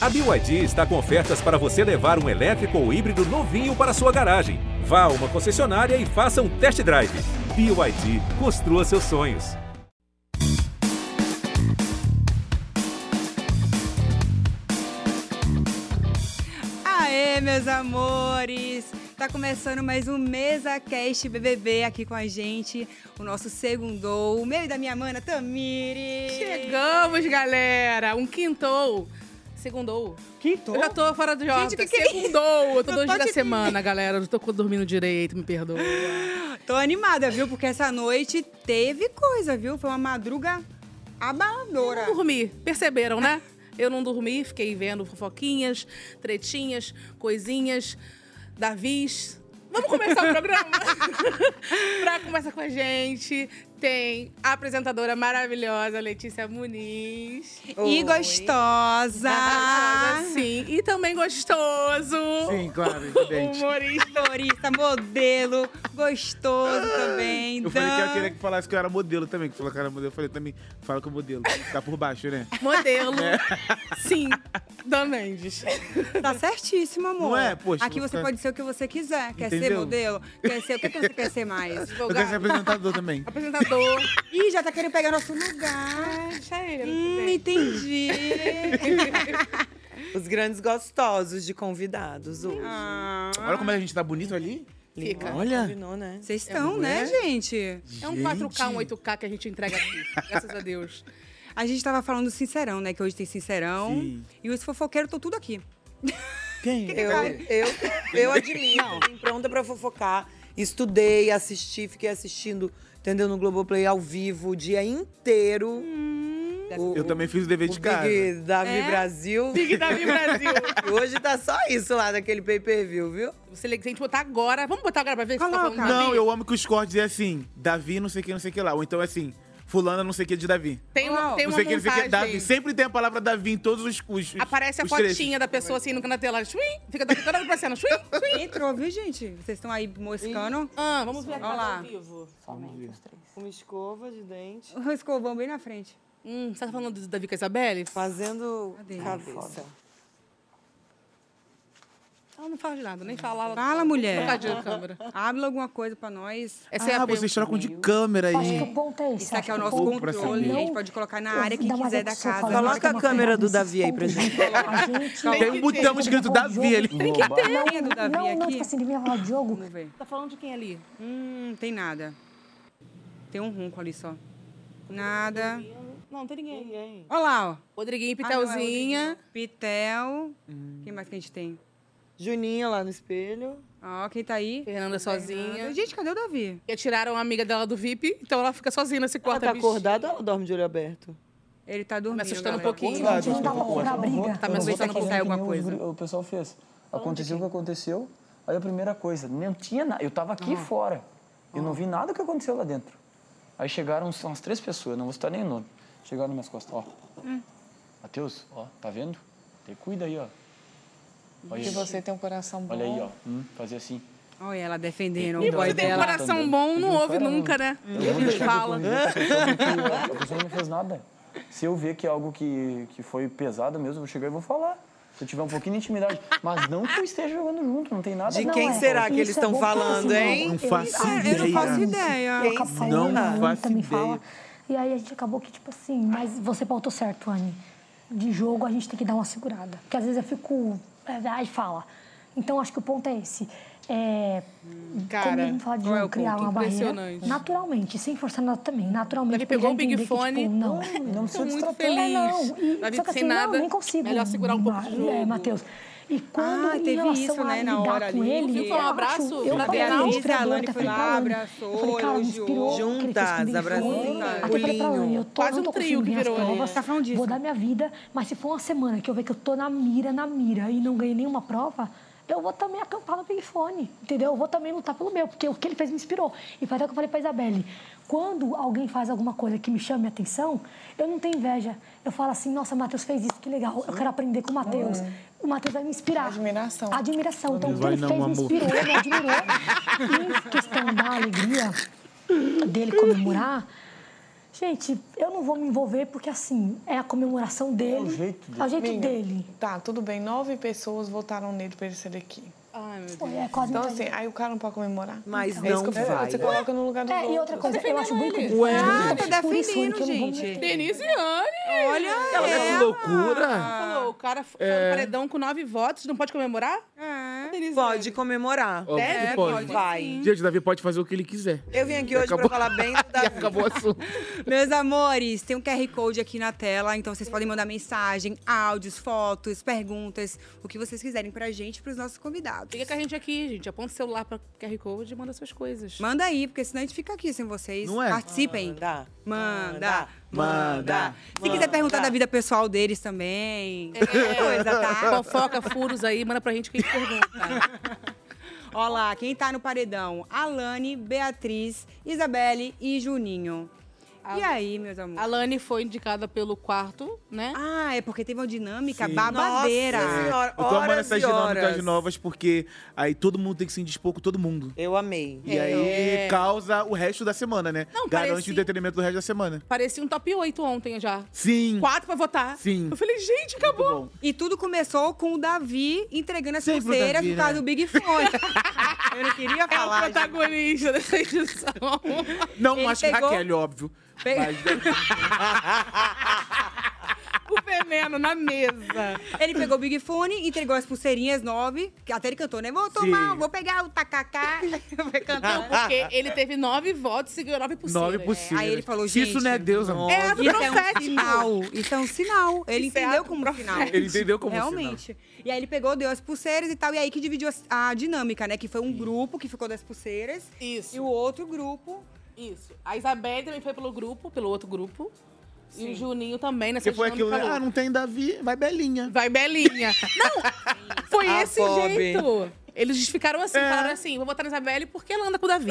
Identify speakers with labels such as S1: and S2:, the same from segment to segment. S1: A BYD está com ofertas para você levar um elétrico ou híbrido novinho para sua garagem. Vá a uma concessionária e faça um test drive. BYD, construa seus sonhos.
S2: Aê, meus amores! Tá começando mais um Mesa Cast BBB aqui com a gente, o nosso segundo, o meu e da minha mana Tamiri.
S3: Chegamos, galera! Um quintou. Segundou.
S2: Quintou?
S3: Eu já tô fora do jogo.
S2: Gente, que que é isso?
S3: Segundou. Eu tô
S2: Eu
S3: dois
S2: tô
S3: dias da
S2: te-
S3: semana, galera. Eu tô dormindo direito, me perdoa.
S2: Tô animada, viu? Porque essa noite teve coisa, viu? Foi uma madruga abaladora.
S3: Não dormi. Perceberam, né? Eu não dormi, fiquei vendo fofoquinhas, tretinhas, coisinhas, Davis. Vamos começar o programa? pra conversar com a gente, tem a apresentadora maravilhosa Letícia Muniz.
S2: E gostosa.
S3: Maravilhosa, Sim, e também gostoso.
S4: Sim, claro, evidente.
S3: Humorista.
S2: Florista, modelo, gostoso também.
S4: Ah, Eu falei que eu
S2: Dan.
S4: queria que falasse que eu era modelo também, que falou que eu era modelo. Eu falei também, fala que eu modelo. Tá por baixo, né?
S3: Modelo. Sim, Dan Mendes.
S2: Tá certíssimo, amor.
S4: Não é? Poxa,
S2: Aqui você
S4: você-
S2: pode ser o que você quiser. Quer ser
S4: Entendeu?
S2: modelo? Quer ser... O que, que você quer ser mais?
S4: Eu quero ser apresentador também.
S3: Apresentador. É,
S2: Ih, já tá querendo pegar nosso lugar.
S3: Deixa ele.
S2: Hum, entendi.
S5: Os grandes gostosos de convidados hoje.
S2: Ah,
S4: Olha como a gente tá bonito ali.
S3: Fica.
S4: Olha.
S5: Combinou, né?
S2: Vocês estão, né, gente?
S3: É um
S4: Gente.
S3: 4K, um 8K que a gente entrega aqui. Graças a Deus.
S2: A gente tava falando do Sincerão, né? Que hoje tem Sincerão.
S4: Sim.
S2: E os fofoqueiros estão tudo aqui.
S4: Quem?
S5: Eu,
S2: cara?
S5: eu, eu admito, vim pronta pra fofocar. Estudei, assisti, fiquei assistindo, entendeu? No Globoplay ao vivo o dia inteiro. O-
S4: Eu também fiz o dever
S5: o
S4: de casa.
S5: Big Davi
S2: Hum. É?
S5: Brasil.
S3: Big Davi Brasil.
S5: E Hoje tá só isso lá naquele pay-per-view, viu?
S3: Você liga, se a gente botar agora. Vamos botar agora pra ver se tá
S2: Coloca.
S3: falando do
S4: Não,
S3: Davi?
S4: eu amo que os cortes é assim, Davi não sei que, não sei que lá. Ou então é assim, fulana não sei que de Davi.
S3: Tem uma,
S2: Uau.
S3: tem
S4: Não
S3: uma
S4: sei que, não sei que,
S3: montagem.
S4: Davi. Sempre tem a palavra Davi em todos os cursos.
S3: Aparece a fotinha da pessoa assim no canto da tela. Shuim, fica da- toda hora pra cena. Shuim, shuim.
S2: Entrou, viu, gente? Vocês estão aí moscando.
S3: Ah, vamos ver
S2: Olha
S3: agora
S2: lá.
S3: ao vivo.
S5: Uma escova de dente.
S2: O escovão bem na frente.
S3: Hum, você tá falando do Davi com a Isabelle?
S5: Fazendo
S2: Cadê?
S5: cabeça.
S3: Ela não fala de nada, nem fala.
S2: Fala, mulher.
S3: Não de câmera.
S2: Habla alguma coisa pra nós.
S3: Essa é
S4: Ah,
S3: a pergunta.
S4: vocês trocam de câmera
S6: Acho que o
S4: aí.
S6: ponto é esse.
S2: Isso aqui é o
S6: acho
S2: nosso
S6: que o
S4: Ou pra
S2: controle.
S4: saber.
S2: A gente pode colocar na área
S6: Eu vou
S2: quem
S6: dar uma
S2: quiser da
S6: versão
S2: casa.
S6: falando
S5: Coloca
S6: que
S5: a
S6: eu vou
S5: câmera
S6: pegar
S5: do
S6: nesses
S5: Davi aí pra
S6: pontos
S5: gente.
S6: de a gente. né?
S4: Tem um botão escrito Davi ali.
S6: Tem
S4: que ter.
S2: Não, tem né, do Davi
S6: não, não,
S2: aqui?
S6: tipo assim, ele vinha falar, Diogo,
S2: Vamos ver.
S3: Tá falando de quem ali?
S2: Hum, tem nada. Tem um ronco ali só. Nada.
S3: Não, não tem ninguém.
S2: Olha lá, ó.
S3: Rodriguinho e
S2: Ah, não, é o
S3: Pitelzinha.
S2: Rodrigo. Pitel.
S7: Hum.
S2: Quem mais que a gente tem?
S5: Juninha lá no espelho.
S2: Ó, quem tá aí?
S3: Fernanda sozinha.
S2: Gente, cadê o Davi?
S3: E tiraram a amiga dela do VIP, então ela fica sozinha nesse
S5: Ela
S3: quarto.
S5: tá
S3: bicho.
S5: acordada ou ela dorme de olho aberto?
S2: Ele tá dormindo.
S3: Me assustando um
S2: galera.
S3: pouquinho.
S6: a gente não dá pra comprar briga.
S2: Tá me assustando um
S7: Falando
S2: pouquinho.
S7: que
S2: alguma
S7: nem os
S2: coisa.
S7: guri- O pessoal fez. Aconteceu o que aconteceu. Aí a primeira coisa, não tinha nada. Eu tava
S8: Ah.
S7: aqui fora. Eu não vi nada que aconteceu lá dentro. Aí chegaram uns- umas três pessoas, não vou citar nem o nome. Chegaram nas minhas costas, ó. Matheus, ó, tá vendo? Te cuida aí, ó. Olha
S8: Que
S7: aí,
S8: você tem um coração bom.
S7: olha aí, ó. Hum, fazer assim.
S2: Olha ela defendendo o
S3: E
S2: boy
S3: você tem um
S2: dela.
S3: coração bom, não ouve nunca, né?
S7: um Eu vou deixar
S3: Fala.
S7: de corrigir, porque a pessoa não- A pessoa não fez nada. Se eu ver que é algo que, que foi pesado mesmo, eu vou chegar e vou falar. Se eu tiver um pouquinho de intimidade. Mas não que eu esteja jogando junto, não tem nada.
S5: De
S7: não,
S5: quem
S7: é.
S5: será que
S6: Isso
S5: eles
S6: é
S5: estão
S6: bom
S5: falando,
S6: pra você,
S5: hein?
S6: não.
S4: Não faço
S6: Ah,
S2: Eu não faço
S4: ideia.
S2: ideia.
S5: Quem
S6: Troca
S5: Sim,
S6: palavra,
S4: não
S6: a Anitta
S4: faço
S6: me
S4: ideia.
S6: fala. E aí a gente acabou que, tipo assim, mas você pautou certo, Anne. De jogo a gente tem que dar uma segurada. Porque às vezes eu fico. é, Ai, fala. Então acho que o ponto é esse. É,
S3: Cara,
S6: como eu falar de
S2: qual é o
S6: jogo, criar
S2: ponto?
S6: uma barreira.
S3: Impressionante.
S6: Naturalmente, sem forçar nada também. Naturalmente.
S3: Ele
S6: porque
S3: pegou
S6: já
S3: o Big
S6: entender que,
S3: Fone.
S6: tipo, não, É,
S7: Não precisa
S3: Tô muito
S7: destratar.
S3: feliz.
S6: não, e,
S3: Davi,
S6: só que
S3: sem
S6: assim,
S3: nada.
S6: não, nem consigo.
S3: Melhor segurar um pouco de jogo.
S6: É, Matheus. E quando
S2: Ah,
S6: em
S2: teve
S6: relação
S2: isso,
S6: a
S2: né, na
S6: lidar
S2: hora
S6: com
S2: ali.
S6: ele,
S3: Viu? Foi um
S6: eu
S3: abraço
S6: acho- eu
S3: pra Beatriz,
S6: falei, eu falei
S2: a Alane
S6: pra
S2: foi lá,
S6: Alane.
S2: abraçou,
S6: Eu falei, cara, me
S2: elogiou.
S6: inspirou aquele texto
S5: Juntas,
S6: do Big
S5: abraçou,
S6: Fone.
S5: cara.
S6: Até falei pra Alane,
S5: Pulinho.
S6: eu tô-
S3: Quase
S6: não tô
S3: um trio
S6: conseguindo
S3: que
S6: ganhar as
S3: virou ali,
S6: provas,
S2: né? Tá falando disso.
S6: Vou dar minha vida, mas se for uma semana que eu ver que eu tô na mira, na mira, e não ganhei nenhuma prova, eu vou também acampar no Big Fone, entendeu? Eu vou também lutar pelo meu, porque o que ele fez me inspirou. E foi até o que eu falei pra Isabelle. Quando alguém faz alguma coisa que me chame a atenção, eu não tenho inveja. Eu falo assim, nossa, Matheus fez isso, que legal. Eu quero aprender com o Matheus.
S3: É.
S6: O Matheus vai me inspirar.
S8: Admiração.
S6: Admiração. Então, o que
S4: Vai
S6: ele
S4: não,
S6: fez me
S4: amor.
S6: inspirou, me admirou. E em questão da alegria dele comemorar, Gente, eu não vou me envolver porque, assim, é a comemoração dele. É o
S7: jeito dele.
S6: É o jeito
S8: Amiga,
S6: dele.
S8: Tá, tudo bem. Nove pessoas votaram nele pra ele ser daqui.
S3: Ai, meu Deus.
S6: Pô, é quase
S8: Então,
S6: metade.
S8: assim, aí o cara não pode comemorar.
S5: Mas
S8: é isso
S5: não
S8: que eu falo,
S5: vai.
S8: Você coloca no lugar dos
S6: É, e outra
S8: outros.
S6: coisa, eu acho muito
S3: ele.
S6: bonito.
S2: Ah, tá
S6: Por isso,
S2: definindo,
S6: que eu não vou
S2: gente.
S6: meter.
S3: Denisiane!
S2: Olha
S4: Ela tá com
S2: ela.
S4: loucura.
S3: Falou, o cara foi no paredão com nove votos, não pode comemorar?
S2: É.
S3: Denisiane. Né?
S5: Pode comemorar.
S4: Ó,
S3: Deve,
S4: pode.
S5: Vai.
S4: Gente, o Davi pode fazer o que ele quiser.
S5: Eu vim aqui hoje
S4: Acabou.
S5: pra falar bem do
S4: E
S5: Davi.
S4: acabou o assunto.
S2: Meus amores, tem um QR Code aqui na tela, então vocês podem mandar mensagem, áudios, fotos, perguntas, o que vocês quiserem pra gente e pros nossos convidados.
S3: Fica com a gente aqui, gente. Aponta o celular pra QR Code e manda suas coisas.
S2: Manda aí, porque senão a gente fica aqui sem vocês.
S4: Não é?
S2: Participem.
S5: Manda.
S2: Manda.
S5: Tá.
S4: Manda.
S2: Se quiser
S3: tá.
S2: perguntar da vida pessoal deles também. qualquer Coisa, tá?
S3: É. Fofoca, furos aí, manda pra gente que a gente pergunta.
S2: Ó lá, quem tá no paredão? Alane, Beatriz, Isabelle e Juninho. E aí, meus
S3: A
S2: amores?
S3: Lani foi indicada pelo quarto, né?
S2: Ah, é porque teve uma dinâmica babadeira.
S5: Nossa senhora,
S4: Eu tô amando
S5: horas
S4: essas
S5: e horas.
S4: dinâmicas novas porque aí todo mundo tem que se indispor com todo mundo.
S5: Eu amei.
S4: E aí causa o resto da semana, né?
S3: Não,
S4: Garante
S3: parecia-
S4: o entretenimento do resto da semana.
S3: Parecia um top 8 ontem já.
S4: Sim.
S3: Quatro pra votar.
S4: Sim.
S3: Eu falei, gente,
S4: Muito
S3: acabou.
S4: bom.
S2: E tudo começou com o Davi entregando as
S4: Sempre o
S2: pulseiras
S4: Davi,
S2: por causa
S4: né?
S2: do Big Fone. Eu não queria
S3: É o
S2: falar. gente.
S3: protagonista dessa edição.
S4: Não
S2: Ele
S4: mais
S2: pegou-
S4: Raquel, Ah, óbvio.
S2: Pe-
S4: né?
S3: o veneno na mesa.
S2: Ele pegou o Big Fone, entregou as pulseirinhas nove, que até ele cantou, né? Vou tomar,
S4: Sim.
S2: vou pegar o tacacá. Vai cantar.
S3: Porque ele teve nove votos e ganhou nove pulseiras.
S4: Nove possíveis.
S2: Aí ele falou,
S4: Se Isso
S2: gente,
S4: não é Deus, amor.
S3: É ato
S2: Isso é um
S3: profético.
S2: sinal. Isso é um sinal. Ele
S3: Isso é
S2: entendeu
S3: ato
S2: como um sinal.
S4: Ele entendeu como um sinal.
S2: Realmente. E aí ele pegou, deu as pulseiras e tal. E aí que dividiu as- a dinâmica, né? Que foi um grupo que ficou das pulseiras.
S3: Isso.
S2: E o outro grupo.
S3: Isso. A Isabelle também foi pelo grupo, pelo outro grupo. E o Juninho também, nessa
S4: Porque foi aquilo,
S3: dinâmica
S4: né? Ah,
S3: louca.
S4: não tem Davi, vai Belinha.
S3: Vai Belinha. Não, foi
S5: Ah,
S3: esse
S5: pobre.
S3: jeito. Eles ficaram assim, falaram assim, vou votar na Isabelle porque ela anda com o Davi.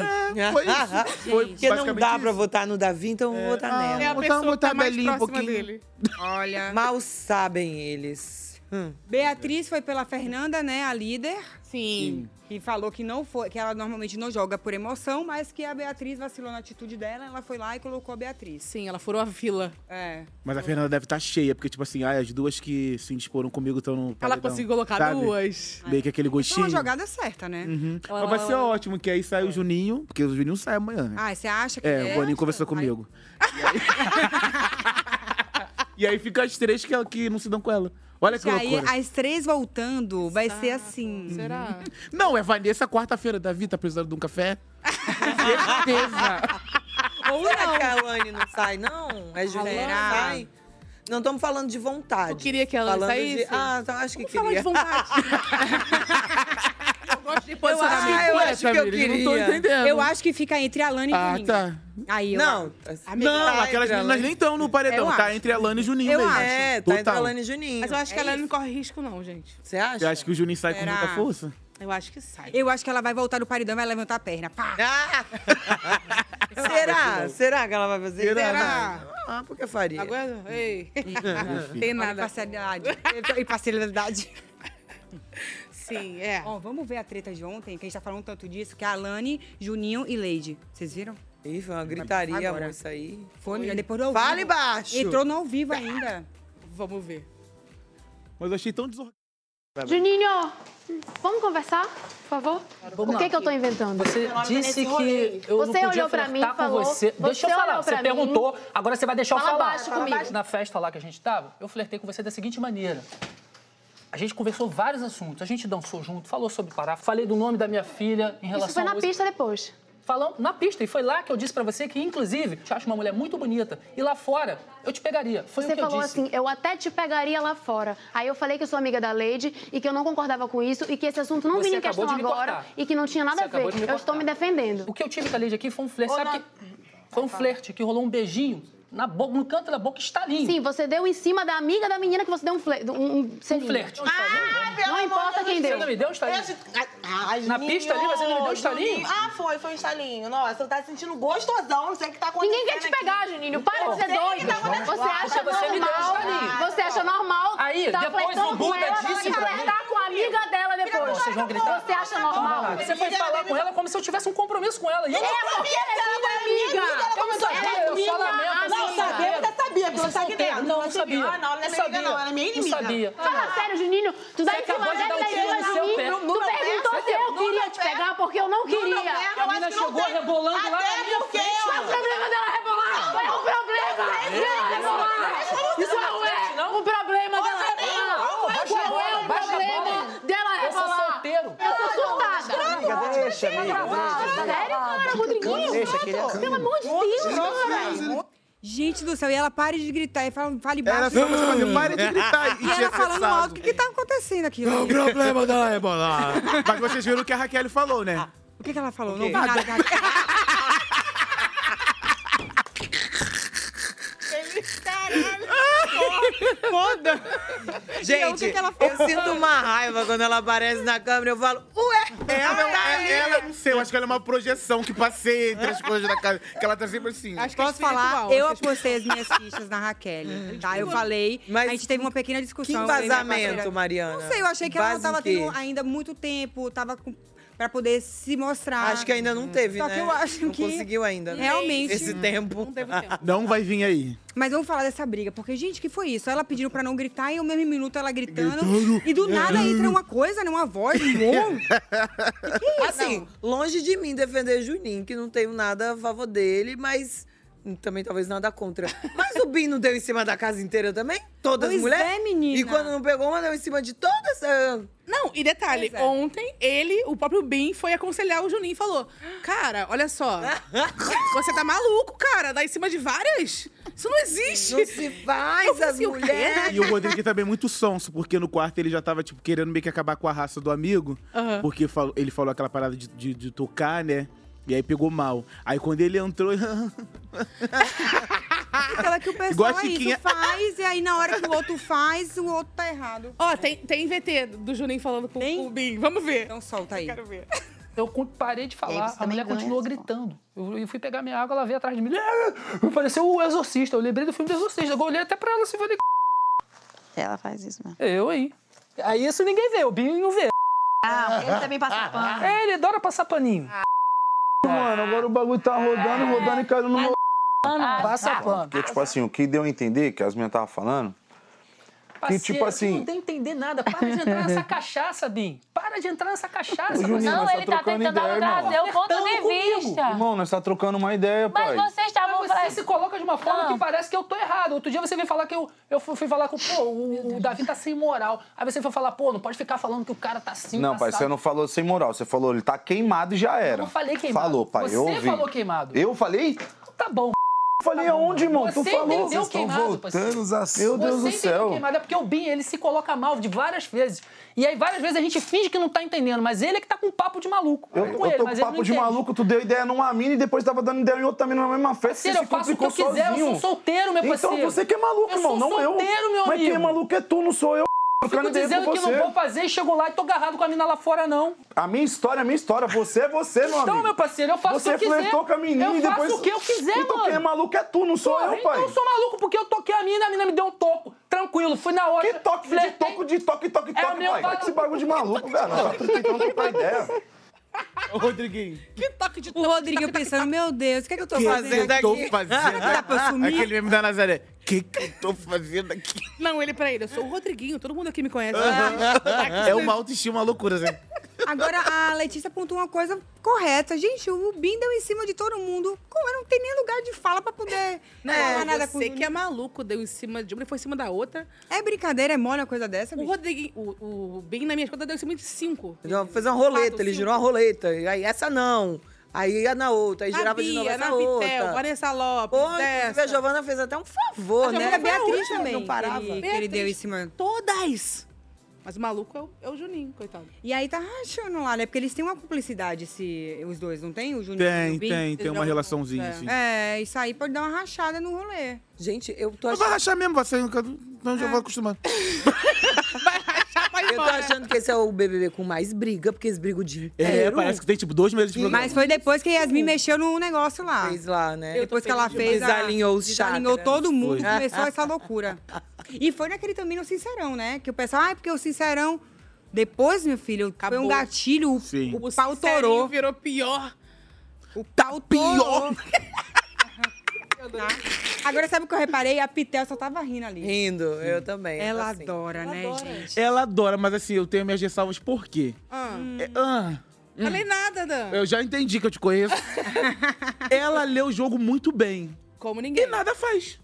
S4: É. Foi isso. Foi
S5: Porque não
S4: basicamente
S5: dá
S4: isso.
S5: pra votar no Davi, então eu vou votar
S4: Ah,
S5: nela.
S3: É a
S4: Vamos botar-
S3: pessoa que
S4: botar
S3: tá
S4: a
S3: mais
S4: Belinha um
S3: próxima
S4: pouquinho.
S3: dele.
S2: Olha.
S5: Mal sabem eles. Hum.
S2: Beatriz foi pela Fernanda, né? A líder.
S3: Sim.
S2: Que falou que não foi, que ela normalmente não joga por emoção, mas que a Beatriz vacilou na atitude dela, ela foi lá e colocou a Beatriz.
S3: Sim, ela furou a fila.
S2: É.
S4: Mas a Fernanda deve estar cheia, porque, tipo assim, ai, as duas que se disporam comigo estão no.
S3: Ela
S4: paredão,
S3: conseguiu colocar
S4: sabe?
S3: duas.
S4: Meio que aquele
S2: Foi uma
S4: gostinho.
S2: jogada certa, né?
S4: Uhum. Mas vai ser ótimo, que aí sai o Juninho, porque o Juninho sai amanhã. né?
S2: Ah, você acha que.
S4: É, o Boninho
S2: acha?
S4: conversou
S2: Aí-
S4: comigo. E aí, e aí fica as três que, que não se dão com ela. Olha que
S2: Que aí,
S4: loucura.
S2: as três voltando, vai ser assim.
S3: Será?
S4: Não, é Vanessa, quarta-feira, Davi, tá precisando de um café? Certeza.
S2: Ou
S5: Será
S2: não.
S5: que a Alane não sai, não? É Juliana
S2: Será?
S5: sai? Não estamos falando de vontade.
S3: Eu queria que a Alane
S5: falando
S3: saísse.
S5: De... Ah, então acho que
S3: Vamos falar de
S5: queria.
S3: vontade. eu gosto de
S5: Eu acho,
S3: posicionamento.
S5: eu
S4: Ué,
S5: acho que é eu
S4: Samira, não tô
S5: queria.
S4: entendendo.
S2: Eu acho que fica entre a Lana e
S4: Ah,
S2: Juninho.
S4: tá.
S2: Aí, eu
S5: Não,
S4: Não, aquelas meninas nem estão no paredão.
S2: Eu
S4: tá
S2: acho.
S4: entre a Lana e o Juninho
S2: Eu
S4: mesmo.
S2: acho.
S5: É, tá entre a Alane e Juninho.
S3: Mas eu acho que
S2: É
S3: ela
S2: isso.
S3: não corre risco, não, gente.
S5: Você acha?
S4: Eu acho que o Juninho sai
S2: Será?
S4: com muita força.
S3: Eu acho que sai.
S2: Eu acho que ela vai voltar no paredão e vai levantar a perna. Pá!
S5: Ah!
S3: Ah!
S2: Tá
S5: Será? Será que ela vai fazer?
S4: Será?
S5: Ah, por que faria?
S3: Agora, ei. Tem
S2: Olha a
S3: nada.
S2: Imparcialidade. Imparcialidade.
S3: Sim, é.
S2: Ó, vamos ver a treta de ontem, que a gente tá falando tanto disso, que é a Lani, Juninho e Lady. Vocês viram?
S5: Ih, foi uma gritaria,
S2: Agora.
S5: amor, isso aí.
S2: Foi, menina. Depois do ao
S5: Fale
S2: vivo.
S5: baixo!
S2: Entrou no ao vivo ainda.
S3: Vamos ver.
S4: Mas eu achei tão desorganizado. Tá
S9: Juninho, vamos conversar, por favor? o que, que eu tô inventando?
S10: Você disse que eu
S9: Você
S10: não podia
S9: olhou pra
S10: flertar
S9: mim e
S10: com
S9: falou,
S10: você. Deixa eu
S9: você
S10: falar,
S9: olhou
S10: você
S9: pra mim.
S10: perguntou, agora você vai deixar eu
S9: Fala
S10: falar.
S9: baixo comigo.
S10: Na festa lá que a gente tava, eu flertei com você da seguinte maneira. A gente conversou vários assuntos, a gente dançou junto, falou sobre Pará, falei do nome da minha filha em relação
S9: Isso foi
S10: à
S9: na
S10: música.
S9: pista depois.
S10: Falamos na pista, e foi lá que eu disse pra você que, inclusive, te acho uma mulher muito bonita. E lá fora, eu te pegaria. Foi
S9: Você
S10: o que eu
S9: falou
S10: disse.
S9: assim, eu até te pegaria lá fora. Aí eu falei que eu sou amiga da Lady e que eu não concordava com isso e que esse assunto não
S10: Você
S9: vinha em
S10: acabou
S9: questão
S10: de me
S9: agora
S10: cortar.
S9: e que não tinha
S10: Você
S9: nada a
S10: acabou de me
S9: ver. Eu estou
S10: cortar.
S9: me defendendo.
S10: O que eu tive com a Lady aqui foi um flerte, sabe que... Foi um flerte que rolou um beijinho na boca, no canto da boca, estalinho.
S9: Sim, você deu em cima da amiga da menina que você deu um flerte. Um, um
S10: Um
S9: selinho.
S10: flerte.
S11: Ah,
S9: Não importa quem
S10: Você
S9: deu.
S10: não me deu um estalinho? Na pista ali, você não me deu um estalinho?
S11: Ah, foi, foi um estalinho. Nossa, você tá se sentindo gostosão, não sei o que tá acontecendo.
S9: Ninguém quer te pegar, Juninho. Para de ser doido.
S11: tá
S9: Você acha
S10: Você me deu
S9: normal.
S10: essa linha.
S9: Você acha normal.
S10: Aí,
S9: tá
S10: depois
S9: flertando
S10: o Buda
S9: com ela,
S10: disse
S9: vai
S10: pra mim.
S9: flertar com a amiga dela depois.
S10: Vocês vão gritar.
S9: Você acha
S10: Então,
S9: normal?
S10: Renata, Você foi falar com ela como se eu tivesse um compromisso com ela. E eu
S9: É,
S10: não
S11: Ela
S10: tenho.
S11: sabia que ela era minha amiga. Ela
S10: Eu não
S11: começou a
S10: sabia,
S11: falar
S10: eu
S11: comigo.
S10: só lamento.
S11: Não,
S10: assim, cara.
S11: sabia, você sabia, porque
S10: Isso
S11: você tá aqui
S10: solteiro.
S11: dentro.
S10: Não,
S11: Você
S10: não
S11: viu,
S10: sabia.
S11: ah, não, ela é minha amiga, não, ela é minha inimiga.
S10: Não sabia.
S9: Fala sério, Juninho. Tu dá
S10: Você
S9: em cima
S10: acabou de
S9: dela,
S10: dar um
S9: dá em
S10: tiro
S9: cima
S10: no
S9: de
S10: seu
S9: mim.
S10: pé.
S9: Tu perguntou se eu queria te pegar porque eu não queria.
S10: A menina chegou rebolando lá. na minha frente.
S9: Qual é o problema dela rebolar? Qual é o problema
S4: É,
S9: dela rebolar? Qual é
S12: um
S9: o problema dela rebolar? Qual é o problema dela é
S10: é
S9: rebolar? Eu sou surtada.
S7: Amiga, deixa, amiga, deixa.
S9: Sério, cara, Rodriguinho?
S7: Deixa, que ele é assim.
S9: Pelo amor de Deus, cara.
S2: Gente do céu, e ela para de gritar e fala, fale baixo.
S4: Era só você
S9: um
S4: fazer, "Pare de gritar", e
S2: E
S4: tinha
S2: ela falando
S4: cessado.
S2: alto, o que que tá acontecendo aqui?
S4: Não, É o problema da Ebola. Mas vocês viram o que a Raquel falou,
S5: Ah.
S4: né?
S2: O que, que ela falou?
S4: O
S2: Não
S4: quê?
S2: vi nada. Raquel.
S10: um
S5: Foda!
S11: Então, o
S5: Gente,
S11: que que ela falou?
S5: eu sinto uma raiva quando ela aparece na câmera. Eu falo, ué,
S13: é
S4: Ela,
S5: tá
S4: ela,
S5: ali.
S4: ela, não sei, eu acho que ela é uma projeção que passei entre as coisas da casa. Que ela tá sempre assim.
S2: Posso falar? Eu apostei as minhas fichas na Raquel, tá? Eu falei,
S5: Mas
S2: a gente teve uma pequena
S5: Que
S2: discussão. eu falei, né,
S5: embasamento,
S2: parceira?
S5: Mariana.
S2: Não sei, eu achei que ela não
S5: Embasa em
S2: tava
S5: quê?
S2: tendo ainda muito tempo, tava com... Pra poder se mostrar.
S5: Acho que ainda não teve,
S2: Só
S5: né?
S2: que eu acho
S5: Não
S2: que...
S5: conseguiu ainda, né?
S2: Realmente.
S5: Esse tempo.
S2: Não teve tempo.
S4: Não vai vir aí.
S2: Mas vamos falar dessa briga, porque, gente, que foi isso? Ela pediu pra não gritar e ao mesmo minuto ela gritando.
S5: Gritando. É.
S2: E do nada entra uma coisa, né? Uma voz, um bom.
S5: Assim, longe de mim defender Juninho, que não tenho nada a favor dele, mas também talvez nada contra. Mas o Bin não deu em cima da casa inteira também? Todas
S3: Pois
S5: as mulheres?
S3: é, menina.
S5: E quando não pegou uma, deu em cima de todas. ah.
S3: Não, e detalhe,
S5: Pois é.
S3: ontem ele, o próprio Bim, foi aconselhar o Juninho e falou: Cara, olha só, você tá maluco, cara, dá em cima de várias? Isso não existe. assim,
S5: Não se faz, as mulheres.
S4: E o Rodrigo também é muito sonso, porque no quarto ele já tava, tipo, querendo meio que acabar com a raça do amigo.
S3: Aham.
S4: Porque falou- ele falou aquela parada de, de- de tocar, né? E aí pegou mal. Aí quando ele entrou.
S2: Aquela que o pessoal
S4: Igual a
S2: é
S4: Chiquinha.
S2: isso, faz, e aí na hora que o outro faz,
S3: um
S2: o outro tá errado.
S3: Ó, tem, tem VT do Juninho falando com, com o Bim. Vamos ver.
S2: Então solta aí.
S3: Quero ver.
S10: Eu con- parei de
S3: E aí
S10: falar,
S3: você
S10: a mulher
S3: também
S10: continuou gritando. Eu, eu fui pegar minha água, ela veio atrás de mim. Pareceu o Exorcista. Eu lembrei do filme do Exorcista. Eu olhei até pra ela assim e falei.
S14: Ela faz isso mesmo.
S3: É,
S10: Eu, hein? Aí isso ninguém vê, o Binho não vê.
S14: Ah, ele também passa pano. Ah.
S10: É, ele adora passar paninho.
S15: Mano, agora o bagulho tá rodando,
S14: É.
S15: rodando e caindo no meu.
S14: Ah, tá.
S10: Passa pano.
S15: Porque, tipo assim, o que deu a entender, que as minhas tava falando, que, tipo
S10: tu
S15: assim,
S10: não tem que entender nada. Para de entrar nessa cachaça, Bim. Para de entrar nessa cachaça.
S15: Ô, Juninho, Não, nós tá ele tá trocando tentando ideia, irmão. trazer
S14: o ponto de vista.
S15: irmão, nós tá trocando uma ideia,
S10: Mas
S15: pai.
S10: você
S14: estavam
S10: Você
S14: falando-
S10: se coloca de uma forma
S14: Ah.
S10: que parece que eu tô errado. Outro dia você veio falar que eu, eu fui fui falar que pô, o, o Davi tá sem moral. Aí você foi falar, pô, não pode ficar falando que o cara tá assim.
S15: Não, pai,
S10: assado.
S15: você não falou sem moral. Você falou, ele tá queimado e já era.
S10: Eu não falei queimado.
S15: Falou, pai,
S10: Você
S15: eu ouvi.
S10: falou queimado.
S15: Eu falei?
S10: Tá bom.
S15: Eu falei aonde, irmão? tu
S10: Você
S15: falou.
S10: entendeu
S15: Vocês estão
S10: queimado,
S15: voltando
S10: parceiro.
S15: os assuntos. Meu Deus
S10: Você
S15: do céu.
S10: entendeu queimado, é porque o Bin, ele se coloca mal de várias vezes. E aí várias vezes a gente finge que não tá entendendo, mas ele é que tá com papo de maluco.
S15: Eu,
S10: com
S15: eu
S10: ele,
S15: tô com
S10: mas ele não
S15: papo de
S10: entende.
S15: maluco, tu deu ideia numa mina e depois tava dando ideia em outra mina na mesma festa.
S10: Parceiro,
S15: você
S10: eu
S15: se
S10: faço o que eu
S15: complicou
S10: quiser, eu
S15: sozinho.
S10: sou solteiro, meu parceiro.
S15: Então você que é maluco,
S10: Eu
S15: irmão,
S10: sou
S15: não eu.
S10: solteiro, meu
S15: Mas quem é
S10: amigo.
S15: maluco é tu, não sou eu.
S10: Fico
S15: Trocando ideia
S10: dizendo
S15: com
S10: que
S15: você.
S10: não vou fazer e chego lá e tô agarrado com a mina lá fora, não.
S15: A minha história, a minha história. Você é você, meu amigo.
S10: Então, meu parceiro, eu faço
S15: você
S10: o que eu quiser.
S15: flertou com a menina
S10: eu
S15: e depois...
S10: faço o que eu quiser,
S15: então,
S10: mano.
S15: quem é maluco é tu, não sou
S10: Porra,
S15: eu, pai.
S10: Então eu sou maluco porque eu toquei a mina, a mina me deu um toco. Tranquilo, fui na hora. Que toque, de toco,
S15: de toque, toque,
S10: é toque, meu
S15: pai.
S10: pai.
S15: Esse bagulho de maluco, velho. Nós tá tentando trocar ideia.
S4: Ô, Rodriguinho.
S3: Que toque de
S2: O Rodrigo pensando, meu Deus, o que é que eu tô
S4: que
S2: fazendo
S4: que
S2: aqui?
S4: eu tô fazendo
S2: Dá pra sumir?
S4: Aquele meme da Nazaré. O que, que eu tô fazendo aqui?
S3: Não, ele pra ele. Eu sou o Rodriguinho, todo mundo aqui me conhece.
S2: Ah.
S4: É uma autoestima loucura, né?
S2: Agora, a Letícia apontou uma coisa correta. Gente, o Bim deu em cima de todo mundo. Como? Não tem nem lugar de fala pra poder
S3: Não,
S2: falar nada com
S3: você que é maluco, deu em cima de uma e foi em cima da outra.
S2: É brincadeira, é mole uma coisa dessa,
S3: O Rodrigo, o, o Bem na minha conta deu em cima de cinco.
S5: Ele fez uma roleta, ele girou uma roleta. E aí essa não. Aí ia na outra, aí
S3: Na
S5: girava de novo
S3: Bia,
S5: essa
S3: na
S5: outra.
S3: Pitel, Vanessa Lopes,
S5: Pô, inclusive, a
S3: dessa.
S5: Giovana fez até um favor,
S3: A
S5: né?
S3: Giovana foi a única,
S5: Não parava.
S2: Que ele, que ele deu em cima.
S3: Todas! Mas o maluco é o, é o Juninho, coitado.
S2: E aí tá rachando lá, né? Porque eles têm uma cumplicidade, se os dois, não tem? O Juninho e
S4: Tem,
S2: o Bim?
S4: tem, tem uma relaçãozinha,
S2: É.
S4: assim.
S2: É, isso aí pode dar uma rachada no rolê. Ah.
S5: Gente, eu tô
S4: Mas vai um rachar mesmo, você nunca. Não, então já vou acostumando.
S5: Eu tô achando que esse é o BBB com mais briga, porque eles brigam o dia
S4: É,
S5: inteiro.
S4: parece que tem, tipo, dois meses de programa.
S2: Mas foi depois que a Yasmin mexeu no negócio lá. Fez
S5: lá,
S4: É.
S5: né?
S2: Depois que ela fez. a-
S5: Desalinhou os
S2: Desalinhou
S5: chakras.
S2: todo mundo,
S5: Foi.
S2: começou essa loucura. E foi naquele também no Sincerão, né? Que o pessoal, ah, é porque o Sincerão Depois, meu filho, foi um
S3: Acabou.
S2: gatilho, o,
S4: Sim.
S2: o pau torou.
S3: virou pior.
S2: O pau torou. Tá? Agora sabe o que eu reparei? A Pitel só tava rindo ali.
S5: Rindo, eu também.
S2: Ela
S4: assim.
S2: adora, né, gente?
S4: Ela adora, mas assim, eu tenho minhas ressalvas por quê? É, ah, hum.
S3: Falei nada, Dan.
S4: Eu já entendi que eu te conheço. ela lê o jogo muito bem.
S3: Como ninguém. oh, E
S4: nada faz.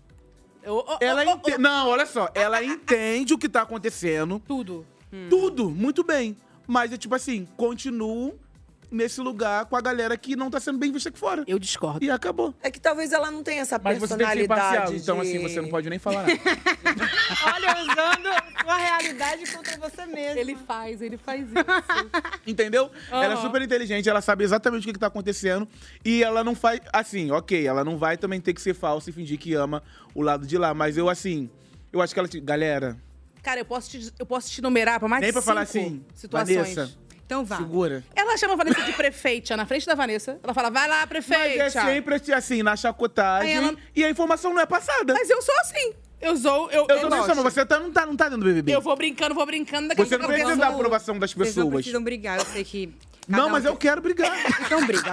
S3: Ela
S4: Ela ente- Não, olha só. Ela entende o que tá acontecendo.
S3: Tudo. Hum.
S4: Tudo, muito bem. Mas é tipo assim, continuo nesse lugar com a galera que não tá sendo bem vista aqui fora.
S3: Eu discordo.
S4: E acabou.
S5: É que talvez ela não tenha essa
S4: Mas você tem que ser
S5: personalidade.
S4: imparcial, então
S5: de-
S4: assim, você não pode nem falar nada.
S2: Olha, usando sua realidade contra você mesmo.
S3: Ele faz, ele faz isso.
S4: Entendeu? Ela é
S3: Aham.
S4: super inteligente, ela sabe exatamente o que, que tá acontecendo. E ela não faz. Assim, ok, ela não vai também ter que ser falsa e fingir que ama o lado de lá. Mas eu, assim, eu acho que ela. te- Galera,
S3: Cara, eu posso te, eu posso te numerar pra mais
S4: nem
S3: de
S4: pra falar
S3: cinco
S4: assim.
S3: situações.
S4: Vanessa,
S2: então vá.
S4: Segura.
S3: Ela chama a Vanessa de prefeita na frente da Vanessa. Ela fala, vai lá, prefeita.
S4: Mas é sempre assim, assim, na chacotagem.
S3: Aí ela-
S4: E a informação não é passada.
S3: Mas eu sou assim. Eu sou. Eu,
S4: Eu tô
S3: gosto.
S4: pensando, você tá, não, tá, não tá dentro do BBB.
S3: Eu vou brincando, vou brincando. Daqui a
S4: Você não
S3: pouco eu
S4: precisa
S3: vou-
S4: da aprovação das
S2: Vocês não
S4: pessoas.
S2: precisam brigar, eu sei que...
S4: Não,
S3: um
S4: mas eu quero brigar.
S2: Então briga.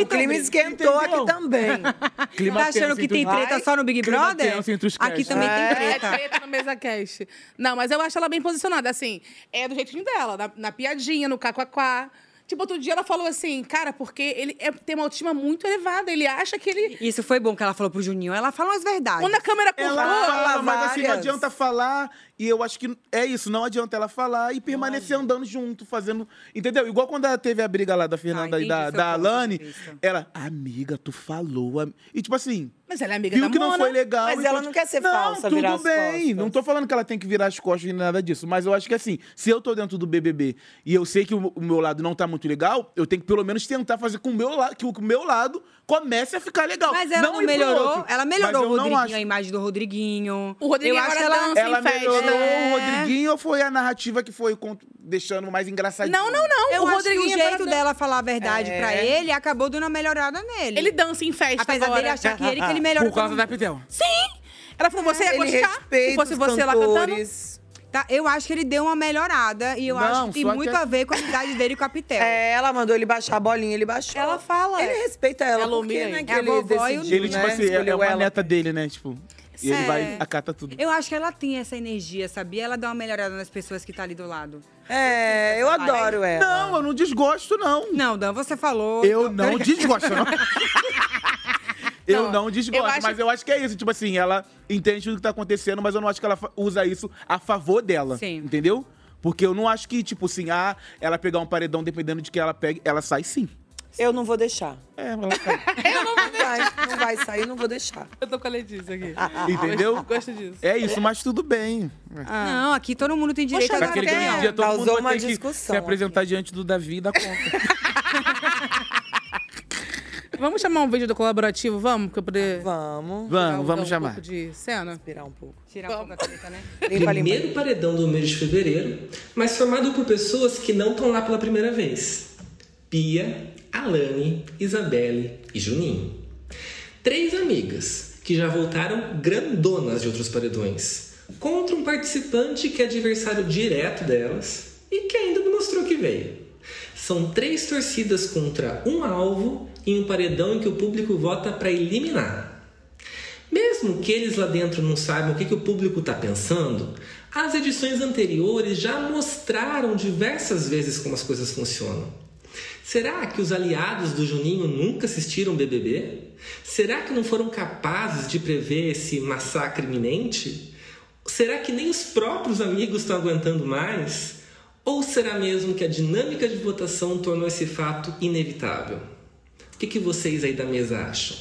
S5: O clima esquentou aqui também.
S4: Clima
S2: tá achando
S4: tenso
S2: que
S4: entre
S2: tem
S4: os-
S2: treta
S4: Ai,
S2: só no Big
S4: clima
S2: Brother?
S4: tenso entre os
S2: Aqui
S4: crushes.
S2: também tem treta.
S3: É treta no mesa cast. Não, mas eu acho ela bem posicionada, assim. É do jeitinho dela, na, na piadinha, no cacuacá. Tipo, outro dia ela falou assim, cara, porque ele é- tem uma autoestima muito elevada. Ele acha que ele.
S2: Isso foi bom que ela falou pro Juninho. Ela fala umas verdades.
S3: Quando a câmera cortou,
S4: Ela fala, mas assim, não adianta falar. E eu acho que é isso, não adianta ela falar e permanecer andando junto, fazendo. Entendeu? Igual quando ela teve a briga lá da Fernanda e
S3: entendi
S4: da,
S3: seu
S4: da
S3: ponto de
S4: Alane, ela, amiga, tu falou. am-" E tipo assim.
S3: Mas ela é amiga
S4: Viu
S3: da
S4: que não
S3: Mona.
S4: foi legal.
S5: Mas
S4: e
S5: ela
S4: conti-
S5: não quer ser
S4: não,
S5: falsa,
S4: tudo
S5: virar as
S4: bem. Não tô falando que ela tem que virar as costas nem nada disso. Mas eu acho que assim, se eu tô dentro do BBB e eu sei que o o meu lado não tá muito legal, eu tenho que pelo menos tentar fazer com o meu lado, que o meu lado comece a ficar legal.
S2: Mas ela não,
S4: ir pro
S2: melhorou.
S4: outro.
S2: Ela
S4: Mas eu
S2: melhorou o
S4: não acho-
S2: Rodriguinho, a imagem do Rodriguinho.
S3: O Rodriguinho
S2: eu acho
S3: agora
S2: ela...
S3: dança em
S4: ela
S3: festa.
S4: melhorou
S3: É.
S4: o Rodriguinho ou foi a narrativa que foi cont- deixando mais
S5: Tá
S4: engraçadinho?
S3: Não, não, não.
S2: Eu
S3: o
S2: acho
S3: Rodriguinho
S2: que o
S3: agora
S2: jeito
S3: dan-
S2: dela falar a verdade
S3: É.
S2: pra ele acabou dando uma melhorada nele.
S3: Ele dança em festa
S2: Apesar
S3: agora.
S2: dele achar que ele que ele melhora.
S4: Por causa da Pitel.
S3: Sim! Ela falou, você ia
S2: Ele
S3: gostar se
S2: respeita
S3: fosse
S2: os
S3: você lá cantando.
S2: Tá, eu acho que ele deu uma melhorada e eu
S5: Não,
S2: acho que tem
S5: só
S2: muito
S5: que-
S2: a ver com a idade dele com a Pitel.
S5: É, ela mandou ele baixar a bolinha, ele baixou. Ela
S3: fala.
S5: Ele respeita ela,
S2: Ela
S5: porque
S2: humilha
S5: né,
S2: ele.
S5: que
S2: É a
S5: ele
S2: vovó e o
S5: decidiu,
S4: Ele, tipo
S5: né,
S4: assim, é- é,
S5: escolheu
S4: uma
S5: ela.
S4: neta dele, né? Tipo, e ele
S2: É.
S4: vai acatar tudo.
S2: Eu acho que ela tem essa energia, sabia? Ela dá uma melhorada nas pessoas que tá ali do lado.
S5: É, eu adoro ela.
S4: Não, eu não desgosto, não.
S2: Não, Dan, você falou.
S4: Eu não desgosto, não. Eu não desgosto,
S2: eu acho-
S4: mas eu acho que é isso. Tipo assim, ela entende o que tá acontecendo, mas eu não acho que ela fa- usa isso a favor dela.
S2: Sim.
S4: Entendeu? Porque eu não acho que, tipo assim, ah, ela pegar um paredão, dependendo de que ela pegue, ela sai sim.
S5: Eu não vou deixar.
S4: É, ela sai.
S5: Não vai, não vai sair, não vou deixar.
S3: Eu tô com a Letícia aqui.
S4: Entendeu?
S3: Gosto disso.
S4: É isso, mas tudo bem.
S3: Ah.
S2: Não, aqui todo mundo tem direito a
S4: Naquele grande dia, todo mundo vai ter que se apresentar diante do Davi e da conta.
S3: Vamos chamar um vídeo do colaborativo, vamos? Pra eu poder...
S5: Vamos.
S4: Vamos, vamos chamar.
S3: Um pouco de cena.
S5: Respirar um pouco.
S2: Tirar um pouco a treta, né?
S16: Primeiro paredão do mês de fevereiro, mas formado por pessoas que não estão lá pela primeira vez. Pia, Alane, Isabelle e Juninho. Três amigas que já voltaram grandonas de outros paredões. Contra um participante que é adversário direto delas e que ainda não mostrou que veio. São três torcidas contra um alvo em um paredão em que o público vota para eliminar. Mesmo que eles lá dentro não saibam o que, que o público está pensando, as edições anteriores já mostraram diversas vezes como as coisas funcionam. Será que os aliados do Juninho nunca assistiram BBB? Será que não foram capazes de prever esse massacre iminente? Será que nem os próprios amigos estão aguentando mais? Ou será mesmo que a dinâmica de votação tornou esse fato inevitável? O que, que vocês aí da mesa acham?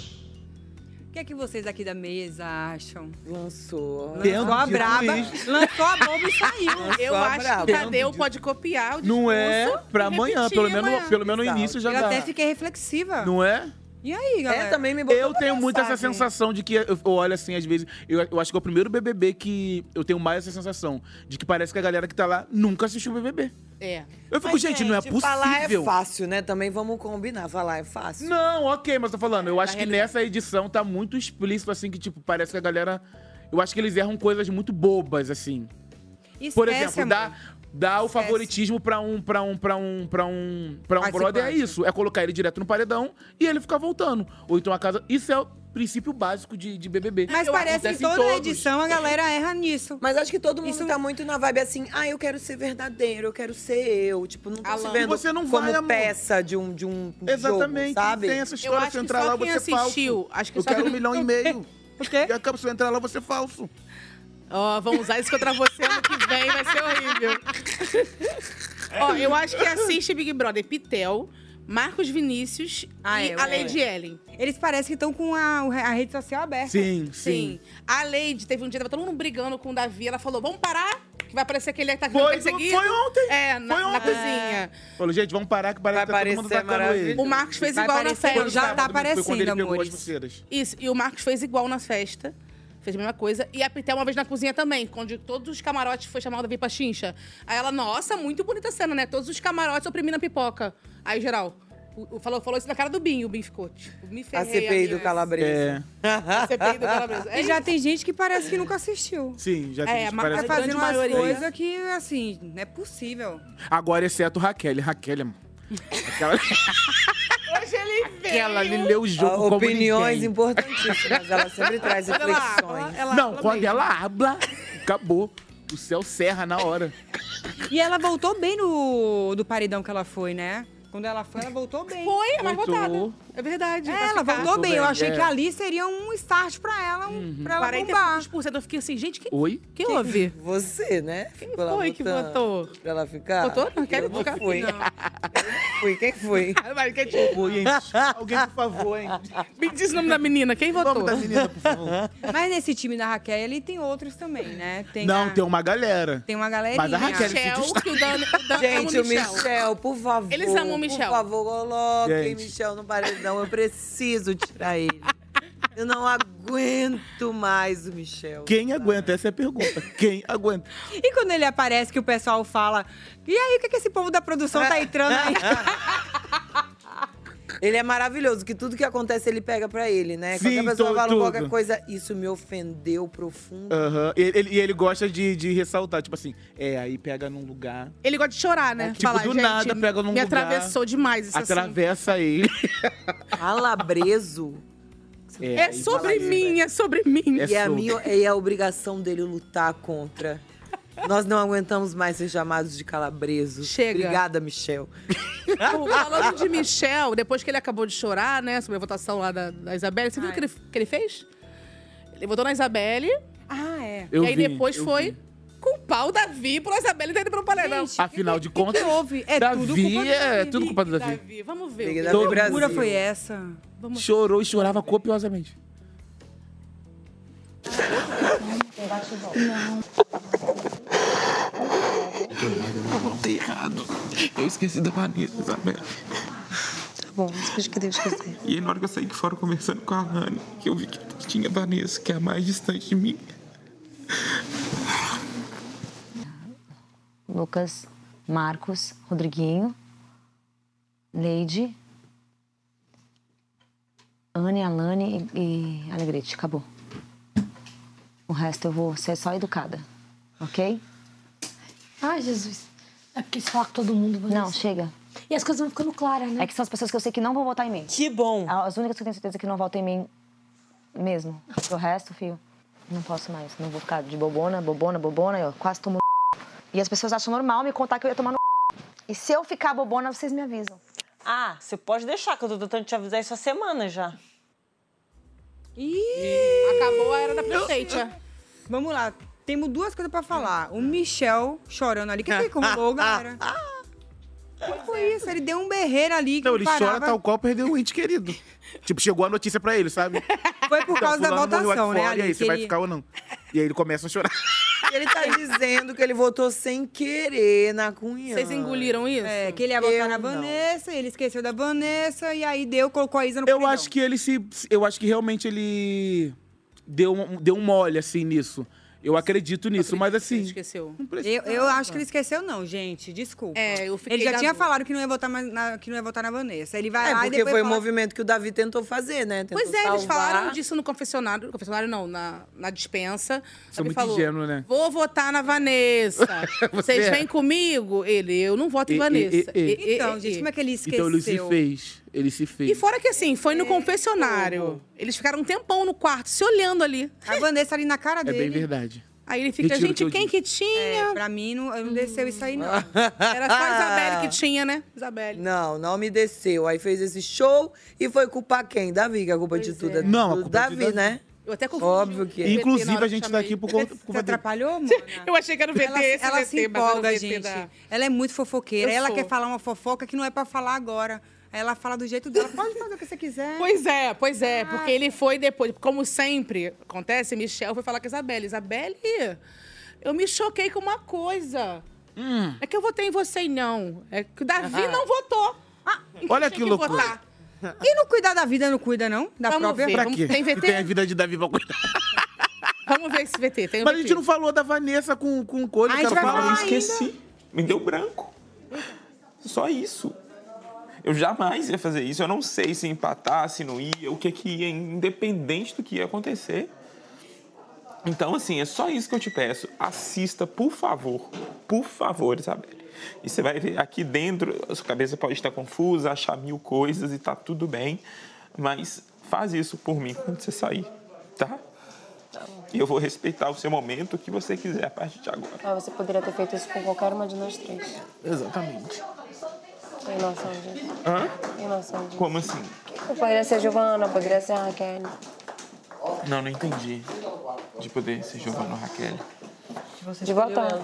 S2: O que é que vocês aqui da mesa acham?
S5: Lançou.
S2: Lançou a braba. Lançou a bomba e saiu.
S3: Eu acho que o Tadeu pode copiar o discurso.
S4: Não é pra amanhã, pelo
S3: repetir
S4: menos,
S3: amanhã.
S4: pelo menos no início já
S2: Eu
S4: dá.
S2: até fiquei reflexiva.
S4: Não é?
S2: E aí, galera?
S4: Eu tenho muito essa sensação de que eu eu olho assim, às vezes. Eu, eu acho que é o primeiro BBB que eu tenho mais essa sensação de que parece que a galera que tá lá nunca assistiu o BBB.
S3: É.
S4: Eu fico, gente, não é possível.
S5: Falar é fácil, né? Também vamos combinar. Falar é fácil.
S4: Não, ok, mas tô falando, eu acho que nessa edição tá muito explícito, assim, que, tipo, parece que a galera. Eu acho que eles erram coisas muito bobas, assim.
S2: Esquece,
S4: por exemplo, dá,
S2: amor.
S4: dá o favoritismo pra um, pra um, pra um, pra um, pra um
S2: Participante.
S4: brother é isso. É colocar ele direto no paredão e ele ficar voltando. Ou então a casa. Isso é o princípio básico de, de BBB.
S2: Mas parece que
S4: Acontece em
S2: toda
S4: todos.
S2: edição a galera é- erra nisso.
S5: Mas acho que todo mundo tá muito na vibe assim, ah, eu quero ser verdadeiro, eu quero ser eu. Tipo, não tô se
S2: Alan.
S5: vendo
S2: E você não
S5: como
S2: vai, amor.
S5: peça de um, de um
S4: Exatamente,
S5: jogo, sabe?
S4: tem essa história, se eu entrar lá, você é falso.
S3: acho que
S4: eu
S3: só
S4: quero um
S3: quem-
S4: milhão e meio.
S2: O quê?
S4: Eu acabo, se eu entrar lá, você é falso.
S3: Ó, vão usar isso contra você ano que vem, vai ser horrível. Ó, eu acho
S5: é
S3: que
S5: assim,
S3: assiste Big Brother Pitel, Marcos Vinícius e
S2: é,
S3: a
S2: é.
S3: Lady Ellen.
S2: Eles parecem que estão com a, a rede social aberta.
S4: Sim, sim.
S3: A Lady teve um dia, tava todo mundo brigando com o Davi. Ela falou: vamos parar, que vai aparecer aquele que tá
S4: Foi,
S3: perseguido.
S4: foi ontem.
S3: É, na,
S4: Foi
S3: na
S4: ontem.
S3: cozinha.
S4: Falou, gente, vamos parar que parece que tá todo mundo
S3: parecer
S4: atacando ele.
S3: maravilhoso. O Marcos fez Vai igual na parecer, festa.
S4: Foi
S3: já
S4: sábado
S3: tá
S4: mesmo, Foi quando ele
S3: aparecendo,
S4: pegou as
S3: amores.
S4: pulseiras.
S3: Isso, e o Marcos fez igual na festa. Fez a mesma coisa. E a Pitel uma vez na cozinha também, onde todos os camarotes foi chamado a vir pra chincha. Aí ela, nossa, muito bonita a cena, né? Todos os camarotes oprimindo a pipoca. Aí, geral, o- o- falou, falou isso na cara do Binho. O Binho ficou, tipo, me ferrei.
S5: A CPI do
S3: amiga.
S5: Calabresa.
S4: É.
S3: A CPI do Calabresa. É
S2: E já
S3: isso.
S2: tem gente que parece que nunca assistiu.
S4: Sim, já
S2: é,
S4: tem
S2: mas tá
S4: parece-
S2: fazendo umas coisas que, assim, não é possível.
S4: Agora, exceto Raquel. Raquel, é amor. Aquela,
S3: Hoje ele veio.
S4: aquela ali leu o
S3: Ah,
S4: jogo como
S5: Opiniões
S4: ninguém.
S5: importantíssimas, ela sempre traz
S3: Quando ela
S5: reflexões.
S4: Não, quando ela habla, acabou. O céu serra na hora.
S2: E ela voltou bem no do paredão que ela foi, né? Quando ela foi, ela voltou bem.
S3: Foi, a mais
S2: Voltou.
S3: votada. É verdade.
S2: É,
S3: vai
S2: ela
S3: ficar.
S2: voltou bem. Eu
S4: bem,
S2: achei
S4: é. Uhum.
S2: que ali seria um start pra ela, um, pra ela
S3: 40 e
S2: bombar.
S3: poucos por cento. Eu fiquei assim, gente, que
S4: Oi?
S3: que houve?
S5: Você, né? Quem
S3: foi que botou?
S5: Pra ela ficar?
S3: Botou? Não quero
S5: Eu não
S3: ficar.
S5: fui.
S3: Não.
S5: Fui, quem foi?
S3: Vai, quer te-
S4: Oi, hein? Alguém, por favor, hein?
S3: Me diz o nome da menina, quem votou?
S4: da menina, por favor.
S2: Mas nesse time da Raquel, ele tem outros também, né? Tem
S4: Não,
S2: a-
S4: tem uma galera.
S2: tem uma galerinha.
S4: Mas a Raquel se
S3: Michel,
S4: destaca.
S3: que o Dan, o Dan
S5: Gente,
S3: ama
S5: o Michel. por favor.
S3: Eles amam o
S5: Por
S3: Michel.
S5: favor, coloquem
S4: Gente.
S5: Michel no paredão. Eu preciso tirar ele. Eu não aguento mais o Michel.
S4: Quem aguenta? Essa é a pergunta. Quem aguenta?
S2: E quando ele aparece, que o pessoal fala: e aí, o que, que esse povo da produção tá entrando aí?
S5: Ele é maravilhoso, que tudo que acontece ele pega pra ele, né?
S4: Sim,
S5: Qualquer pessoa
S4: tu-
S5: fala
S4: tudo.
S5: qualquer coisa, isso me ofendeu profundo.
S4: Aham. E ele, e ele gosta de, de ressaltar, tipo assim, é, aí pega num lugar.
S3: Ele gosta de chorar, né?
S4: tipo, do nada pega num
S3: Me
S4: lugar.
S3: atravessou demais isso assim.
S4: atravessa ele.
S5: Calabreso.
S4: É,
S3: É
S4: aí
S3: sobre
S4: fala
S3: mim, é sobre mim.
S5: e, é a minha, e é a obrigação dele lutar contra. Nós não aguentamos mais ser chamados de calabresos.
S3: Chega.
S5: Obrigada, Michel.
S3: Pô, Tipo, Falando de Michel, depois que ele acabou de chorar, né, sobre a votação lá da, da Isabelle, você viu o que ele, que ele fez? Ele votou na Isabelle,
S2: ah, é.
S4: Eu
S3: e aí
S4: vi,
S3: depois
S4: eu
S3: foi com o pau Davi pro Isabelle tá indo pro paredão.
S4: isso. Afinal de contas,
S2: houve? É
S4: Davi,
S2: tudo culpa do
S4: é
S2: Davi.
S4: tudo culpa do Davi.
S3: Davi, vamos ver. o
S5: Big
S3: que-
S5: Davi
S4: Todo
S2: Que
S5: Brasil.
S2: cura foi essa?
S3: Vamos...
S4: Chorou e chorava copiosamente.
S17: Eu voltei errado. Eu esqueci da Vanessa, Isabela.
S14: Tá bom, seja o que Deus quiser.
S17: E aí, na hora que eu saí de fora conversando com a Rani, que eu vi que tinha a Vanessa, que é a mais distante de mim.
S13: Lucas, Marcos, Rodriguinho, Leide, Anne, Alane e e Alegrete. Acabou. O resto eu vou ser só educada, ok?
S6: Ai, Jesus. É porque se falar com todo mundo, você...
S13: Não, chega.
S6: E as coisas vão ficando claras, né?
S13: É que são as pessoas que eu sei que não vão votar em mim.
S5: Que bom.
S13: As únicas que eu tenho certeza que não votam em mim mesmo. Porque O resto, filho, não posso mais. Não vou ficar de bobona, bobona, bobona. Eu quase tomo no E as pessoas acham normal me contar que eu ia tomar no E se eu ficar bobona, vocês me avisam.
S11: Ah, você pode deixar, que eu tô tentando te avisar isso há semana já.
S3: Acabou a era da prefeita.
S2: Vamos lá. Temos duas coisas pra falar. O Michel chorando ali. O que foi que rolou, galera? O que foi isso? Ele deu um berreiro ali que
S4: Não, ele
S2: parava.
S4: chora tal qual perdeu o ente querido. tipo, chegou a notícia pra ele, sabe?
S2: Foi por
S4: Então,
S2: causa da
S4: fulano morreu aqui
S2: votação, né?
S4: fora, E
S2: ali,
S4: aí,
S2: que
S4: você vai
S2: ele-
S4: ficar ou não? E aí ele começa a chorar.
S5: Ele tá dizendo que ele votou sem querer na cunhã.
S3: Vocês engoliram isso?
S2: É, que ele ia botar
S5: Eu
S2: na
S5: não.
S2: Vanessa, ele esqueceu da Vanessa, e aí deu, colocou a Isa no
S4: Eu acho que ele se. Eu acho que realmente ele deu um, deu um mole, assim, nisso. Eu acredito nisso, mas assim.
S3: Esqueceu.
S2: Eu, eu acho que ele esqueceu, não, gente. Desculpa.
S3: É, eu fiquei
S2: Ele já
S3: da
S2: tinha
S3: dúvida.
S2: falado que não ia votar mais na, que não ia votar na Vanessa. Ele vai
S5: É,
S2: lá e
S5: porque
S2: depois
S5: foi o
S2: fala-
S5: movimento que o Davi tentou fazer, né? Tentou
S3: Pois é, eles
S5: salvar.
S3: falaram disso no confessionário. Confessionário não, na, na dispensa.
S5: Sou
S3: Ele
S5: muito
S3: falou,
S5: ingênuo, né?
S3: Vou votar na Vanessa.
S4: Você
S3: Vocês
S4: é.
S3: vêm comigo? Ele, eu não voto em
S4: E- e-
S3: Vanessa.
S4: e- e-
S2: Então, gente, como é que ele
S4: Então ele se fez. Ele se fez.
S3: E fora que assim, foi
S5: É,
S3: no confessionário. Eles ficaram um tempão no quarto, se olhando ali.
S2: A Vanessa ali na cara É,
S4: É bem verdade.
S3: Aí ele fica,
S4: Retiro o que
S3: gente,
S4: eu
S3: quem que tinha?
S2: pra mim, não, não desceu isso aí, não.
S3: Era só a Isabelle que tinha, né? Isabelle.
S5: Ah. Não, não me desceu. Aí fez esse show e foi culpar quem? Davi, que a culpa de tudo é,
S4: Não, a
S5: do
S4: culpa é
S5: Davi,
S4: de Davi.
S5: né?
S3: Eu até confundi.
S5: Óbvio que é.
S4: Inclusive, a gente tá aqui por conta.
S2: Você atrapalhou, mano?
S3: Eu achei que era o VT,
S2: ela,
S3: esse
S2: ela
S3: VT,
S2: se
S3: mas era o
S2: empolga,
S3: VT
S2: gente.
S3: da-
S2: Ela é muito fofoqueira.
S3: Eu
S2: ela
S3: sou.
S2: quer falar uma fofoca que não é pra falar agora. Aí Ela fala do jeito dela. Pode fazer o que você quiser.
S3: Pois é, pois
S5: Ah.
S3: é, porque ele foi depois, como sempre acontece, Michel foi falar com a Isabelle. Isabelle, eu me choquei com uma coisa.
S4: Hum.
S3: É que eu votei em você e não. É que o Davi
S2: Ah.
S3: não votou. Então
S4: Olha
S3: tinha
S4: que loucura.
S3: votar.
S2: E não cuidar da vida, não cuida, não? Da
S3: Vamos
S2: própria?
S3: ver,
S4: Pra quê?
S3: Tem VT?
S4: Que Tem a vida de Davi pra cuidar.
S3: Vamos ver esse VT. Tem um
S4: Mas a
S3: VT.
S4: gente não falou da Vanessa com, com coisa.
S17: Ah, a
S4: quero
S17: gente vai falar
S4: Eu
S17: ainda. esqueci. Me deu branco. Só isso. Eu jamais ia fazer isso. Eu não sei se empatar, se não ia, o que que ia, independente do que ia acontecer. Então, assim, é só isso que eu te peço. Assista, por favor. Por favor, Isabelle. E você vai ver aqui dentro, a sua cabeça pode estar confusa, achar mil coisas e tá tudo bem. Mas faz isso por mim quando você sair, tá? E eu vou respeitar o seu momento, o que você quiser a partir de agora.
S14: Ah, você poderia ter feito isso com qualquer uma de nós três.
S17: Exatamente.
S14: Tem noção disso?
S17: Hã?
S14: Tem noção disso?
S17: Como assim?
S14: Eu poderia ser a Giovana, eu poderia ser a Raquel.
S17: Não, não entendi. De poder ser Giovanna ou Raquel.
S14: De votar.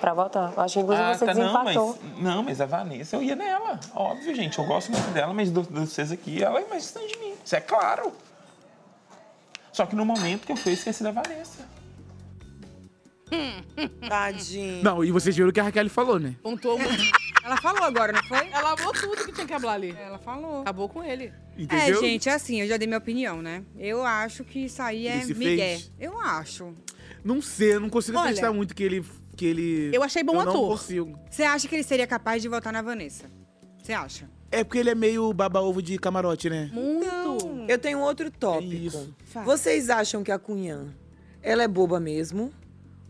S14: Pra votar. Acho que inclusive você
S17: Ah, tá, não, mas,
S14: desempatou.
S17: não, mas a Vanessa, eu ia nela. Óbvio, gente, eu gosto muito dela, mas do, do vocês aqui, ela é mais distante de mim. Isso é claro. Só que no momento que eu fui, eu esqueci da Vanessa.
S5: Tadinho.
S4: Não, e vocês viram o que a Raquel falou, né?
S3: Hum. Pontuou muito.
S2: Ela falou agora, não foi?
S3: Ela amou tudo que tinha que hablar ali.
S2: Ela falou.
S3: Acabou com ele.
S4: Entendeu?
S2: É, gente, é assim, eu já dei minha opinião, né? Eu acho que isso aí é
S4: Ele se
S2: migué.
S4: fez?
S2: Eu acho.
S4: Não sei, eu não consigo
S2: Olha,
S4: acreditar muito que ele. Que ele
S2: eu achei bom
S4: eu Não
S2: ator.
S4: consigo.
S2: Você acha que ele seria capaz de votar na Vanessa? Você acha?
S4: É porque ele é meio baba-ovo de camarote, né?
S2: Então,
S4: É
S3: Muito.
S5: Eu tenho outro tópico. Vocês acham que a Cunhã, ela é boba mesmo?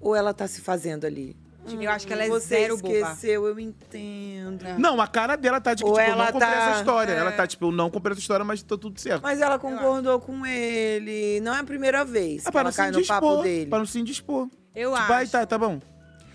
S5: Ou ela tá se fazendo ali?
S2: Eu acho que ela é
S5: Você
S2: zero boba. É.
S5: esqueceu, eu entendo.
S4: Não, a cara dela tá de que,
S5: Ou
S4: tipo, eu
S5: ela
S4: não comprei
S5: tá-
S4: essa história.
S5: É.
S4: Ela tá, tipo, eu não comprei essa história, mas tá tudo certo.
S5: Mas ela concordou com ele. Não é a primeira vez que
S4: para
S5: ela
S4: Ah, não
S5: cai
S4: se
S5: no papo
S4: indispor,
S5: dele.
S4: para não se indispor.
S2: Eu
S4: Tipo,
S2: acho.
S4: ai, tá, tá bom.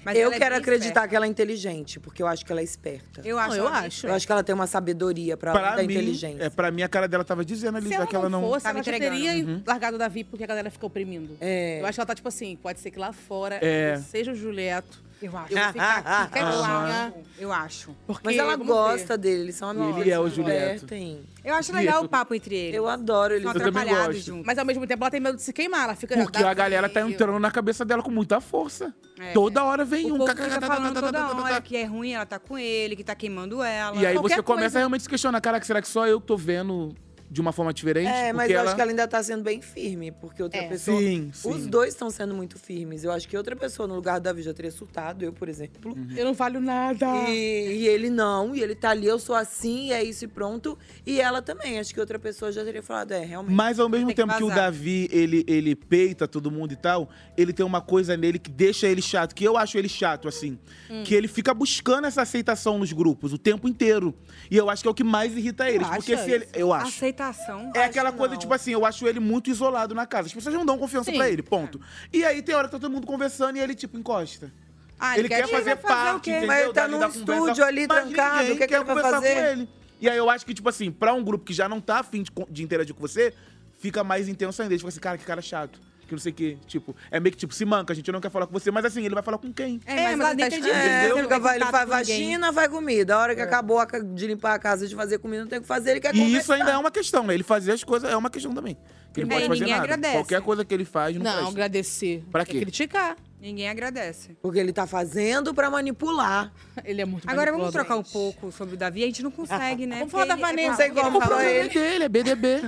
S2: Mas
S5: eu
S2: ela é
S5: quero
S2: bem
S5: acreditar
S2: esperta.
S5: que ela é inteligente, porque eu acho que ela é esperta.
S2: Eu acho Não, eu ela bem acho.
S5: Eu acho que ela tem uma sabedoria pra, além
S4: Pra
S5: da
S4: mim,
S5: inteligência.
S4: é, pra mim, a cara dela tava dizendo ali,
S3: Se
S4: já
S3: ela,
S4: que ela não...
S3: fosse, ela já
S2: Tá entregando.
S3: teria
S4: Uhum.
S3: largado o Davi porque a galera fica oprimindo.
S5: É.
S3: Eu acho que ela tá tipo assim, pode ser que lá fora
S4: É.
S3: eu seja o Julieto.
S2: Eu acho. Ah,
S3: Eu vou ficar aqui quietinha.
S2: Eu acho.
S3: Porque
S5: Mas ela
S3: vamos
S5: gosta
S3: ver.
S5: dele, eles são né? amigos.
S4: Ele é o
S5: eles se
S4: Julieto.
S5: divertem.
S2: Eu acho legal o papo entre eles.
S5: Eu adoro eles.
S2: São
S4: Eu também
S2: atrapalhados
S4: gosto.
S2: juntos.
S3: Mas ao mesmo tempo ela tem medo de se queimar, ela fica.
S4: Porque a galera tá entrando na cabeça dela com muita força. Toda hora vem
S2: O
S4: um...
S2: povo
S4: cacá,
S2: fica
S4: tá, tá,
S2: falando
S4: tá, tá, tá,
S2: toda
S4: tá,
S2: hora que é ruim, ela tá com ele, que tá queimando ela.
S4: E aí
S2: Qualquer
S4: você começa
S2: coisa.
S4: a realmente se questionar, caraca, será que só eu que tô vendo de uma forma diferente?
S5: É, mas
S4: Tipo, Porque
S5: eu acho que ela ainda tá sendo bem firme, porque outra
S4: É.
S5: pessoa.
S4: Sim, sim.
S5: Os dois estão sendo muito firmes. Eu acho que outra pessoa no lugar do Davi já teria surtado, eu, por exemplo.
S4: Uhum.
S3: Eu não valho nada.
S4: Tá.
S5: E, e ele não, e ele tá ali, eu sou assim, é isso e pronto. E ela também, acho que outra pessoa já teria falado, é, realmente.
S4: Mas ao mesmo
S5: tem
S4: tempo que, o
S5: vazar.
S4: Davi, ele, ele peita todo mundo e tal, ele tem uma coisa nele que deixa ele chato, que eu acho ele chato, assim.
S5: Hum.
S4: Que ele fica buscando essa aceitação nos grupos o tempo inteiro. E eu acho que é o que mais irrita eles. Porque se ele. Eu acho.
S2: Aceitação.
S4: É aquela coisa, tipo assim, eu acho ele muito isolado na casa. As pessoas não dão confiança
S2: Sim.
S4: pra ele, ponto. E aí tem hora que tá todo mundo conversando e ele, tipo, encosta.
S5: Ah,
S4: ele,
S5: ele
S4: quer,
S5: quer-
S4: fazer,
S5: Ele vai fazer o
S4: parte,
S5: quê?
S4: entendeu?
S5: Mas ele tá
S4: Dali
S5: num
S4: da conversa,
S5: estúdio ali,
S4: mas
S5: trancado,
S4: ninguém
S5: o que é que
S4: quer
S5: ele vai
S4: conversar com
S5: fazer?
S4: ele. E aí eu acho que, tipo assim, pra um grupo que já não tá afim de, con- de interagir com você, fica mais intenso ainda. Ele fica assim, cara, que cara chato. Que não sei o quê. Tipo, é meio que tipo, se manca, a gente não quer falar com você. Mas assim, ele vai falar com quem?
S2: É, mas
S4: tá
S2: lá dentro é difícil.
S5: É,
S2: Entendeu?
S5: ele fica- vai, ele faz
S2: Não tem contato com ninguém.
S5: vagina, vai comida. A hora que acabou a ca- de limpar a casa, de fazer comida, não tem o que fazer, ele quer
S4: É. E
S5: comer.
S4: isso ainda é uma questão, né? Ele fazer as coisas é uma questão também. Que ele
S2: É,
S4: não pode
S2: e
S4: fazer
S2: ninguém
S4: nada.
S2: agradece.
S4: Qualquer coisa que ele faz, não,
S2: Não,
S4: presta.
S3: agradecer.
S4: Pra quê?
S3: criticar.
S2: Ninguém agradece.
S5: Porque ele tá fazendo pra manipular.
S3: Ele é muito
S5: Tipo
S2: Agora vamos trocar um pouco sobre o Davi. A gente não consegue, né? é
S3: Vamos falar da Vanessa.
S2: igual
S4: O problema é dele, é BDB.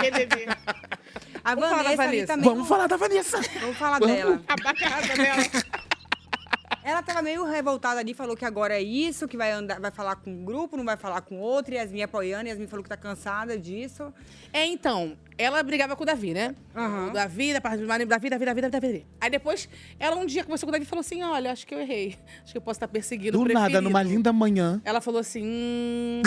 S3: BBB.
S2: A
S3: Vamos falar da
S2: Vanessa, ali
S3: Vanessa.
S2: também.
S3: Vamos falar
S4: da Vanessa.
S2: Vamos falar
S3: Vamos.
S2: dela. A bacana dela. Ela tava meio revoltada ali, falou que agora é isso, que vai andar, vai falar com um grupo, não vai falar com outro. E Yasmin apoiando, Yasmin falou que tá cansada disso.
S3: É, então, ela brigava com o Davi, né? O Davi, da parte do marido, Davi, Davi, Davi, Davi, Davi. Aí depois, ela um dia conversou com o Davi e falou assim, olha, acho que eu errei. Acho que eu posso estar perseguindo
S4: Do
S3: o
S4: nada,
S3: preferido."
S4: numa linda manhã.
S3: Ela falou assim, hum,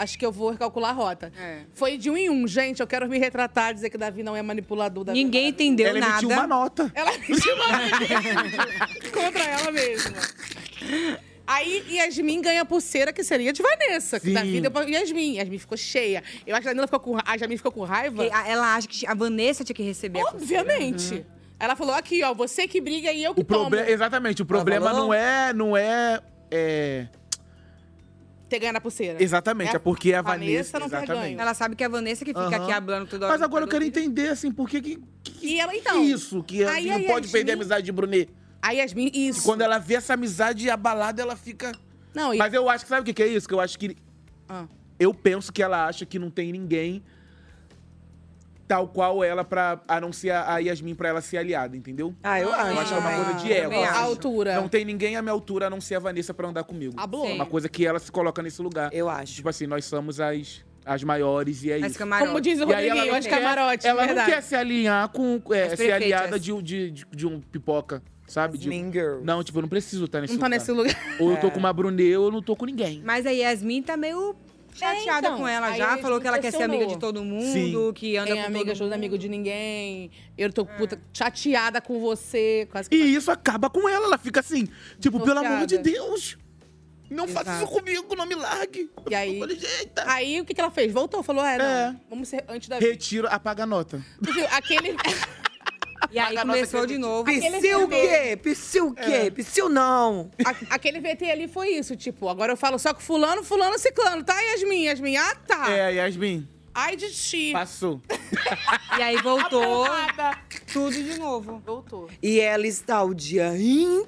S3: acho que eu vou recalcular a rota. Foi de um em um, gente, eu quero me retratar, dizer que o Davi não é manipulador. Davi
S2: Ninguém
S3: é maravilhoso.
S2: entendeu Ela emitiu nada. uma
S4: nota.
S3: Ela emitiu uma nota contra ela mesma. Aí Yasmin ganha a pulseira que seria de Vanessa, que
S2: Sim.
S3: Davi deu pra Yasmin. Yasmin ficou cheia. Eu acho que a Danila ficou com, ra- a Yasmin ficou com raiva.
S2: E a- Ela acha que a Vanessa tinha que receber a
S3: Obviamente.
S2: pulseira.
S3: Ela falou aqui, ó, você que briga e eu que
S4: Uhum. O proble-
S3: tomo.
S4: Exatamente, o problema
S3: falou?
S4: não é. Não é, é-
S3: Ter ganho na pulseira.
S4: Exatamente, é porque a Vanessa.
S3: não quer
S4: exatamente.
S3: ganho.
S2: Ela sabe que é a Vanessa que fica
S4: Aham.
S2: aqui hablando toda hora.
S4: Mas agora eu quero entender, assim, por que. que
S3: e ela,
S4: então. Isso, que a
S3: Aí
S4: gente
S3: a
S4: não pode
S3: Yasmin-
S4: perder a amizade de Brunet.
S3: A Yasmin, isso.
S4: quando ela vê essa amizade abalada, ela fica.
S3: Não, e-
S4: Mas eu acho que sabe o que que é isso? Que eu acho que.
S3: Ah.
S4: Eu penso que ela acha que não tem ninguém tal qual ela pra a não ser a a Yasmin pra ela ser aliada, entendeu?
S5: Ah, eu acho
S4: Eu acho que é uma
S5: também.
S4: coisa de ela.
S5: Também acho.
S4: assim.
S5: A altura.
S4: Não tem ninguém à minha altura a não ser a Vanessa pra andar comigo.
S3: Ablou.
S4: É
S3: Sim.
S4: uma coisa que ela se coloca nesse lugar.
S5: Eu acho.
S4: Tipo assim, nós somos as as maiores e é
S2: As
S4: isso.
S2: camarotes. Como diz o
S4: E aí
S2: Rodriguinho,
S4: ela não
S2: as
S4: quer-
S2: camarotes,
S3: é
S4: Ela não
S2: verdade.
S4: quer se alinhar com é,
S2: As
S4: ser
S2: prefeitas.
S4: aliada de, de, de, de um pipoca, sabe? De, Não, tipo, eu não preciso estar nesse
S2: Não tá
S4: lugar.
S2: nesse lugar.
S4: Ou eu tô
S2: É.
S4: com uma Brunet ou eu não tô com ninguém.
S2: Mas a Yasmin tá meio chateada
S3: então,
S2: com ela
S3: aí
S2: já.
S3: eles
S2: Falou que ela quer ser amiga de
S3: impressionou.
S2: todo mundo,
S3: Sim.
S2: que anda
S3: Quem é
S2: com
S3: amiga
S2: todo É.
S3: ajuda amigo de ninguém. Eu tô puta, chateada com você. Quase que tá-
S4: E isso acaba com ela, ela fica assim, tipo, pelo amor de
S3: Bloqueada.
S4: Deus, não faça isso comigo, não me largue.
S3: E aí, aí o que, que ela fez? Voltou, falou, é, não, vamos ser antes
S2: Tá
S3: da
S4: Retiro, apaga a nota.
S3: Porque Aquele.
S2: E aí
S5: começou de novo.
S3: Psiu
S5: Psiu o quê? Psiu o quê? Psiu não.
S3: É. A- Aquele VT ali foi isso, tipo, agora eu falo só com fulano, fulano, ciclano, tá, Yasmin? Yasmin, ah, tá.
S4: É, Yasmin,
S3: Ai de ti.
S4: passou.
S2: E aí voltou.
S3: Apontada.
S2: Tudo de novo.
S3: Voltou.
S5: E ela está o dia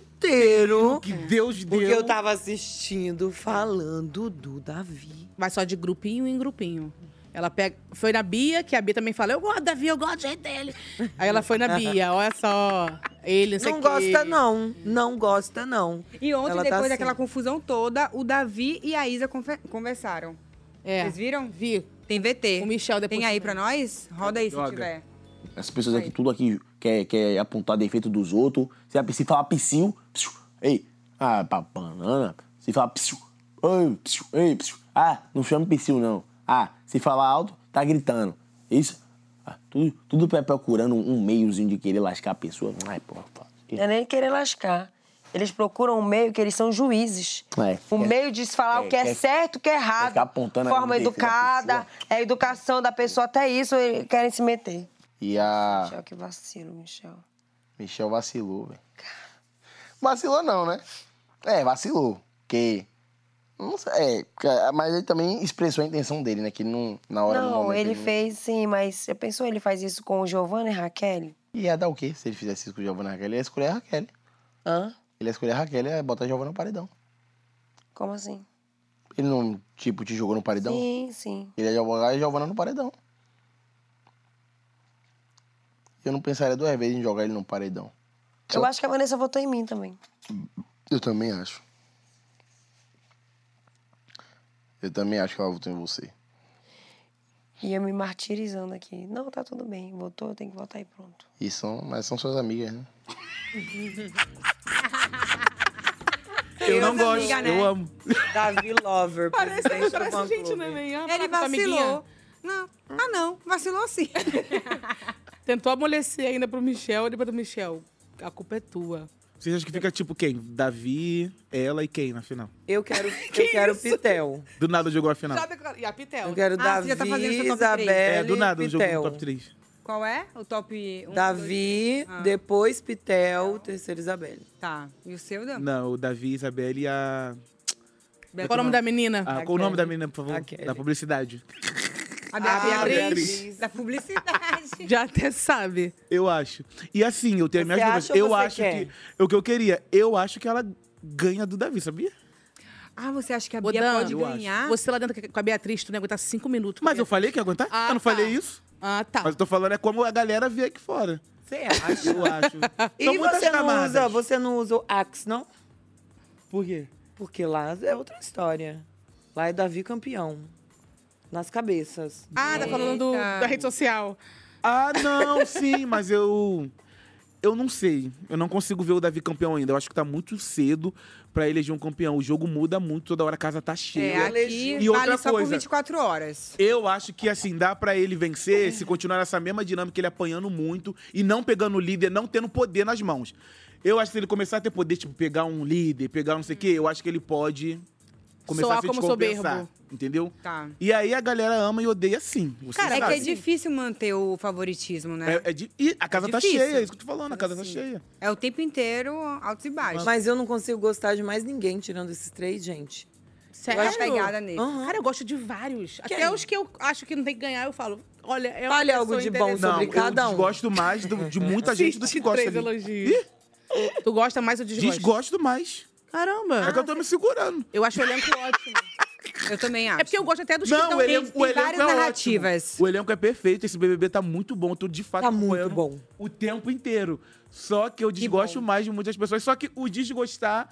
S5: inteiro.
S4: Que Deus deu.
S5: Porque eu tava assistindo, falando do Davi.
S3: Mas só de grupinho em grupinho. Ela pega. Foi na Bia, que a Bia também fala: Eu gosto da Bia, eu gosto do jeito dele. Aí ela foi na Bia, olha só. Ele, sei
S5: Não
S3: quê.
S5: gosta, não. Não gosta, não.
S2: E ontem,
S5: Ela tá
S2: depois
S5: assim.
S2: daquela confusão toda, o Davi e a Isa confe- conversaram.
S3: É.
S2: Vocês viram?
S3: Vi.
S2: Tem VT. O
S3: Michel depois.
S2: Tem aí pra nós? Roda aí se
S18: Joga.
S2: tiver.
S18: Essas pessoas aqui, tudo aqui, quer, quer apontar defeito dos outros. Se, a- se falar psiu, psiu, ei, ah, pra banana. Se falar psiu, ei, psiu, ei, psiu. Ah, não chama psiu, não. Ah, se falar alto, tá gritando. Isso. Ah, tudo, tudo pra- procurando um meiozinho de querer lascar a pessoa. Ai, porra,
S14: Não é nem querer lascar. Eles procuram um meio que eles são juízes.
S18: É,
S14: O
S18: quer-
S14: meio de se falar
S18: é,
S14: o que é,
S18: quer-
S14: certo, o que é errado.
S18: ficar apontando a
S14: Forma
S18: defesa da
S14: educada, é a educação da pessoa, até isso eles querem se meter.
S18: E a.
S14: Michel, que vacilo, Michel.
S18: Michel vacilou, velho. Vacilou não, né? É, vacilou. Porque. Não sei, é, ca- mas ele também expressou a intenção dele, né? Que ele não. Na hora no
S14: Não,
S18: momento,
S14: ele
S18: não-
S14: fez sim, mas já pensou ele faz isso com o Giovanna e Raquel?
S18: Ia dar o quê se ele fizesse isso com o Giovanna Raquel? Ele ia escolher a Raquel. Hã? Ele ia escolher a Raquel e ia botar a Giovanna no paredão.
S14: Como assim?
S18: Ele não, tipo, te jogou no paredão?
S14: Sim, sim.
S18: Ele ia jogar a Giovanna no paredão. Eu não pensaria duas vezes em jogar ele no paredão.
S14: Eu acho que a Vanessa votou em mim também.
S18: Eu também acho. Eu também acho que ela votou em você.
S14: E eu me martirizando aqui. Não, tá tudo bem. Votou, tem que votar e pronto.
S18: E são, mas são suas amigas, né?
S5: Eu
S4: não gosto,
S2: né?
S4: eu amo.
S5: Davi Lover.
S2: Parece-
S5: presidente do
S2: parece
S5: fã
S2: gente,
S5: clube.
S2: né,
S3: Fala
S2: Ele
S3: Tá com tua Ah, amiguinha.
S2: vacilou. Não. Ah, não. Vacilou sim.
S3: Tentou amolecer ainda pro Michel, ele do Michel. A culpa é tua.
S4: Vocês acham que fica tipo quem? Davi, ela e quem na final?
S5: Eu quero, eu quero Pitel.
S4: Do nada jogou a final.
S3: E a Pitel.
S5: Eu quero
S2: Ah,
S5: Davi,
S2: você já tá fazendo seu top três.
S5: Isabelle,
S4: É, do nada
S5: Pitel.
S4: jogou no top 3.
S2: Qual é o top 1?
S5: Davi,
S2: Ah.
S5: depois Pitel, terceiro Isabelle.
S2: Tá. E o seu, Dan?
S4: Não, o Davi, Isabelle e a...
S2: Qual
S3: é o nome da menina?
S4: Ah, qual o nome da menina, por favor? Da publicidade.
S2: A Beatriz.
S4: Ah, Beatriz.
S2: Da publicidade.
S3: Já até sabe.
S4: Eu acho. E assim, eu tenho as minhas
S2: Você
S4: dúvidas.
S2: acha ou
S4: Eu
S2: você
S4: acho
S2: quer?
S4: que. O que eu queria, eu acho que ela ganha do Davi, sabia?
S2: Ah, você acha que a
S3: Ô,
S2: Bia
S3: Dan,
S2: pode
S3: eu
S2: ganhar?
S3: Você lá dentro com a Beatriz, tu não ia aguentar cinco minutos.
S4: Mas eu falei que ia aguentar? eu não falei isso?
S3: Ah, tá.
S4: Mas eu tô falando é como a galera vê aqui fora.
S5: Você acha?
S4: Eu acho.
S5: E
S4: São muitas
S5: você não,
S4: camadas.
S5: usa, você não usa o Axe, não?
S4: Por quê?
S5: Porque lá é outra história. Lá é Davi campeão. Nas cabeças.
S3: Ah, tá falando do- da rede social.
S4: Ah, não, sim, mas eu. Eu não sei. Eu não consigo ver o Davi campeão ainda. Eu acho que tá muito cedo pra eleger um campeão. O jogo muda muito, toda hora a casa tá cheia.
S2: É, aqui
S4: e outra
S2: vale só por
S4: coisa.
S2: 24 horas.
S4: Eu acho que assim, dá pra ele vencer se continuar nessa mesma dinâmica, ele apanhando muito e não pegando o líder, não tendo poder nas mãos. Eu acho que se ele começar a ter poder, tipo, pegar um líder, pegar não sei o quê, eu acho que ele pode começar
S2: Soar
S4: a se
S2: como
S4: descompensar.
S2: soberbo.
S4: Entendeu?
S2: Tá.
S4: E aí a galera ama e odeia sim. Você
S2: Cara, é
S4: sabe.
S2: que é difícil manter o favoritismo, né?
S4: É- é di- e a casa tá
S2: difícil.
S4: cheia, é isso que eu tô falando, a casa tá cheia.
S2: É o tempo inteiro, altos e baixos.
S5: Mas eu não consigo gostar de mais ninguém tirando esses três, gente.
S3: Sério?
S5: Eu acho- Aham.
S3: Cara, eu gosto de vários.
S5: Quem?
S3: Até os que eu acho que não tem que ganhar, eu falo. Olha, é uma
S5: é Fale algo
S3: pessoa
S5: de bom
S3: interessante.
S5: sobre cada um.
S4: Eu gosto mais do- de muita gente do que
S3: 23
S4: gosta ali.
S3: elogios. Tu gosta mais ou desgosta?
S4: Desgosto mais.
S3: Caramba.
S4: É que eu tô me segurando.
S3: Eu acho o elenco ótimo.
S2: Eu também acho.
S3: É porque eu gosto até dos que
S4: Não,
S3: estão
S4: o elenco, o elenco é Ótimo. O elenco é perfeito, esse BBB tá muito bom, eu tô de fato tá muito
S5: bom.
S4: o tempo inteiro. Só que eu desgosto mais de muitas pessoas, só que o desgostar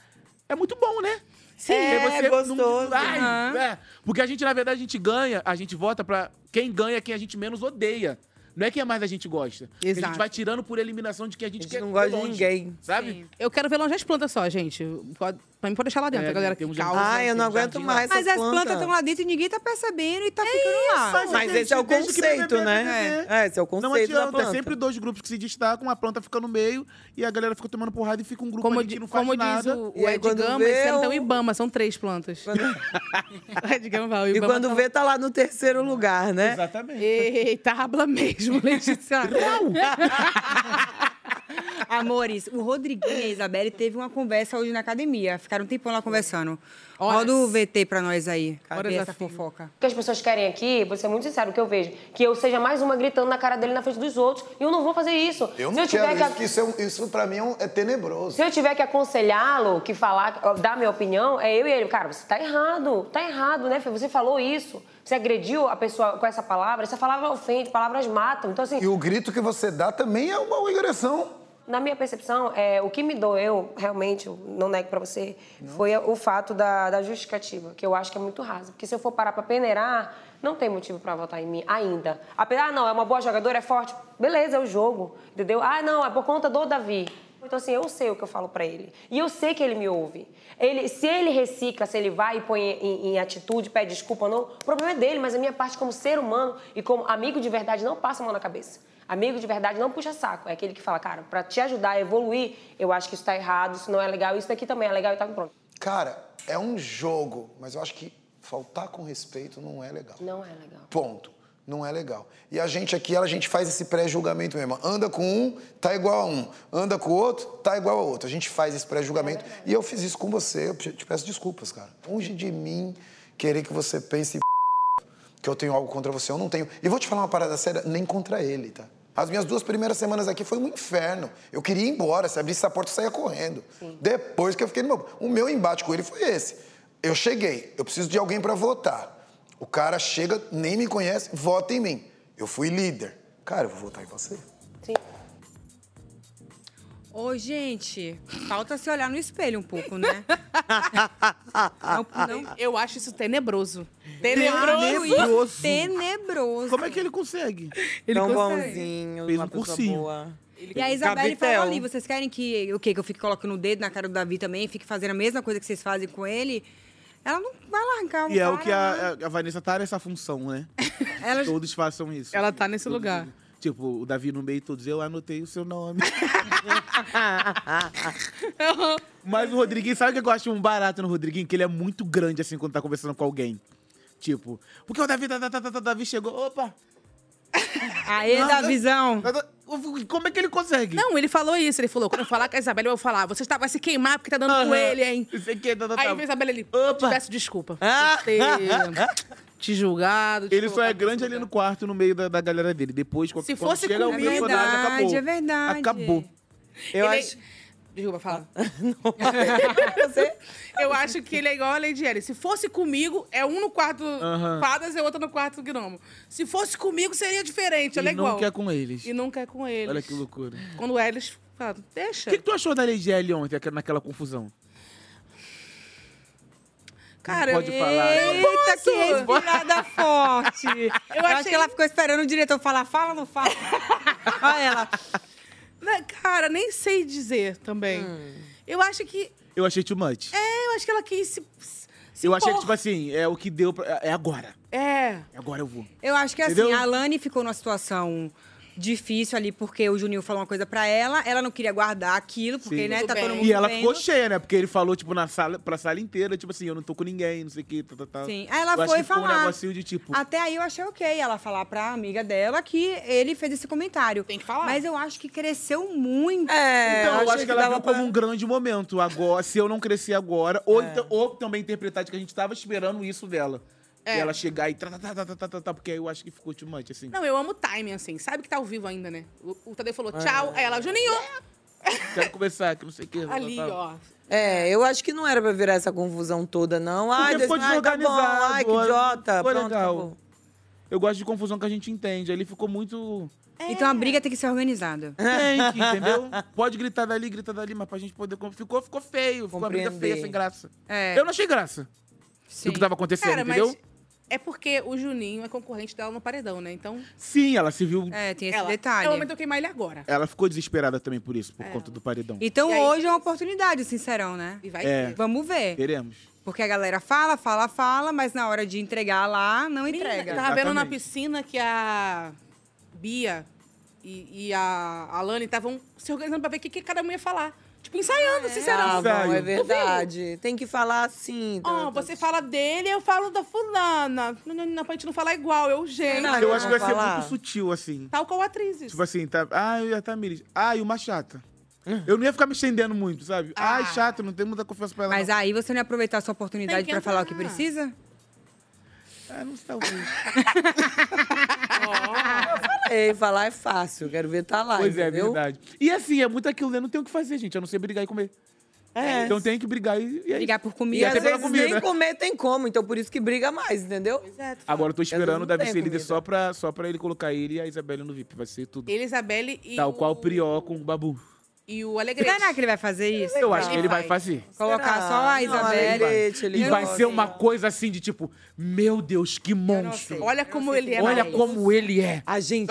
S4: é muito bom, né?
S5: Sim. É,
S4: Porque
S5: é gostoso.
S4: Ai,
S5: Aham.
S4: é. Porque a gente, na verdade, a gente ganha, a gente vota pra quem ganha é quem a gente menos odeia. Não é quem mais a gente gosta. Porque A
S3: Exato.
S4: gente vai tirando por eliminação de quem a gente, quer
S5: não gosta
S4: ver
S5: de
S4: longe,
S5: ninguém.
S4: Sabe?
S3: Eu quero ver longe as plantas só, gente. Pode, pra mim pode deixar lá dentro,
S4: É,
S3: a galera que
S4: tem um
S3: causa.
S4: jardim- É Ai, eu
S3: tem um
S4: não aguento
S3: jardim lá.
S4: mais
S2: Mas
S4: essas
S2: as plantas
S4: plantas.
S2: estão lá dentro e ninguém tá percebendo e tá ficando lá.
S5: Mas esse é o
S4: Desde que
S5: conceito,
S4: BBB,
S5: né?
S4: BBB.
S5: É, esse é o conceito
S4: Não
S5: da
S4: adianta, é
S5: planta.
S4: sempre dois grupos que se destacam, a planta fica no meio e a galera fica tomando porrada e fica um grupo
S3: Como,
S4: ali
S3: di-
S4: que não faz
S3: como diz
S4: nada.
S3: o, o Ed Gama, esse
S5: é
S3: ano tem o Ibama, são três plantas. O Ed Gama vai, o
S5: E
S3: Ibama
S5: quando
S3: tá-
S5: vê, tá lá no terceiro lugar, né?
S4: Exatamente.
S3: Eita, habla mesmo, Letícia.
S2: Amores, o Rodriguinho e a Isabelle teve uma conversa hoje na academia. Ficaram um tempão lá conversando.
S14: Horas.
S2: Roda o VT pra nós aí. Cadê
S14: Horas a
S2: essa
S14: fio.
S2: fofoca?
S14: O que as pessoas querem aqui, vou ser muito sincero, o que eu vejo, que eu seja mais uma gritando na cara dele na frente dos outros, e eu não vou fazer isso.
S19: Eu
S14: Se
S19: não
S14: tiver
S19: quero
S14: que-
S19: isso, que isso, é, um- isso pra mim é, um- é tenebroso.
S14: Se eu tiver que aconselhá-lo, que falar, ó, dar minha opinião, é eu e ele. Cara, você tá errado, tá errado, né, filho? Você falou isso, você agrediu a pessoa com essa palavra, essa palavra ofende, palavras matam. Então, assim.
S19: E o grito que você dá também é uma agressão.
S14: Na minha percepção, é, o que me doeu, realmente, eu não nego pra você, foi o fato da, da justificativa, que eu acho que é muito rasa. Porque se eu for parar pra peneirar, não tem motivo pra votar em mim ainda. Apesar, ah, não, é uma boa jogadora, é forte. Beleza, é o jogo, entendeu? Ah, não, é por conta do Davi. Então, assim, eu sei o que eu falo pra ele. E eu sei que ele me ouve. Ele, se ele recicla, se ele vai e põe em, em atitude, pede desculpa ou não, o problema é dele, mas a minha parte como ser humano e como amigo de verdade não passa a mão na cabeça. Amigo de verdade não puxa saco. É aquele que fala, cara, pra te ajudar a evoluir, eu acho que isso tá errado, isso não é legal, isso daqui também é legal e tá pronto.
S19: Cara, é um jogo, mas eu acho que faltar com respeito não é legal.
S14: Não é legal.
S19: Ponto. Não é legal. E a gente aqui, a gente faz esse pré-julgamento mesmo. Anda com um, tá igual a um. Anda com o outro, tá igual a outro. A gente faz esse pré-julgamento. e eu fiz isso com você. Eu te te peço desculpas, cara. Longe de mim querer que você pense em que eu tenho algo contra você. Eu não tenho. E vou te falar uma parada séria, nem contra ele, tá? As minhas duas primeiras semanas aqui foi um inferno. Eu queria ir embora. Se abrisse essa porta, eu saía correndo. Depois que eu fiquei no meu... O meu embate com ele foi esse. Eu cheguei. Eu preciso de alguém pra votar. O cara chega, nem me conhece, vota em mim. Eu fui líder. Cara, eu vou votar em você.
S2: Ô, gente, falta se olhar no espelho um pouco, né? não, não.
S3: Eu acho isso tenebroso.
S2: Tenebroso. Tenebroso.
S4: Como é que ele consegue?
S5: Ele Tão
S2: consegue.
S5: bonzinho,
S4: Fez
S5: uma
S4: um
S5: pessoa
S4: cursinho.
S5: boa.
S2: E a Isabelle
S5: Gabetel.
S2: falou ali, vocês querem que o quê? Que eu fique colocando o dedo na cara do Davi também, fique fazendo a mesma coisa que vocês fazem com ele? Ela não vai
S5: um
S2: largar
S4: E é
S2: cara,
S4: o que
S2: né?
S4: a, a- a Vanessa tá nessa função, né? Todos façam isso.
S3: Ela tá nesse lugar.
S4: Tipo, o Davi no meio, todos eu anotei o seu nome. Mas o Rodriguinho, sabe o que eu acho um barato no Rodriguinho? Que ele é muito grande assim quando tá conversando com alguém. Tipo, porque o Davi, tá, tá, tá, tá, tá, Davi chegou, opa!
S2: Aê, Davizão!
S4: Como é que ele consegue?
S3: Não, ele falou isso. Ele falou, quando eu falar com a Isabela, eu vou falar, você está, vai se queimar porque tá dando com
S4: Aham.
S3: ele, hein?
S4: Isso aqui, tá, tá,
S3: Aí
S4: tá.
S3: veio a Isabela ali, eu te peço desculpa.
S4: Ah!
S3: Por ter Te julgado. Te
S4: Ele só
S3: colocado
S4: é
S3: nesse
S4: grande ali no quarto, no meio da, da galera dele. Depois, quando
S3: Se
S4: quando
S3: fosse
S4: chega
S3: comigo-
S4: o personagem,
S3: É verdade,
S4: acabou.
S2: é verdade.
S4: Acabou.
S3: Ele- Desculpa, fala.
S5: Você?
S3: Eu acho que ele é igual a Lady Ellen. Se fosse comigo, é um no quarto
S4: Aham.
S3: fadas e outro no quarto gnomo. Se fosse comigo, seria diferente. Ela é
S4: E
S3: igual.
S4: nunca é com eles.
S3: E nunca é com eles.
S4: Olha que loucura.
S3: Quando eles falam, deixa.
S4: O que, que tu achou da Lady L ontem, aquela- naquela confusão?
S3: Cara,
S4: Pode
S3: eu-
S4: falar, né?
S3: Não
S2: Eita,
S3: posso.
S2: que respirada forte. Eu, acho
S3: achei-
S2: que ela ficou esperando o diretor falar, fala ou não fala? Olha ela.
S3: Né, Cara, nem sei dizer também.
S4: Hum.
S3: Eu acho que.
S4: Eu achei too much.
S3: É, eu acho que ela quis se. se
S4: eu achei que,
S3: impor.
S4: tipo assim, é o que deu pra... É agora.
S3: É.
S4: Agora eu vou.
S2: Eu acho que assim,
S4: Entendeu?
S2: a Alane ficou numa situação difícil ali, porque o Juninho falou uma coisa pra ela, ela não queria guardar aquilo, porque,
S4: Sim.
S2: né, tá todo mundo
S4: E ela
S2: vendo.
S4: ficou cheia, né? Porque ele falou, tipo, na sala, pra sala inteira, tipo assim, eu não tô com ninguém, não sei o que, tal, tal, tal.
S2: Sim, aí ela
S4: eu acho
S2: foi
S4: que Ficou
S2: falar.
S4: um negocinho de tipo...
S2: Até aí eu achei ok ela falar pra amiga dela que ele fez esse comentário. Tem que falar. Mas eu acho que cresceu muito. É,
S4: Então, eu acho que, ela viu como um grande momento. Agora, se eu não crescer agora, ou, então- ou também interpretar de que a gente tava esperando isso dela.
S3: É.
S4: E ela chegar e tá, tá, tá, tá, tá, tá, tá, tá, porque aí eu acho que ficou too much, assim.
S3: Não, eu amo timing, assim. Sabe que tá ao vivo ainda, né? O, o Tadeu falou
S4: É.
S3: tchau, aí ela, Juninho!
S4: Quero conversar, que não sei o que.
S3: Ali, ó.
S5: É, eu acho que não era pra virar essa confusão toda, não. Ai, Deus, ai, tá bom, ai, que idiota.
S4: Foi
S5: Pronto,
S4: legal.
S5: acabou.
S4: Eu gosto de confusão que a gente entende. Aí Ele ficou muito...
S2: Então a briga tem que ser organizada.
S4: Tem que, entendeu? Pode gritar dali, gritar dali, mas pra gente poder... com- Ficou, ficou feio. Ficou uma briga
S2: Compreender.
S4: feia, sem graça.
S2: É.
S4: Eu não achei graça. Do que tava acontecendo,
S3: Cara,
S4: entendeu?
S3: mas é porque o Juninho é concorrente dela no paredão, né? Então.
S4: Sim, ela se viu...
S3: É, tem
S2: esse detalhe.
S3: É o momento de eu queimar ele agora.
S4: Ela ficou desesperada também por isso, por conta do paredão.
S2: Então hoje é uma oportunidade, sincerão, né?
S3: E
S4: vai É. ter.
S2: Vamos ver.
S4: Queremos.
S2: Porque a galera fala, fala, fala, mas na hora de entregar lá, não entrega.
S3: Eu tava vendo na piscina que a Bia e, e a Alane estavam se organizando pra ver o que, que cada um ia falar. Tipo, ensaiando,
S5: Ah,
S3: sinceramente.
S5: bom, é
S3: Tu viu?
S5: verdade. Tem que falar assim.
S3: Ó, você fala dele, eu falo da fulana. Não, não, não, pra gente não falar igual, eu, gente.
S4: eu acho que vai ser muito sutil, assim.
S3: Tal qual atrizes.
S4: Tipo assim, tá. Ah, eu ia Tamiris. Ah, e uma chata. Eu não ia ficar me estendendo muito, sabe? Ai, chato, não tem muita confiança pra ela.
S2: Mas é
S4: não.
S2: aí você não ia aproveitar a sua oportunidade
S4: Tem que
S2: pra falar o que
S4: entrar.
S2: precisa?
S4: Ah, não sei, talvez.
S5: Falei, falar é fácil. Quero ver tá lá.
S4: Pois é, é
S5: entendeu?
S4: verdade. E assim, é muito aquilo, né? Não tem o que fazer, gente. A não ser brigar e comer.
S5: É.
S4: Então tem que brigar e. e
S5: E
S4: aí. E
S5: às
S4: até pela
S5: vezes nem
S4: comida.
S5: comer tem como, então por isso que briga mais, entendeu?
S4: Agora eu tô esperando o
S5: Às vezes não
S4: Davi
S5: tem
S4: ser líder
S5: comida.
S4: só pra, só pra ele colocar ele e a Isabelle no VIP. Vai ser tudo.
S3: Ele, Isabelle e,
S4: Tal
S3: o,
S4: qual o Prió com o Babu.
S3: e o Alegrete. É
S2: Será que ele vai fazer isso?
S4: Eu acho que ele vai fazer.
S2: Colocar só
S3: Ah,
S2: a Isabelle.
S4: E vai ser uma coisa assim de tipo, meu Deus, que monstro.
S3: Olha como ele é.
S4: Olha
S3: maravilhoso.
S4: como ele é.
S5: A gente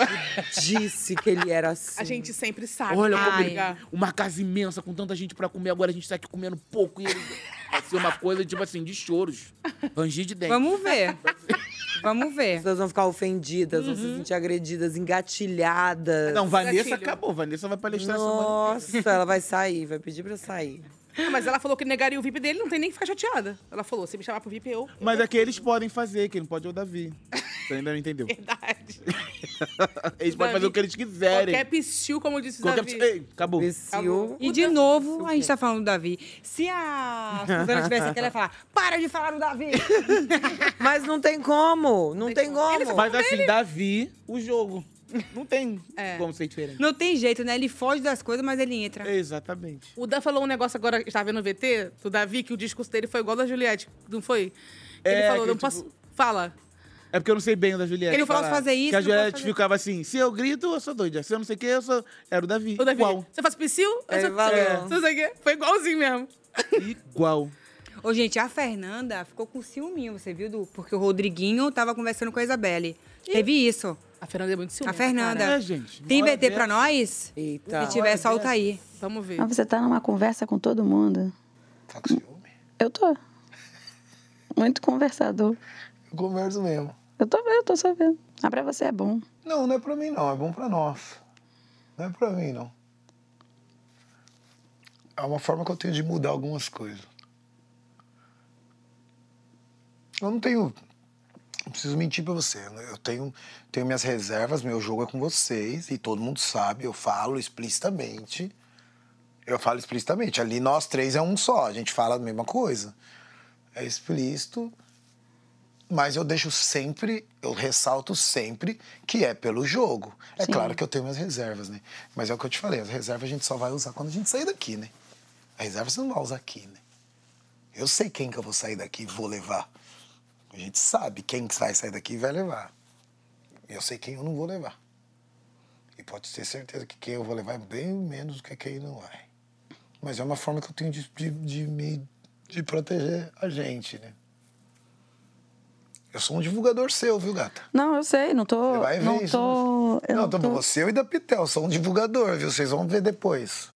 S5: disse que ele era assim.
S3: A gente sempre sabe.
S4: Olha
S3: como
S4: como ele, é. uma casa imensa com tanta gente pra comer, agora a gente tá aqui comendo pouco e ele vai ser uma coisa tipo assim de choros, rangir de dente.
S2: Vamos ver. Vamos ver.
S5: Vocês vão ficar ofendidas, vão
S3: Uhum.
S5: se sentir agredidas, engatilhadas.
S4: Não, Vanessa acabou, Vanessa vai palestrar essa semana
S5: Nossa, ela vai sair, vai pedir pra sair.
S3: Ah, Mas ela falou que negaria o VIP dele, não tem nem que ficar chateada. Ela falou, se me chamar pro VIP, eu...
S4: Mas é que eles podem fazer, quem não pode é o Davi. Você ainda não entendeu.
S3: Verdade.
S4: Eles podem fazer o que eles quiserem.
S3: Qualquer psiu, É como disse o
S4: Qualquer
S3: Davi.
S4: pessoa- Ei, acabou.
S2: E de novo, a gente tá falando do Davi. Se a Suzana tivesse aqui, ela ia falar: para de falar do Davi.
S5: Mas não tem como, não tem como.
S4: Mas assim, Davi, o jogo. Não tem
S3: É.
S5: é.
S4: como ser diferente.
S2: Não tem jeito, né? Ele foge das coisas, mas ele entra.
S4: Exatamente.
S3: O Dan falou um negócio agora, estava vendo o VT, do Davi, que o discurso dele foi igual ao da Juliette, não foi?
S4: É,
S3: ele falou,
S4: que,
S3: não
S4: tipo,
S3: posso... Fala.
S4: É porque eu não sei bem o da Juliette.
S3: Ele não pode
S4: falar.
S3: fazer isso,
S4: Que a
S3: não pode
S4: Juliette
S3: fazer-
S4: ficava assim: se eu grito, eu sou doida. Se eu não sei o que, eu sou. Era o Davi.
S3: O Davi,
S4: Igual.
S3: você faz psiu? Eu
S4: É,
S3: sou-
S4: valeu.
S3: Você não sei o quê. Foi igualzinho mesmo.
S4: Igual.
S2: Ô, gente, a Fernanda ficou com ciúminho, você viu? Du? Porque o Rodriguinho tava conversando com a Isabelle. Teve isso.
S3: A Fernanda é muito ciúme.
S2: A Fernanda.
S3: cara. É, gente,
S2: Tem
S3: uma hora
S2: BT pra
S3: dessa.
S2: nós?
S5: Eita.
S2: Se tiver, solta aí.
S3: Vamos ver.
S20: Mas você tá numa conversa com todo mundo?
S19: Tá com ciúme?
S20: Eu tô. Muito conversador.
S19: Eu converso mesmo.
S20: Eu tô vendo, eu tô sabendo. Ah, pra você é bom.
S19: Não, não é pra mim não, é bom pra nós. Não é pra mim não. É uma forma que eu tenho de mudar algumas coisas. Eu não tenho. Não preciso mentir pra você. né? Eu tenho, tenho minhas reservas, meu jogo é com vocês e todo mundo sabe, eu falo explicitamente. Eu falo explicitamente. Ali nós três é um só, a gente fala a mesma coisa. É explícito, mas eu deixo sempre, eu ressalto sempre que é pelo jogo. É claro que eu tenho minhas reservas, né? Mas é o que eu te falei, as reservas a gente só vai usar quando a gente sair daqui, né? A reserva você não vai usar aqui, né? Eu sei quem que eu vou sair daqui e vou levar. A gente sabe quem que vai sair daqui e vai levar. Eu sei quem eu não vou levar. E pode ter certeza que quem eu vou levar é bem menos do que quem não vai. Mas é uma forma que eu tenho de, de, de me de proteger a gente, né? Eu sou um divulgador seu, viu, gata?
S20: Não, eu sei, não tô.
S19: Você vai ver
S20: não
S19: isso, né?
S20: tô. eu
S19: não,
S20: não
S19: tô
S20: tô-
S19: você e da Pitel, sou um divulgador, viu? Vocês vão ver depois.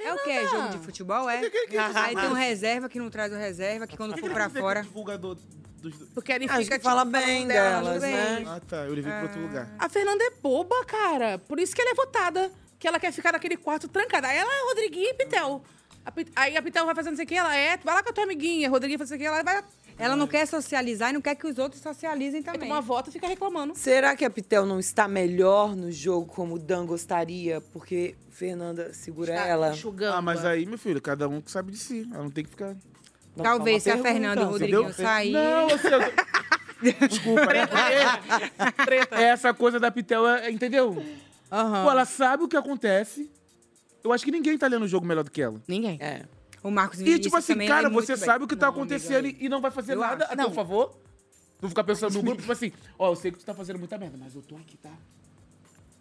S2: É o quê? Jogo de futebol, é?
S4: que isso?
S2: Aí tem um reserva que não traz o reserva, que quando for pra fora...
S4: é Divulgador dos...
S3: Porque ele
S2: Ah,
S3: fica tipo,
S2: acho que fala
S3: falando
S2: bem
S3: delas,
S2: delas, né?
S4: Ah, tá. Eu levei pra outro lugar.
S3: A Fernanda é boba, cara. Por isso que ela é votada. Que ela quer ficar naquele quarto trancada. Aí ela é Rodriguinho e Pitel. A Pit- Aí a Pitel vai fazendo não sei o que, ela é. Vai lá com a tua amiguinha, Rodriguinho faz não sei o que, ela vai.
S2: Ela não quer socializar e não quer que os outros socializem também.
S3: Uma volta e fica reclamando.
S5: Será que a Pitel não está melhor no jogo como o Dan gostaria? Porque Fernanda segura ela.
S4: Ah, mas aí, meu filho, cada um que sabe de si. Ela não tem que ficar.
S2: Talvez se a Fernanda e o Rodriguinho saírem.
S4: Não, assim, eu... Desculpa, né? Porque Essa coisa da Pitel, é- entendeu? Pô, ela sabe o que acontece. Eu acho que ninguém tá lendo o jogo melhor do que ela.
S3: Ninguém.
S5: É.
S2: O Marcos
S4: E
S2: Vinícius
S4: tipo assim,
S2: também,
S4: cara,
S2: ele é muito
S4: você
S2: bem.
S4: sabe o que tá
S2: Não,
S4: acontecendo e e não vai fazer
S2: Eu
S4: nada
S2: acho.
S4: a
S2: Não.
S4: teu favor. Vou ficar pensando no grupo, tipo assim, ó, eu sei que tu tá fazendo muita merda, mas eu tô aqui, tá?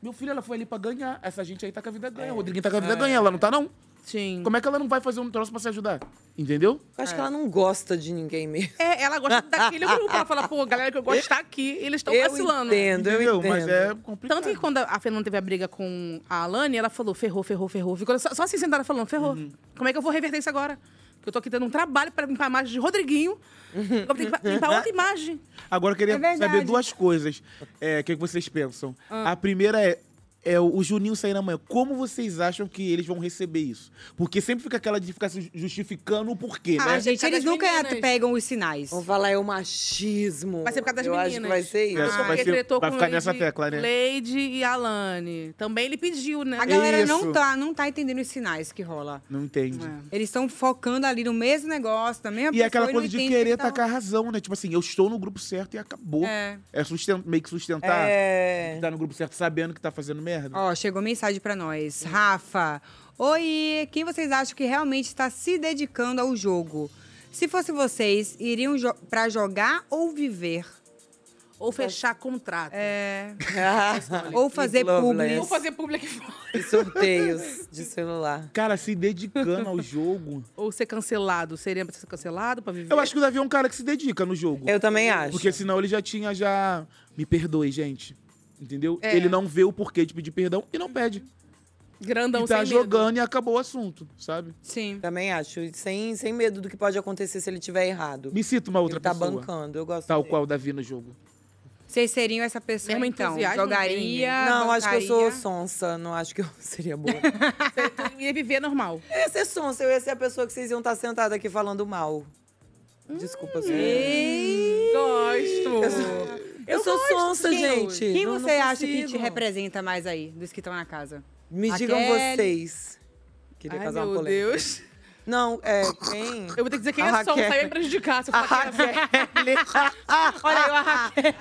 S4: Meu filho, ela foi ali pra ganhar. Essa gente aí tá com a vida ganha. O Rodriguinho tá com a vida
S5: É.
S4: ganha, ela não tá, não?
S3: Sim.
S4: Como é que ela não vai fazer um troço pra se ajudar? Entendeu?
S5: Eu acho que ela não gosta de ninguém mesmo.
S3: É, ela gosta daquele grupo. Ela fala, pô, a galera que eu
S5: É
S3: gosto tá aqui. e Eles estão
S5: Eu
S3: vacilando.
S5: entendo, eu Entendeu? Mas entendo. é
S4: complicado.
S3: Tanto que quando a Fernanda teve a briga com a Alane, ela falou, ferrou, ferrou, ferrou. Ficou só, só assim sentada falando, ferrou. Como é que eu vou reverter isso agora? Que eu tô aqui dando um trabalho pra limpar a imagem de Rodriguinho. Eu vou limpar, limpar outra imagem.
S4: Agora eu queria
S3: É verdade.
S4: saber duas coisas. É, O que, é que vocês pensam?
S3: Ah.
S4: A primeira é, é o o Juninho sair na manhã. Como vocês acham que eles vão receber isso? Porque sempre fica aquela de ficar se justificando o porquê,
S2: Ah,
S4: né?
S2: gente, eles nunca pegam os sinais.
S5: Vamos falar, é o machismo.
S3: Vai ser por causa das
S5: Eu acho
S3: meninas. Ah,
S5: que vai ser isso.
S4: É, só vai
S3: Porque
S4: ser-
S3: tretou
S4: vai
S3: com
S4: ficar
S3: Lady-
S4: nessa tecla, né?
S3: Lady e Alane. Também ele pediu, né?
S2: A galera não tá, não tá entendendo os sinais que rola.
S4: Não entende.
S2: Eles estão focando ali no mesmo negócio, na mesma
S4: E
S2: pessoa,
S4: é aquela
S2: não
S4: coisa de
S2: entende que
S4: querer
S2: tá-
S4: tacar a razão, né? Tipo assim, eu estou no grupo certo e acabou.
S2: É.
S4: É, susten- meio que sustentar.
S2: É.
S4: que Tá no grupo certo sabendo que tá fazendo merda.
S2: Ó, chegou mensagem pra nós. Rafa, oi, quem vocês acham que realmente está se dedicando ao jogo? Se fosse vocês, iriam jo para jogar ou viver?
S3: Ou fechar contrato.
S2: É. ou fazer
S5: Loveless.
S2: publi.
S3: Vou fazer público aqui fora.
S5: E sorteios de celular.
S4: Cara, se dedicando ao jogo.
S3: Ou ser cancelado. Seria pra ser cancelado, pra viver?
S4: Eu acho que o Davi é um cara que se dedica no jogo.
S5: Eu também acho.
S4: Porque senão ele já tinha já. Me perdoe, gente. Entendeu?
S3: É.
S4: Ele não vê o porquê de pedir perdão e não pede.
S3: Grandão
S4: e tá
S3: sem
S4: jogando e acabou o assunto, sabe?
S2: Sim.
S5: Também acho. Sem, sem medo do que pode acontecer se ele tiver errado.
S4: Me cita uma outra
S5: ele tá
S4: pessoa.
S5: bancando, eu gosto.
S4: Tal qual o Davi no jogo.
S2: Vocês seriam essa pessoa,
S5: Mesmo
S2: então?
S5: entusiasmo,
S2: Jogaria,
S5: Não, acho que eu sou
S2: bancaria?
S5: sonsa. Não acho que eu seria boa.
S3: medo. Ia viver normal.
S5: Eu ia ser sonsa, eu ia ser a pessoa que vocês iam estar sentada aqui falando mal.
S3: Hum,
S5: Desculpa,
S2: Ei,
S5: Gosto. Eu sou, eu sou sonsa, gente.
S2: Quem
S5: Não- não
S3: é?
S2: você acha que te
S5: consigo.
S2: representa mais aí, dos que estão na casa?
S5: Me
S2: A
S5: digam
S2: Kelly?
S5: vocês. Queria
S2: Ai,
S5: casar uma
S2: meu
S5: polêmica.
S3: Deus.
S5: Não, é, quem?
S3: Eu vou ter que dizer quem
S5: A
S3: é sonsa,
S5: Raquel.
S3: aí vai prejudicar. Se eu
S5: A
S3: falar quem é Olha eu, a Raquel.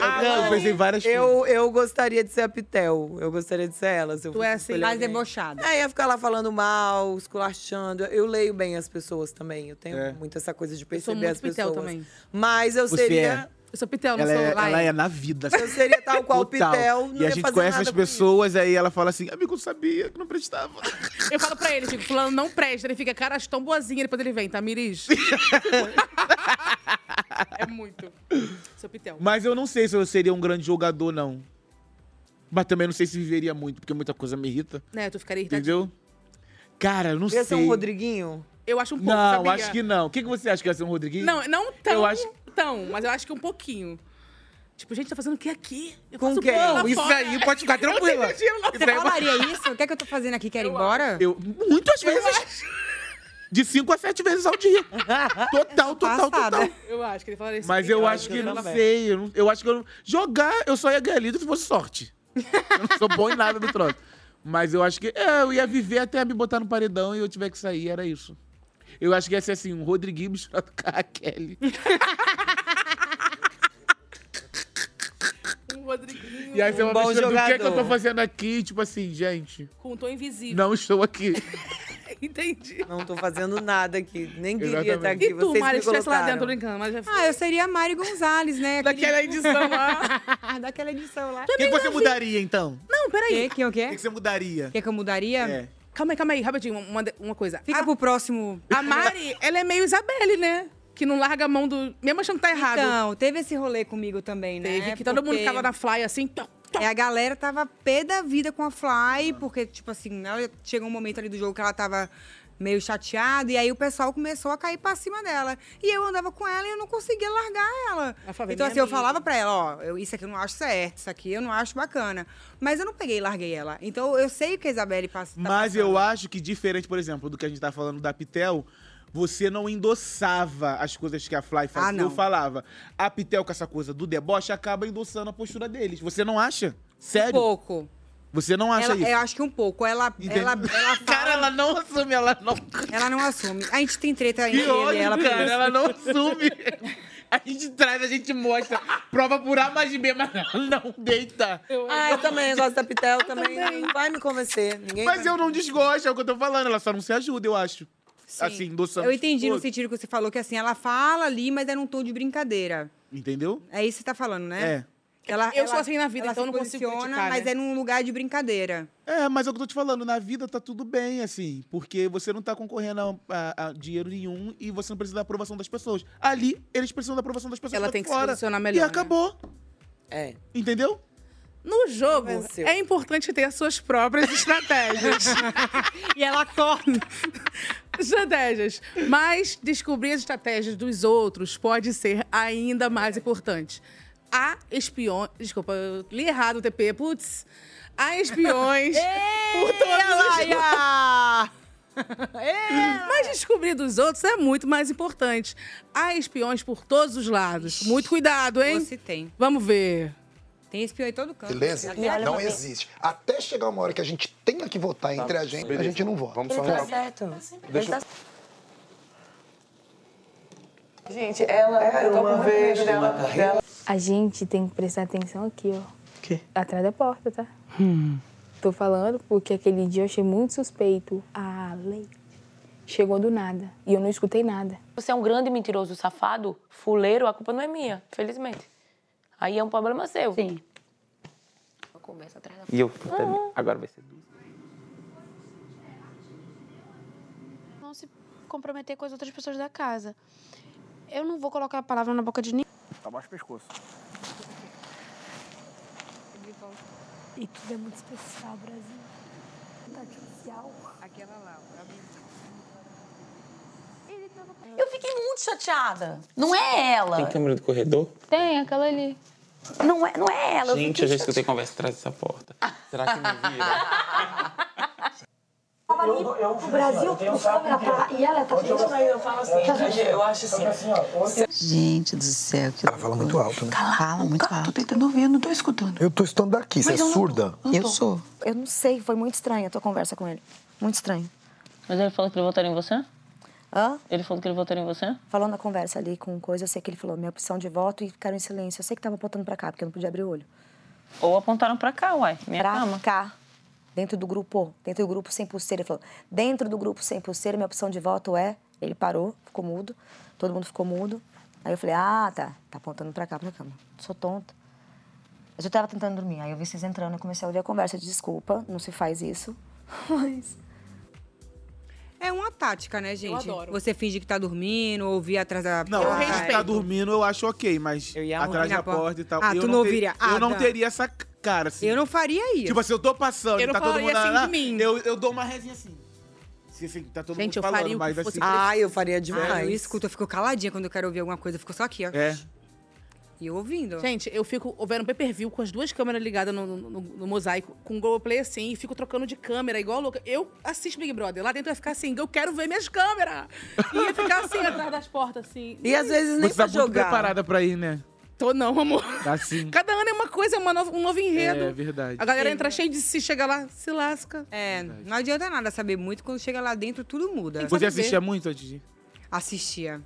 S5: Ah,
S4: eu pensei em várias
S5: eu, eu gostaria de ser a Pitel. Eu gostaria de ser ela. Se eu
S2: Tu é assim, mais debochada.
S5: É, ia ficar lá falando mal, esculachando. Eu leio bem as pessoas também. Eu tenho
S4: É.
S5: muito essa coisa de
S3: Eu sou
S5: perceber
S3: muito
S5: as pessoas.
S3: Pitel também.
S5: Mas eu
S4: Você
S5: seria.
S4: é.
S3: Eu sou Pitel,
S4: ela, é, ela é na vida.
S5: Eu seria tal qual o
S4: Total.
S5: Pitel, não
S4: E a
S5: ia
S4: gente
S5: fazer
S4: conhece
S5: nada
S4: as
S5: com isso.
S4: pessoas, aí ela fala assim: amigo, eu sabia que não prestava.
S3: Eu falo pra ele, tipo, fulano não presta. Ele fica, cara, acho tão boazinha. Depois ele vem, tá, Miris? é muito. Seu Pitel.
S4: Mas eu não sei se eu seria um grande jogador, não. Mas também não sei se viveria muito, porque muita coisa me irrita.
S3: Né, tu ficaria irritado.
S4: Entendeu? Cara, eu não sei.
S3: Ia ser um
S5: Rodriguinho?
S3: Eu acho um pouco,
S4: Não,
S3: sabia?
S4: acho que não. O que, que você acha que ia ser um Rodriguinho?
S3: Não, não tão,
S4: Eu acho-
S3: tão, mas eu acho que um pouquinho. Tipo, gente, tá fazendo o que aqui? Eu
S4: Com
S3: faço
S4: quem?
S3: bola lá
S4: Isso
S3: fora.
S4: aí pode ficar Tá tranquila.
S3: Eu tenho noção.
S4: Isso
S2: Você
S4: aí é uma-
S2: falaria isso? O que é que eu tô fazendo aqui? Quer ir embora?
S4: Eu, muitas vezes. De cinco a sete vezes ao dia. Total, total, total.
S3: Eu acho que ele falaria isso.
S4: Mas eu acho que não sei. Eu, não- eu acho que eu não... Jogar, eu só ia ganhar lido se fosse sorte. eu não sou bom em nada do troço. Mas eu acho que. É, eu ia viver até me botar no paredão e eu tiver que sair, era isso. Eu acho que ia ser assim, um Rodriguinho misturado com a Kelly.
S3: Um Rodriguinho.
S4: E aí você vai pensando, o que, é que eu tô fazendo aqui? Tipo assim, gente,
S3: Com um tom invisível.
S4: não estou aqui.
S3: Entendi.
S5: Não tô fazendo nada aqui. Nem queria
S4: Exatamente.
S5: estar aqui.
S4: E tu,
S5: vocês
S4: Mari,
S5: me
S4: se tivesse lá
S5: colocaram.
S4: dentro, tô
S3: brincando, mas já
S2: Ah, eu seria a Mari Gonzalez, né?
S5: Daquela edição
S2: lá. Daquela edição lá.
S3: Tu é
S21: O que, que você mudaria, então?
S3: Não, peraí.
S2: Que, que, o quê?
S21: O que, que você mudaria?
S2: O que, que eu mudaria?
S21: É.
S3: Calma aí, calma aí, rapidinho, uma, uma coisa.
S2: Fica pro próximo.
S3: A Mari, ela é meio Isabelle, né? Que não larga a mão do. Mesmo achando que tá errado.
S2: Então, teve esse rolê comigo também, né?
S3: Teve, que todo mundo ficava na fly assim.
S2: É, a galera tava pé da vida com a fly, porque, tipo assim, ela chegou um momento ali do jogo que ela tava meio chateada, e aí o pessoal começou a cair pra cima dela. E eu andava com ela e eu não conseguia largar ela.
S3: falava, "É minha
S2: então, assim, eu
S3: amiga."
S2: falava pra ela, ó, eu- isso aqui eu não acho certo, isso aqui eu não acho bacana. Mas eu não peguei e larguei ela. Então, eu sei o que a Isabelle passa. tá
S4: Mas eu acho que diferente, por exemplo, do que a gente tá falando da Pitel, você não endossava as coisas que a Fly fazia.
S2: Ah, não.
S4: Eu falava, a Pitel com essa coisa do deboche acaba endossando a postura deles. Você não acha? Sério? Um
S2: pouco.
S4: Você não acha
S2: Ela-
S4: isso?
S2: Eu acho que um pouco. Ela,
S4: Entendi.
S2: ela, ela fala... Cara, ela
S4: não assume, ela não...
S2: Ela não assume. A gente tem
S5: Tá
S2: treta entre
S4: Que
S2: ele
S4: ódio,
S2: e ela. por
S4: cara,
S2: isso.
S4: ela não assume. A gente traz, a gente mostra. Prova por A mais B, mas ela não deita.
S5: Ah, eu também gosto da Pitel, também. Não vai me convencer. Ninguém
S4: Mas eu não desgosto, é o que eu tô falando. Ela só não se ajuda, eu acho. Assim, endossando.
S2: tipo, Eu
S4: os
S2: entendi no
S4: outros.
S2: sentido que você falou, que assim, ela fala ali, mas é num tom de brincadeira.
S4: Entendeu?
S2: É isso que você tá falando, né?
S4: É.
S2: Que Ela,
S3: Eu
S2: ela-
S3: sou assim na vida,
S2: ela
S3: então
S2: se
S3: eu não consigo
S2: posiciona,
S3: criticar,
S2: mas
S3: né?
S2: é num lugar de brincadeira.
S4: É, mas é o que eu tô te falando, na vida tá tudo bem, assim, porque você não tá concorrendo a, a- a dinheiro nenhum e você não precisa da aprovação das pessoas. Ali, eles precisam da aprovação das pessoas.
S3: Ela
S4: pra
S3: tem que se
S4: fora.
S3: posicionar
S4: E
S3: melhor, né?
S4: acabou.
S5: É.
S4: Entendeu?
S3: No jogo, é importante ter as suas próprias estratégias.
S2: e ela torna.
S3: Estratégias. Mas descobrir as estratégias dos outros pode ser ainda mais importante. Há espiões. Desculpa, eu li errado o TP. Putz. Há espiões. por todas
S2: as.
S3: Mas descobrir dos outros é muito mais importante. Há espiões por todos os lados. Muito cuidado, hein?
S2: Você tem.
S3: Vamos ver.
S2: Tem espião em todo canto.
S19: Beleza? Não existe. Até chegar uma hora que a gente tenha que votar entre a gente, a
S15: Tá, beleza.
S19: gente não vota.
S15: Vamos
S19: só
S5: Tá certo. tá-
S15: Deixa eu-
S20: Gente, ela é
S5: tá
S20: uma vez dela.
S22: A gente tem que prestar atenção aqui, ó. Quê? Atrás da porta, tá? Tô falando porque aquele dia eu achei muito suspeito. A lei chegou do nada e eu não escutei nada.
S12: Você é um grande mentiroso safado, fuleiro, a culpa não é minha, felizmente. Aí é um problema seu. Sim.
S13: Conversa atrás da
S17: E eu puta, agora vai ser duro.
S23: não se comprometer com as outras pessoas da casa. Eu não vou colocar a palavra na boca de ninguém.
S7: Abaixa o pescoço.
S6: E tudo é muito especial, Brasil. Tá especial. Aquela lá,
S12: Eu fiquei muito chateada. Não é ela.
S17: Tem câmera do corredor?
S12: Tem, aquela ali. Não é, não é ela.
S17: Gente, tá eu já escutei conversa atrás dessa porta. Será que não vira?
S6: O Brasil puxou minha pra... E ela tá
S19: Gente do céu. Ela fala muito alto, né? fala muito alto. Tô tentando ouvir, eu não tô escutando. Eu tô estando daqui, você é
S13: Mas eu não-
S19: surda?
S13: não tô. Eu não sei, foi muito estranha a tua conversa com ele. Muito estranho.
S12: Mas ele falou que ele votaria em você?
S13: Hã?
S12: Ele falou que ele votaria em você?
S13: Falando a conversa ali com coisa, eu sei que ele falou minha opção de voto e ficaram em silêncio. Eu sei que tava apontando pra cá, porque eu não podia abrir o olho.
S12: Ou apontaram pra cá, uai. Minha
S13: pra
S12: cama.
S13: cá, dentro do grupo, dentro do grupo sem pulseira. Ele falou, dentro do grupo sem pulseira, minha opção de voto é... Ele parou, ficou mudo, todo mundo ficou mudo. Aí eu falei, ah, tá, tá apontando pra cá, pra cama. Sou tonta. Mas eu tava tentando dormir, aí eu vi vocês entrando, eu comecei a ouvir a conversa, desculpa, não se faz isso. Mas...
S2: É uma tática, né, gente?
S13: adoro.
S2: Você finge que tá dormindo, ouvir atrás da
S4: Não,
S2: porta.
S4: a gente tá dormindo, eu acho ok, mas atrás
S2: ouvir na
S4: da porta.
S2: porta.
S4: e tal.
S2: Ah,
S4: eu
S2: tu
S4: ter-
S2: não ouviria? Ah,
S4: Eu não
S2: tá.
S4: teria essa c- cara, assim. Eu
S2: não faria isso.
S4: Tipo assim, eu tô passando,
S2: Eu
S4: e
S2: não
S4: tá todo
S2: falaria
S4: mundo
S2: assim
S4: lá,
S2: de mim.
S4: Eu, eu dou uma resinha assim. Se assim, tá todo mundo falando, mas assim.
S5: faria
S4: demais.
S2: Ah, eu escuto, eu fico caladinha quando eu quero ouvir alguma coisa, eu fico só aqui, ó.
S4: É.
S2: E eu ouvindo.
S3: Gente, eu fico vendo pay-per-view com as duas câmeras ligadas no, no- no- no mosaico, com o Globoplay assim, e fico trocando de câmera, igual louca. Eu assisto Big Brother, lá dentro vai ficar assim, eu quero ver minhas câmeras! E ia ficar assim, atrás das portas, assim.
S4: Você tá muito preparada pra ir, né?
S3: Tô não, amor.
S4: Tá sim.
S3: Cada ano é uma coisa, é uma nova- um novo enredo.
S4: É verdade.
S3: A galera entra cheia de si, chega lá, se lasca.
S2: É, não adianta nada saber muito, quando chega lá dentro tudo muda.
S4: Você assistia muito antes de
S2: Assistia.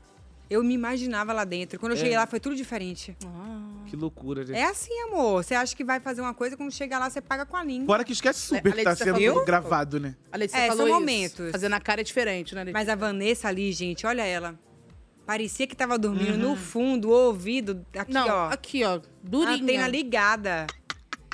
S2: Eu me imaginava lá dentro. Quando eu
S4: É.
S2: cheguei lá, foi tudo diferente.
S3: Ah.
S4: Que loucura, gente.
S2: É assim, amor. Você acha que vai fazer uma coisa, quando chega lá, você paga com a língua.
S4: Fora que esquece
S3: Né,
S2: Né?
S4: super que tá sendo gravado, né?
S3: A Letícia
S2: é,
S3: falou
S2: são
S3: isso.
S2: momentos.
S3: Fazendo a cara é diferente, né, Letícia?
S2: Mas a Vanessa ali, gente, olha ela. Parecia que tava dormindo no fundo, o ouvido, aqui,
S3: Uhum. Não,
S2: ó.
S3: aqui, ó,
S2: durinha. Antena ligada.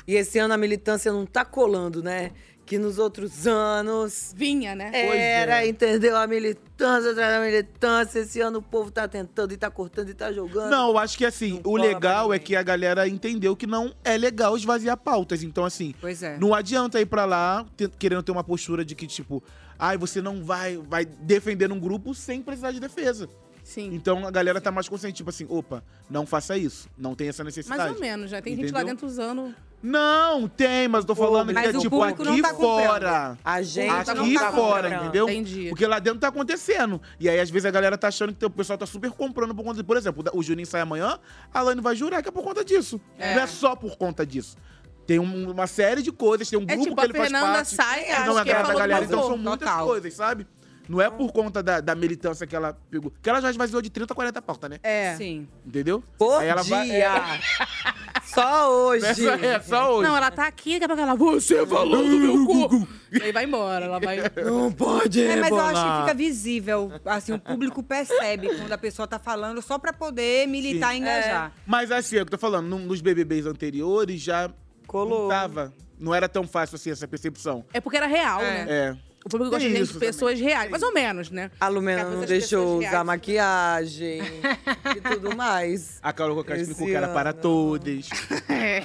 S5: E esse ano a militância não tá colando, né? Que nos outros anos.
S3: Vinha, né?
S4: é.
S5: Era,
S2: é.
S5: entendeu? A militância atrás da militância. Esse ano o povo tá tentando e tá cortando e tá jogando.
S4: Não, eu acho que assim, o
S5: cola
S4: legal é que a galera entendeu que não é legal esvaziar pautas. Então, assim,
S2: Pois é.
S4: não adianta ir pra lá te- querendo ter uma postura de que, tipo, ai, você não vai, vai defender um grupo sem precisar de defesa.
S3: Sim.
S4: Então a galera tá mais consciente, tipo assim, opa, não faça isso, não tem essa necessidade.
S3: Mais ou menos, já tem gente lá
S4: Entendeu?
S3: dentro usando.
S4: Não, tem, mas tô falando que
S3: mas
S4: é
S3: o
S4: tipo
S3: público não
S4: aqui
S3: tá comprando.
S4: fora.
S5: A
S3: gente
S4: aqui
S3: não tá
S4: fora,
S3: comprando.
S4: entendeu?
S3: Entendi.
S4: Porque lá dentro tá acontecendo. E aí, às vezes, a galera tá achando que o pessoal tá super comprando por conta. Por exemplo, o Juninho sai amanhã, a Lani vai jurar que é por conta disso. Não é só por conta disso. Tem um- uma série de coisas, tem um
S3: É
S4: grupo
S3: tipo,
S4: que
S3: a
S4: ele faz
S3: Fernanda
S4: parte.
S3: sai,
S4: que
S3: acho
S4: não
S3: que
S4: agrada
S3: falou
S4: a galera.
S3: que
S4: Então
S3: favor.
S4: são muitas
S3: Total.
S4: coisas, sabe? Não é por conta da, da militância que ela pegou. Porque ela já esvaziou de 30 a 40 pauta, né?
S3: É. Sim.
S4: Entendeu?
S5: Por
S4: Aí ela vai-
S5: dia. Só hoje.
S4: É só- é só hoje.
S3: Não, ela tá aqui, daqui a pouco ela. Você falou do meu cu! e aí vai embora, ela vai.
S5: Não pode,
S2: É, mas eu acho que fica visível. Assim, o público percebe quando a pessoa tá falando só pra poder
S5: É.
S2: militar e engajar.
S4: Mas assim, é o que eu tô falando, num- nos BBBs anteriores já Colou. tava. Não era tão fácil assim essa percepção.
S3: É porque era real, né?
S4: É.
S3: O público
S4: Tem
S3: gosta de gente,
S4: isso
S3: pessoas reais, mais ou menos, né?
S5: A Lumena
S3: Cabeça
S5: não
S3: das
S5: deixou
S3: pessoas
S5: usar
S3: reais.
S5: maquiagem e tudo mais.
S4: A Carol Cocá explicou que era
S5: ano.
S4: para todos.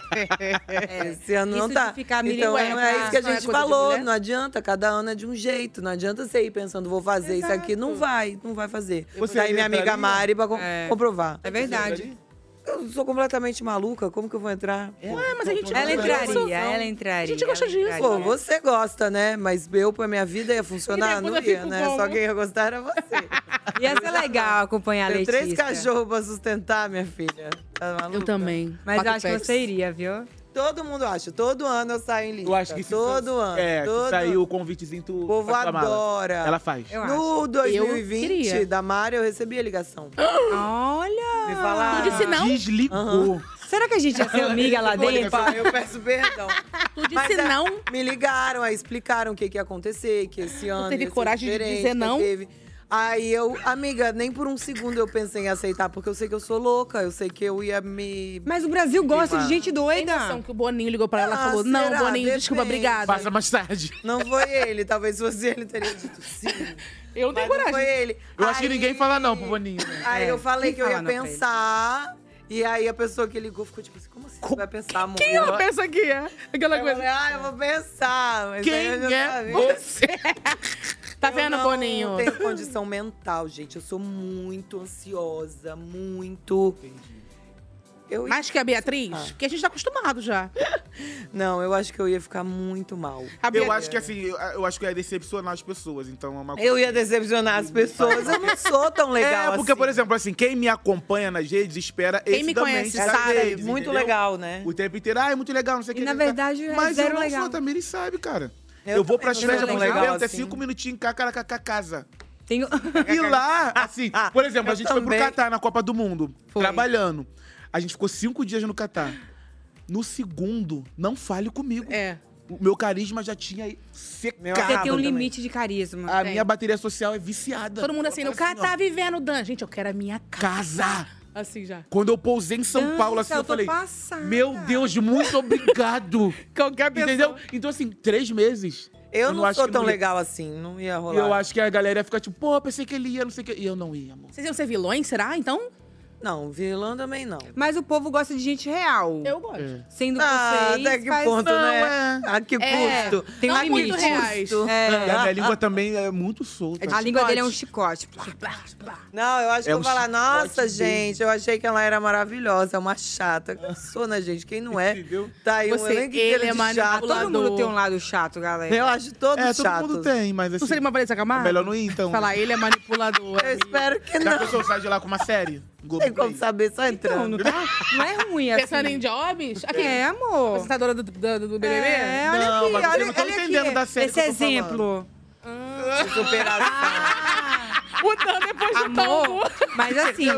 S5: Esse ano não
S4: Isso
S5: tá.
S4: de ficar
S5: então
S4: miligué
S5: não é
S4: pra-
S5: isso que a
S4: não é
S5: gente
S4: coisa de
S5: falou.
S4: mulher?
S5: Não adianta, cada ano é de um jeito. Não adianta você ir pensando, vou fazer isso aqui. Não vai, não vai fazer.
S4: Você
S5: Tá aí minha amiga
S4: entraria?
S5: Mari pra com- comprovar.
S2: É verdade.
S5: Eu sou completamente maluca, como que eu vou entrar?
S3: Ué, É, mas a gente
S2: Ela
S3: gosta disso.
S2: entraria, ela entraria.
S3: A gente gosta disso.
S5: Pô, você gosta, né? Mas eu, pra minha vida, ia funcionar?
S2: depois
S5: Não
S2: eu
S5: ia,
S2: fico
S5: né?
S2: como?
S5: Só quem ia gostar era você.
S2: Ia ser é legal acompanhar a
S5: Tenho
S2: Letícia.
S5: três cachorros pra sustentar, minha filha. Tá maluca?
S2: Eu também. Mas eu acho que você iria, viu?
S5: Todo mundo acha. Todo ano eu saio em lista.
S4: Eu acho que se-
S5: Tá Todo ano.
S4: É, que
S5: todo...
S4: saiu o convitezinho tu.
S5: O povo
S4: faz tua mala.
S5: adora.
S4: Ela faz.
S5: No 2020,
S4: queria.
S5: da Mari, eu recebi a ligação.
S2: Olha!
S5: Me falaram.
S2: Tu disse não?
S4: Desligou.
S2: Será que a gente ia ser amiga lá dentro?
S5: Eu peço perdão.
S3: Tu
S5: Mas,
S3: disse
S5: é,
S3: não.
S5: Me ligaram, aí explicaram o que, que ia acontecer, que esse ano.
S3: teve
S5: ia ser
S3: coragem de
S5: diferente,
S3: dizer
S5: que
S3: não?
S5: Teve. Aí eu, amiga, nem por um segundo eu pensei em aceitar, porque eu sei que eu sou louca, eu sei que eu ia me.
S2: Mas o Brasil gosta de gente doida.
S3: Tem noção que o Boninho ligou pra ela e
S5: Ah,
S3: falou: Não,
S5: será?
S3: Boninho, desculpa,
S5: Depende.
S3: obrigada.
S5: Passa
S4: mais tarde.
S5: Não foi ele, talvez se fosse ele, teria dito sim.
S3: Eu não
S5: tenho coragem. Não foi ele.
S4: Eu acho que ninguém fala não pro Boninho. né?
S5: Aí
S3: É,
S5: eu falei
S4: Quem
S5: que eu
S4: fala
S5: ia
S4: não pra ele?
S5: pensar. E aí a pessoa que ligou ficou tipo assim, como assim você vai pensar, amor?
S3: Quem ela pensa que é? Aquela
S5: Aí eu
S3: coisa.
S5: falei, ah, eu vou pensar. Mas
S3: Quem
S5: aí eu
S3: é você? Tá vendo, Boninho?
S5: Eu não tenho condição mental, gente. Eu sou muito ansiosa, muito...
S3: Mais que a Beatriz?
S5: Ah.
S3: Porque a gente tá acostumado já.
S5: Não, eu acho que eu ia ficar muito mal.
S4: Eu
S5: é
S4: acho que assim, eu, eu acho que ia decepcionar as pessoas, então é uma
S5: Eu ia decepcionar as pessoas. Eu não sou tão legal
S4: É, porque, por exemplo, assim, quem me acompanha nas redes espera
S5: Quem
S4: esse
S5: me
S4: da
S5: conhece
S4: mente das
S5: sabe,
S4: redes,
S5: muito
S4: entendeu?
S5: legal, né?
S4: O tempo inteiro, ah, é muito legal, não sei o que.
S5: na
S4: não sei o que".
S5: verdade, é
S4: Mas eu
S5: zero
S4: não
S5: legal.
S4: sou, a Tamiris sabe, cara.
S5: Eu
S4: Eu, vou
S5: também
S4: pras
S5: não sou
S4: festas
S5: tão
S4: dos
S5: legal
S4: eventos, é
S5: assim.
S4: cinco minutinhos, cacaracacá, casa.
S2: Tenho...
S4: E lá, assim, por exemplo, a
S5: eu
S4: gente foi
S5: também.
S4: pro Catar na Copa do Mundo, trabalhando. A gente ficou cinco dias no Catar. No segundo, não fale comigo.
S3: É.
S4: O meu carisma já tinha secado.
S2: Você tem um limite de carisma.
S4: A minha bateria social é viciada.
S3: Todo mundo assim, no cara tá vivendo, Dan. Gente, eu quero a minha casa.
S4: Casa!
S3: Assim já.
S4: Quando eu pousei em São
S3: Nossa,
S4: Paulo, assim,
S3: eu
S4: eu,
S3: tô
S4: falei.
S3: passada.
S4: Meu Deus, muito obrigado.
S3: Qualquer
S4: pessoa. Entendeu? Então, assim, três meses.
S5: Eu não
S4: acho
S5: sou
S4: que
S5: tão
S4: ia-
S5: legal assim, não ia rolar.
S4: Eu acho que a galera ia ficar tipo, pô, pensei que ele ia, não sei o que. E eu não ia, amor.
S3: Vocês iam ser vilões, será? Então?
S5: Não, vilão também não.
S2: Mas o povo gosta de gente real.
S3: Eu gosto.
S4: É.
S2: Sendo
S5: Ah,
S2: vocês,
S5: até que
S2: faz-
S5: ponto,
S2: Não,
S5: né?
S2: é.
S5: A que
S2: É,
S5: custo?
S2: tem um
S5: a que
S2: limite.
S5: custo?
S2: É.
S4: E a minha
S5: Ah.
S4: língua também é muito solta.
S2: A língua dele é um chicote.
S5: Não, eu acho
S4: É
S5: que eu
S4: um
S5: vou falar,
S4: chicote
S5: nossa,
S4: dele.
S5: gente, eu achei que ela era maravilhosa, é uma chata. Cansona, gente, quem não é? Tá aí um elenco
S3: é
S5: inteiro de chato.
S2: Todo mundo tem um lado chato, galera.
S5: Eu acho todos
S4: É, todo mundo
S5: chatos.
S4: tem, mas assim.
S5: Tu seria
S3: uma Vanessa Camargo?
S4: É melhor não ir, então.
S3: Falar, ele é manipulador.
S5: um. Eu espero que
S4: Já pensou sai de lá com uma série? Tem
S5: como saber, só
S3: Então,
S5: entrando.
S2: não, é ruim assim.
S3: Pensando em jobs? Aqui,
S2: É, amor.
S3: Apresentadora do, do, do BBB?
S2: É, olha
S4: Não,
S2: aqui,
S4: mas vocês
S2: olha,
S4: não tão
S2: olha
S4: entendendo
S2: aqui.
S4: da série
S2: Esse
S4: que eu tô
S2: exemplo.
S5: Superação.
S3: O Dan depois de tango.
S2: Ah! Amor, mas assim,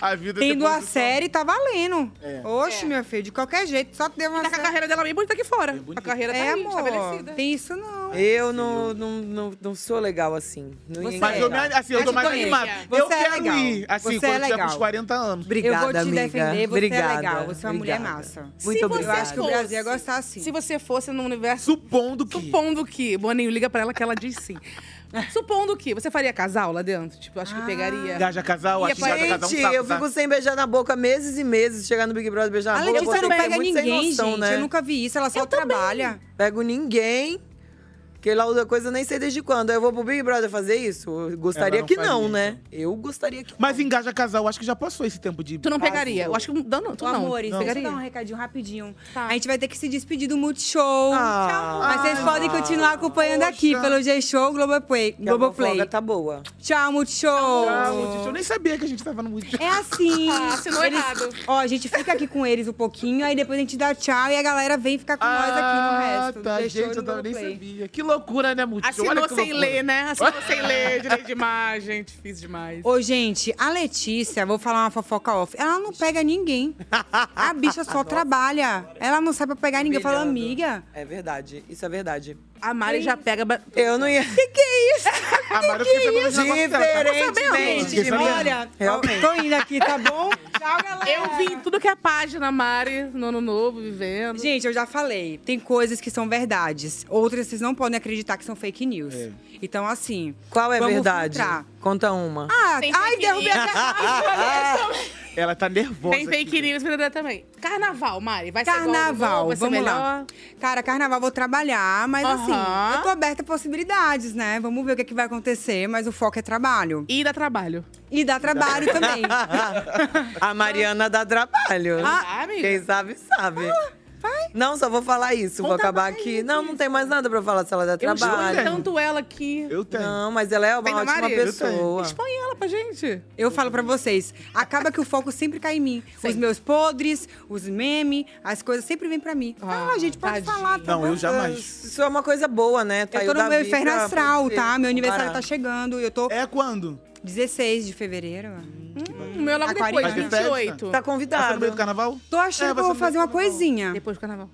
S4: A vida
S2: tendo
S4: depois
S2: a
S4: do
S2: série, tá valendo.
S4: É.
S2: Oxe, minha filha, de qualquer jeito, só ter uma
S3: Tá com a carreira dela bem bonita aqui fora. A carreira tá
S2: é,
S3: aí,
S2: amor,
S3: estabelecida.
S2: Tem isso não.
S5: Eu não, é não, não, não sou legal assim. Não-
S2: Você
S4: Mas
S5: é
S4: eu, me,
S5: legal.
S4: assim, eu tô mais animado. eu quero ir, assim,
S5: é Você
S4: quando
S5: é
S4: tiver com
S5: legal.
S4: os 40 anos.
S5: Obrigada,
S2: eu vou te
S5: amiga.
S2: defender, você é
S5: Obrigada.
S2: legal, você é uma mulher
S5: Obrigada.
S2: massa.
S5: Muito
S3: Se
S5: obrigada.
S3: você
S5: Eu acho que
S2: o Brasil ia
S3: fosse-
S2: gostar assim.
S3: Se você fosse no universo.
S4: Supondo que.
S3: Supondo que. Boninho, liga pra ela que ela diz sim. Supondo que. Você faria casal lá dentro? Tipo, acho que
S2: Ah.
S3: pegaria.
S4: Engaja casal,
S3: Ia
S4: acho que engaja casal é um
S5: Gente,
S4: saco,
S5: eu fico
S4: tá?
S5: sem beijar na boca meses e meses, chegar no Big Brother beijar na
S2: Além
S5: boca.
S2: disso, você não
S5: você
S2: pega
S5: é muito sem
S2: ninguém,
S5: noção,
S2: gente.
S5: né?
S2: Eu nunca vi isso, ela só trabalha.
S5: Pego ninguém. Porque lá outra coisa eu nem sei desde quando. Eu vou pro Big Brother fazer isso? Eu gostaria
S4: Ela não
S5: que
S4: faz
S5: não,
S4: isso.
S5: né? Eu gostaria que.
S4: Mas engaja casal, acho que já passou esse tempo de.
S2: Tu não pegaria? Eu acho
S3: que não, não,
S2: Tu Amores, deixa eu dar um recadinho rapidinho.
S4: Tá.
S2: A gente vai ter que se despedir do Multishow.
S5: Ah.
S2: Mas vocês
S5: Ai,
S2: podem continuar acompanhando aqui pelo G-Show Globoplay. Globoplay.
S5: tá boa.
S2: Tchau, Multishow.
S4: Ah, Multishow, eu nem sabia que a gente tava no Multishow.
S2: É assim.
S4: Ah, assinou
S2: Eles-
S4: errado.
S2: Ó, a gente fica aqui com eles um pouquinho, aí depois a gente dá tchau e a galera vem ficar com nós aqui no
S4: Ah,
S2: resto. do
S4: tá,
S2: G-Show e
S4: gente,
S2: do
S4: eu tava- nem
S2: Globoplay.
S4: sabia. Que loucura, né, Multishow? Olha
S3: Assinou
S4: que
S3: sem
S4: loucura.
S3: ler, né?
S4: Assim
S3: Assinou sem ler, direito de imagem. Difícil demais.
S2: Ô, gente, a Letícia, vou falar uma fofoca off. Ela não pega ninguém. A bicha só trabalha. Ela não sai pra pegar ninguém. Eu falo,
S5: Brilhando.
S2: amiga.
S5: É verdade, isso é verdade.
S3: A Mari já pega.
S5: Eu não ia.
S2: Que que é isso?
S4: A Mari
S2: que que é isso?
S5: Diferentemente de mim.
S2: Olha,
S5: Realmente.
S2: tô indo aqui, tá bom?
S3: Eu vi tudo que é página, Mari, no Ano Novo, vivendo.
S2: Gente, eu já falei. Tem coisas que são verdades. Outras vocês não podem acreditar que são fake news. Então, assim.
S5: Qual é a
S2: vamos
S5: verdade?
S2: filtrar.
S5: Conta uma.
S2: Ah,
S3: Tem
S2: ai,
S3: fake
S2: derrubei
S3: news.
S2: a
S4: Ela tá nervosa.
S3: Tem fake news verdadeira também. Carnaval, Mari. Vai ser igual ao do
S2: Carnaval,
S3: Globo, vai ser
S2: vamos
S3: melhor.
S2: lá. Cara, carnaval vou trabalhar, mas
S3: Aham.
S2: assim, eu tô aberta a possibilidades, né? Vamos ver o que, é que vai acontecer, mas o foco é trabalho.
S3: E dá trabalho.
S2: E dá trabalho também.
S5: A Mariana dá trabalho.
S2: Ah, amiga. Ah,
S5: Quem sabe, sabe. Não, só vou falar isso. vou acabar aqui. Não, não tem mais nada pra falar se ela dá
S3: Eu
S5: trabalho.
S3: expõe
S2: então é.
S3: tanto ela aqui.
S4: Eu tenho.
S5: Não, mas ela é uma
S3: Tem na
S5: ótima
S3: Mari?
S5: pessoa.
S3: Expõe ela pra gente.
S2: Eu falo pra vocês, acaba que o foco sempre cai em mim. Os meus podres, os memes, as coisas sempre vêm pra mim. Ah, gente, pode falar. Tá bom?
S5: Isso é uma coisa boa, né? Tá aí
S2: eu
S5: o
S2: tô no meu
S5: Davi
S2: inferno
S5: pra-
S2: astral,
S5: pra
S2: tá? Meu aniversário
S5: parar.
S2: tá chegando e eu tô...
S4: É quando? Hum,
S2: 16 de fevereiro. Hum,
S3: O meu é logo depois,
S2: Aquariana.
S3: 28.
S5: Tá convidado.
S4: Tá no meio do carnaval?
S2: Tô achando
S4: É,
S2: que
S4: vai
S2: eu
S4: ser
S2: vou
S4: no
S2: fazer uma coisinha.
S3: Depois do carnaval.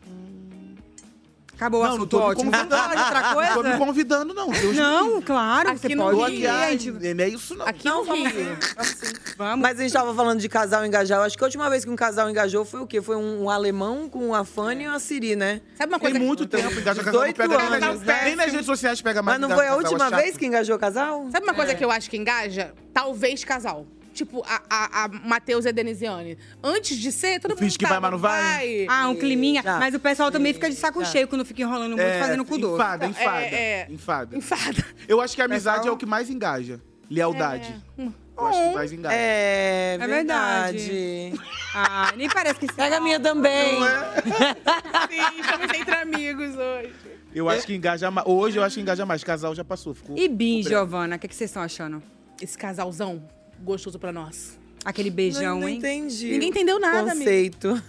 S2: Acabou o
S4: não
S2: assunto,
S4: tô me
S2: ótimo. Vamos
S4: convidando.
S2: falar de outra coisa?
S4: Não tô me convidando, não. Deus
S2: é. Não, claro,
S4: Aqui
S2: você
S4: no
S2: pode.
S4: Rio, ai,
S2: gente.
S4: Não é isso, não.
S3: Aqui no Rio.
S5: Mas a gente tava falando de casal engajar. Eu acho que a última vez que um casal engajou foi o quê? Foi um, um alemão com uma Fanny e uma Siri, né?
S3: Sabe uma
S4: Tem muito tempo, engaja casal não
S5: 18
S4: pega nem nas,
S5: anos,
S4: redes- nem nas redes sociais pega mais.
S5: Mas não
S4: engaja
S5: foi a
S4: casal, é
S5: última
S4: chato.
S5: vez que engajou casal?
S3: Sabe uma coisa que eu acho que engaja? Talvez casal. Tipo, a, a, a Matheus e a Denisiane. Antes de ser, todo mundo
S4: Finge que vai, mas não vai?
S2: Ah, um climinha.
S5: Tá.
S4: Já.
S2: Mas o pessoal também fica de saco
S4: Já.
S2: cheio quando fica enrolando muito,
S4: É,
S2: fazendo cu doce.
S4: Enfada, enfada.
S3: é,
S4: Enfada. Eu acho que a amizade é o que mais engaja. Lealdade. Eu acho que mais engaja.
S5: É,
S2: Um, É verdade. Ah, nem parece que...
S5: Pega a minha também.
S4: é?
S3: Sim, estamos entre amigos hoje.
S4: Eu acho que engaja mais. Hoje eu acho que engaja mais. Casal já passou. Ficou,
S2: E Bin,
S4: ficou breve.
S2: Giovana, o que, que vocês estão achando?
S3: Esse casalzão gostoso pra nós.
S2: Aquele beijão, hein?
S3: Ninguém entendeu nada, amigo.
S5: conceito.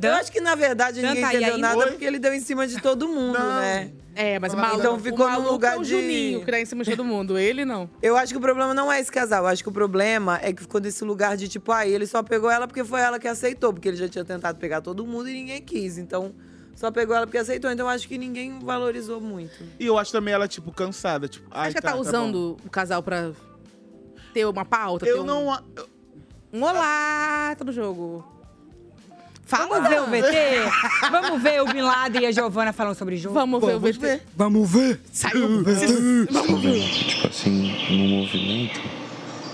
S5: Eu acho que, na verdade,
S3: Dan
S5: ninguém
S3: tá aí
S5: entendeu
S3: ainda?
S5: nada
S3: Oi?
S5: porque ele deu em cima de todo mundo, né?
S3: É, mas o maluco,
S5: Então ficou
S3: o
S5: num
S3: maluco
S5: lugar
S3: é o
S5: de-
S3: Juninho, que dá em cima de todo mundo. Ele não.
S5: Eu acho que o problema não é esse casal. Eu acho que o problema é que ficou nesse lugar de tipo, ah, ele só pegou ela porque foi ela que aceitou. Porque ele já tinha tentado pegar todo mundo e ninguém quis. Então, só pegou ela porque aceitou. Então, eu acho que ninguém valorizou muito.
S4: E eu acho também ela, tipo, cansada. Tipo,
S3: Acho
S4: ai,
S3: que ela tá,
S4: bom.
S3: usando o casal pra ter uma pauta?
S4: Eu
S3: ter um-
S4: não a-
S3: Um olá, todo jogo. Fala,
S2: Vamos ver o
S3: Dan.
S2: VT? Vamos ver o Bin Laden e a Giovana falando sobre jogo?
S3: Vamos ver o VT.
S2: Vamos ver.
S3: Saiu.
S2: Vamos ver.
S15: Tipo assim, no movimento,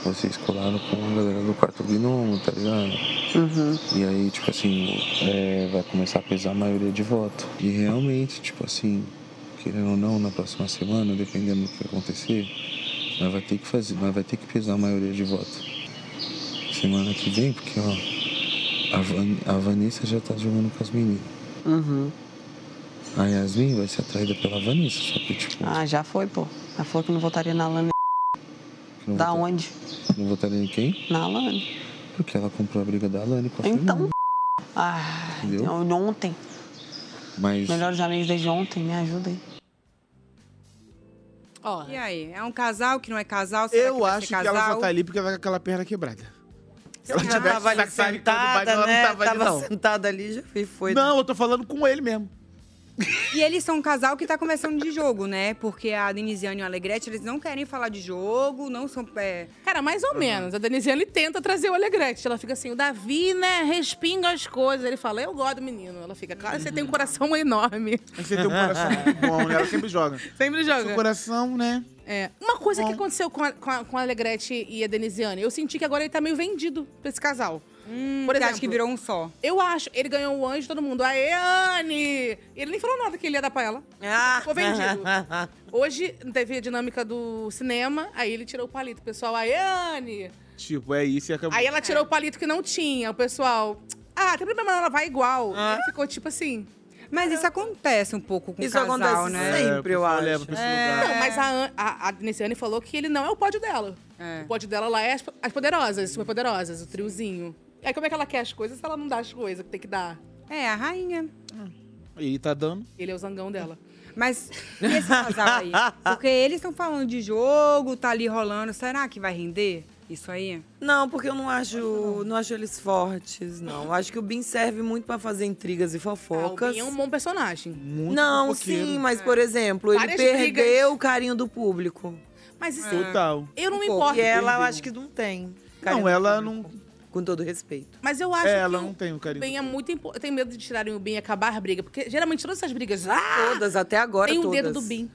S15: vocês colaram com a galera do quarto binômio, tá ligado?
S20: Uhum.
S15: E aí, tipo assim, é, vai começar a pesar a maioria de voto. E realmente, tipo assim, querendo ou não, na próxima semana, dependendo do que acontecer, nós vai ter que fazer, nós vai ter que pesar a maioria de voto. Semana que vem, porque ó, a, Van- a Vanessa já tá jogando com as meninas.
S20: Uhum.
S15: A Yasmin vai ser atraída pela Vanessa, só que tipo,
S20: Ah, já foi, pô. Ela falou que não votaria na Lana.
S15: Não
S20: Da onde?
S15: não votaria em quem?
S20: Na Lana.
S15: Porque ela comprou a briga da Alane com a
S20: Então.
S15: Fernanda,
S20: Ah,
S15: entendeu?
S20: eu- ontem.
S15: Mas
S20: Melhores amigos desde ontem, me ajuda aí.
S2: E aí? É um casal que não é casal? Será que
S4: Eu
S2: vai ser
S4: acho que
S2: casal?
S4: ela só tá ali porque ela tá com aquela perna quebrada. Se ela
S5: Ela
S4: tivesse
S5: tava ali
S4: saco de todo baile,
S5: sentada,
S4: ela
S5: né?
S4: não tava,
S2: Tá
S4: ali, não.
S5: sentada ali já e foi.
S4: Não, eu tô falando com ele mesmo.
S2: E eles são um casal que tá começando de jogo, né? Porque a Denisiane e o Alegrete, eles não querem falar de jogo, não são... É...
S3: Cara, mais ou menos. A Denisiane tenta trazer o Alegrete. Ela fica assim, o Davi, né, respinga as coisas. Ele fala, eu gosto do menino. Ela fica, cara, você tem um coração enorme.
S4: Você tem um coração muito bom, né? Ela sempre joga.
S3: Sempre joga.
S4: Seu coração, né?
S3: É. Uma coisa que aconteceu com a, com, a, com a Alegrete e a Denisiane, eu senti que agora ele tá meio vendido pra esse casal.
S2: você acha que virou um só?
S3: Eu acho. Ele ganhou o anjo, todo mundo. Aê, Anne! Ele nem falou nada que ele ia dar pra ela.
S5: Ah.
S3: Ficou vendido. Hoje teve a dinâmica do cinema, aí ele tirou o palito. O pessoal, aê, Anne!
S4: Tipo, é isso e acabou.
S3: Aí ela tirou o palito que não tinha. O pessoal, ah, tem problema não, ela vai igual. Ele ficou tipo assim.
S2: Ah. Mas isso acontece um pouco com
S3: Isso
S2: casal,
S3: acontece
S2: né?
S4: sempre, É, o pessoal eu acho. leva pra esse lugar.
S5: É.
S3: Não, mas a, An- a, a Denisiane falou que ele não é o pódio dela. O pódio dela lá é as, as poderosas, super poderosas, o triozinho. Aí como é que ela quer as coisas se ela não dá as coisas que tem que dar?
S2: É, a rainha.
S4: E tá dando.
S3: Ele é o zangão dela.
S2: Mas e esse casal aí? Porque eles estão falando de jogo, tá ali rolando. Será que vai render isso aí?
S5: Não, porque eu não acho, não acho eles fortes, não. Acho que o Bin serve muito pra fazer intrigas e fofocas.
S3: Ah, o Bin é um bom personagem. É.
S5: não, sim, mas por exemplo, ele
S3: Várias
S5: perdeu
S3: brigas.
S5: o carinho do público. Um
S3: Mas isso-
S4: Total.
S3: Eu não me
S5: É. pouco.
S3: importo.
S5: E ela eu
S3: Perdeu.
S5: acho que não tem.
S4: Não, ela não.
S5: Com todo respeito.
S3: Mas eu acho
S4: É,
S3: que
S4: ela
S3: o
S4: não
S5: um
S4: tem o carinho
S3: Ben é muito importante. Eu tenho medo de tirarem o Bin e acabar a briga. Porque geralmente todas essas brigas. Ah,
S5: Todas, até agora
S3: Tem o
S5: todas.
S3: dedo do Bin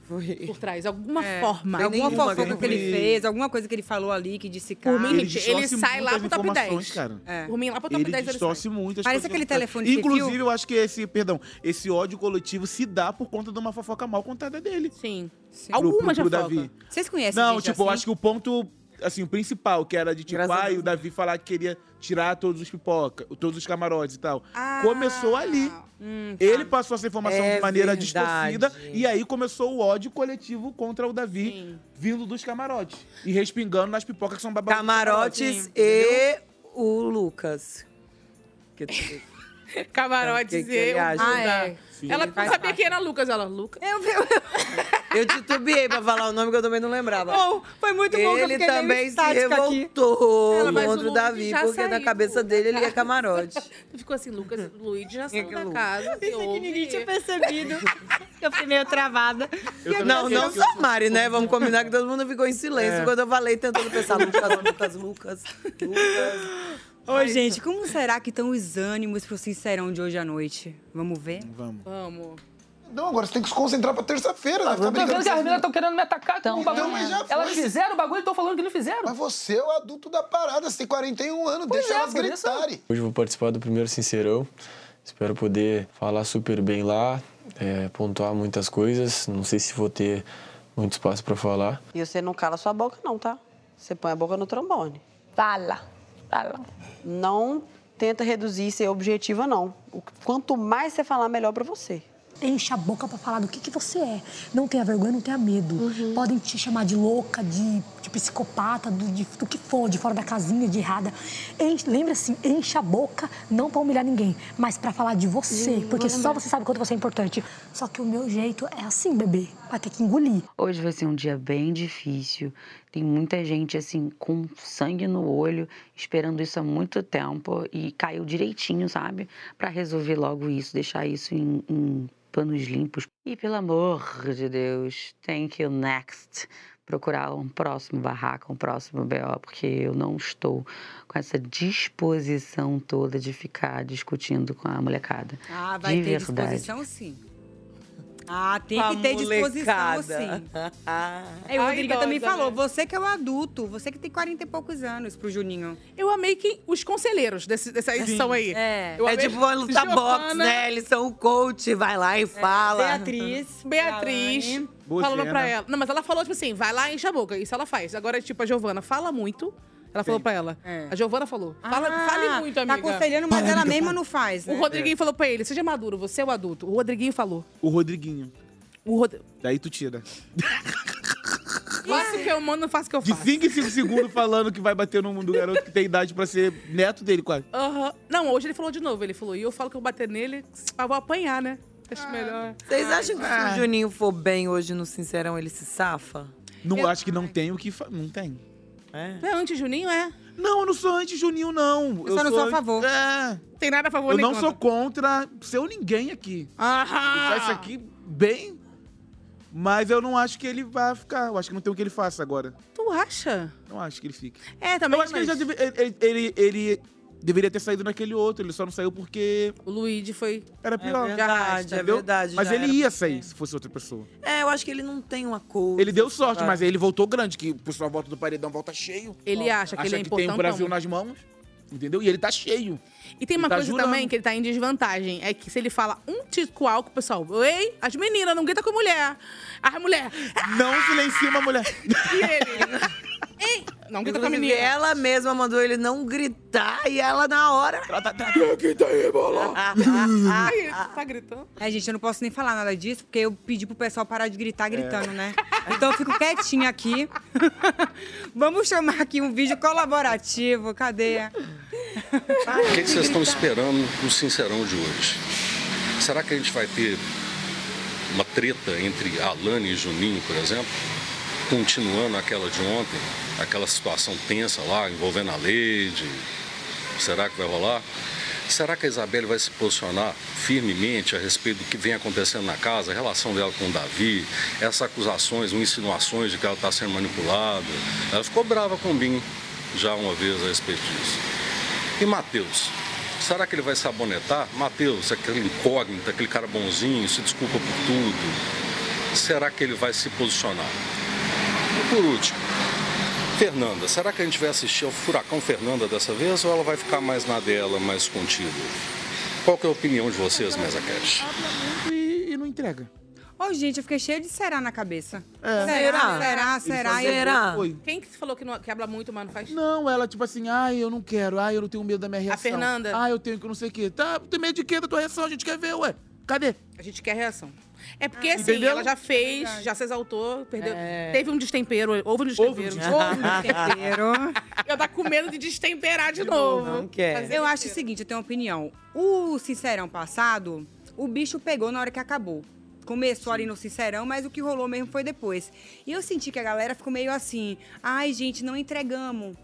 S3: por trás. Alguma
S2: É,
S3: forma.
S2: Alguma fofoca
S3: grande
S2: que ele
S3: briga.
S2: fez, alguma coisa que ele falou ali que disse cara.
S3: Por mim, Ele gente, ele distorce sai lá muitas pro top informações, 10. cara.
S2: É.
S3: Por mim, lá pro top
S4: Ele
S3: 10 ele
S4: distorce
S3: sai.
S4: muito as
S3: Parece
S4: coisas
S3: aquele
S4: da
S3: telefone
S4: fofoca.
S3: sem fio.
S4: Inclusive, eu acho que esse, perdão, esse ódio coletivo se dá por conta de uma fofoca mal contada dele.
S3: Sim. Sim.
S4: Pro,
S3: Alguma
S4: pro,
S3: já
S4: pro
S3: foca.
S4: Davi.
S2: Vocês conhecem
S4: Não,
S2: gente
S4: tipo, eu
S2: assim?
S4: acho que o ponto, assim, o principal, que era de tipo, ai, o Davi falar que queria tirar todos os pipoca, todos os camarotes e tal. Começou ali.
S10: Hum, tá.
S4: Ele passou essa informação
S5: É
S4: de maneira
S5: verdade.
S4: distorcida e aí começou o ódio coletivo contra o Davi vindo dos camarotes e respingando nas pipocas que são babadas.
S5: Camarotes e o Lucas. Que- que-
S3: Camarotes
S5: Que- que ele
S3: e o
S5: acha.
S3: Buda.
S5: Ah, é. Sim.
S3: Ela
S5: Ele
S3: não
S5: faz
S3: sabia quem era Lucas. Ela, Lucas.
S2: Eu,
S5: Eu titubeei pra falar o nome que eu também não lembrava.
S2: Bom, foi muito bom que eu
S5: Ele
S2: fiquei meio
S5: também se
S2: estática aqui.
S5: revoltou
S3: Ela, mas o
S5: contra o
S3: Lucas
S5: Davi,
S3: já
S5: porque na
S3: saiu.
S5: cabeça dele ele é camarote.
S3: Tu ficou assim, Lucas, Luigi já saiu da casa. é Pensei que ninguém tinha
S1: percebido. Eu fiquei meio travada.
S5: Não, não Samari, né? Vamos combinar que todo mundo ficou em silêncio
S1: É.
S5: quando eu falei, tentando pensar Lucas, Lucas, Lucas.
S2: Ô, gente, como será que estão os ânimos pro Sincerão de hoje à noite? Vamos ver?
S4: Vamos.
S3: Vamos.
S19: Não, agora você tem que se concentrar pra terça-feira.
S10: Ah,
S19: deve tá
S10: eu tô vendo
S19: brincando
S10: que as
S19: com-
S10: meninas estão querendo me atacar com o bagulho. é
S19: Então, mas já foi.
S10: Elas fizeram o bagulho e estão falando que não fizeram. é,
S19: Mas você é o adulto da parada, você tem 41 anos, deixa elas gritarem.
S8: Hoje eu vou participar do primeiro Sincerão. Espero poder falar super bem lá, é, pontuar muitas coisas. Não sei se vou ter muito espaço para falar.
S11: E você não cala sua boca, não, tá? Você põe a boca no trombone.
S12: Fala, fala.
S11: Não tenta reduzir ser objetiva, não. O- Quanto mais você falar, melhor pra você.
S6: Enche a boca pra falar do que, que você é. Não tenha vergonha, não tenha medo.
S12: Uhum.
S6: Podem te chamar de louca, de, de psicopata, do, de- do que for, de fora da casinha, de errada. Enche- lembra assim, enche a boca não pra humilhar ninguém, mas pra falar de você.
S12: Hum, vou
S6: porque só
S12: lembrar.
S6: você sabe quanto você é importante. Só que o meu jeito é assim, bebê. Vai ter que engolir.
S21: Hoje vai ser um dia bem difícil. Tem muita gente assim com sangue no olho, esperando isso há muito tempo e caiu direitinho, sabe? Pra resolver logo isso, deixar isso em, em panos limpos. E pelo amor de Deus, thank you next. Procurar um próximo barraco, um próximo BO, porque eu não estou com essa disposição toda de ficar discutindo com a molecada.
S2: Ah, vai
S21: de
S2: ter
S21: verdade.
S2: disposição sim. Ah, tem
S5: Com a
S2: que ter disposição
S5: molecada.
S2: sim.
S5: Aí
S2: Aí o Rodrigo também
S3: idosa, né?
S2: falou, você que é o adulto, você que tem 40 e poucos anos pro Juninho.
S3: Eu amei que os conselheiros desse, dessa edição aí.
S2: É.
S3: Eu
S5: é
S3: amei-
S5: tipo uma luta
S3: Giovana,
S5: box, né? Eles são o coach, vai lá e fala.
S3: Beatriz.
S5: Bozena.
S3: Falando pra ela. Não, mas ela falou, tipo assim, vai lá e enche a boca. Isso ela faz. Agora, tipo, a Giovana fala muito. Ela falou pra ela. A Giovana falou. Fala,
S2: Ah,
S3: fale muito,
S2: tá
S3: amiga.
S2: aconselhando, mas Para, ela amiga, mesma fala. não faz, né?
S3: O Rodriguinho falou pra ele, seja maduro, você é o adulto. O Rodriguinho falou.
S4: O Rodriguinho.
S3: O Rod...
S4: Daí tu tira.
S3: Faço o que eu mando, faço o que eu
S4: De
S3: faço.
S4: 5 em 5 segundos falando que vai bater no mundo do garoto que tem idade pra ser neto dele quase.
S3: Aham. Não, hoje ele falou de novo. Ele falou, e eu falo que eu bater nele, eu vou
S4: Ah.
S3: apanhar, né? Acho melhor.
S5: Vocês acham que se o Juninho for bem hoje no Sincerão, ele se safa?
S4: Não,
S3: Eu-
S4: acho que não tem o que. fa- Não tem.
S3: Não é anti-Juninho, é?
S4: Não, eu não sou anti-Juninho, não.
S3: Eu só não sou a
S4: an-
S3: favor.
S4: É.
S3: Tem nada a favor
S4: Eu
S3: nem
S4: não
S3: contra.
S4: sou contra seu ninguém aqui.
S3: Ah!
S4: Deixar isso aqui bem. Mas eu não acho que ele vai ficar. Eu acho que não tem o que ele faça agora.
S3: Tu acha?
S4: Não acho que ele fique.
S3: É, também.
S4: eu acho
S3: mas-
S4: que ele, já deve- ele- ele- ele- ele deveria ter saído naquele outro. Ele só não saiu porque.
S3: O Luigi foi.
S4: Era pior.
S5: verdade, é
S4: entendeu?
S5: verdade,
S4: Mas
S5: já
S4: ele
S5: era
S4: ia sair se fosse outra pessoa.
S5: É, eu acho que ele não tem uma coisa.
S4: Ele deu sorte,
S5: sabe?
S4: mas aí ele voltou grande, que por sua volta do paredão volta cheio.
S3: Ele acha que ele é
S4: tem o
S3: importantão.
S4: Brasil nas mãos, entendeu? E ele tá cheio.
S3: E tem uma
S4: Ele tá
S3: coisa
S4: jurando.
S3: também que ele tá em desvantagem. É que se ele fala um tico algo, o pessoal, ei, as meninas, não grita com mulher. As mulher.
S4: Não silencia uma mulher.
S3: E ele. ei, não grita com a
S5: Inclusive,
S3: menina.
S5: ela mesma mandou ele não gritar e ela na hora.
S4: Grita aí, bola!
S3: tá gritando?
S2: Ah, É, gente, eu não posso nem falar nada disso, porque eu pedi pro pessoal parar de gritar
S3: É.
S2: gritando, né? Então eu fico quietinha aqui. Vamos chamar aqui um vídeo colaborativo. Cadê?
S9: O que, que vocês estão esperando no Sincerão de hoje? Será que a gente vai ter uma treta entre Alane e Juninho, por exemplo? Continuando aquela de ontem, aquela situação tensa lá envolvendo a Leide. Será que vai rolar? Será que a Isabelle vai se posicionar firmemente a respeito do que vem acontecendo na casa, a relação dela com o Davi, essas acusações ou insinuações de que ela está sendo manipulada? Ela ficou brava com o Binho já uma vez a respeito disso. E Matheus? Será que ele vai sabonetar? Matheus, aquele incógnito, aquele cara bonzinho, se desculpa por tudo. Será que ele vai se posicionar? E por último, Fernanda, será que a gente vai assistir ao furacão Fernanda dessa vez ou ela vai ficar mais na dela, mais contida? Qual que é a opinião de vocês, Mesa Cash?
S4: E, e não entrega.
S2: Ô, gente, eu fiquei cheia de será na cabeça.
S3: Ah.
S4: Será?
S2: Será? Será?
S4: Ele
S2: Será?
S4: fazia-
S2: E-
S4: Será? Oi.
S3: Quem que se falou que, não, que habla muito, mas não faz?
S4: Não, ela tipo assim, ai, eu não quero, ai, eu não tenho medo da minha reação.
S3: Fernanda?
S4: Ah, eu tenho que não sei o quê. Tá, tem medo de quê da tua reação? A gente quer ver, ué. Cadê?
S3: A gente quer reação. É porque,
S4: Ah.
S3: assim,
S4: Entendeu?
S3: ela já fez, já se exaltou, perdeu.
S4: É.
S3: Teve um destempero, houve um destempero.
S4: destempero.
S3: Eu tá com medo de destemperar de, novo. Fazer
S2: Eu
S3: besteira.
S2: acho o seguinte, eu tenho uma opinião. O Sincerão passado, o bicho pegou na hora que acabou. Começou ali no Sincerão, mas o que rolou mesmo foi depois. E eu senti que a galera ficou meio assim, ai, gente, não entregamos.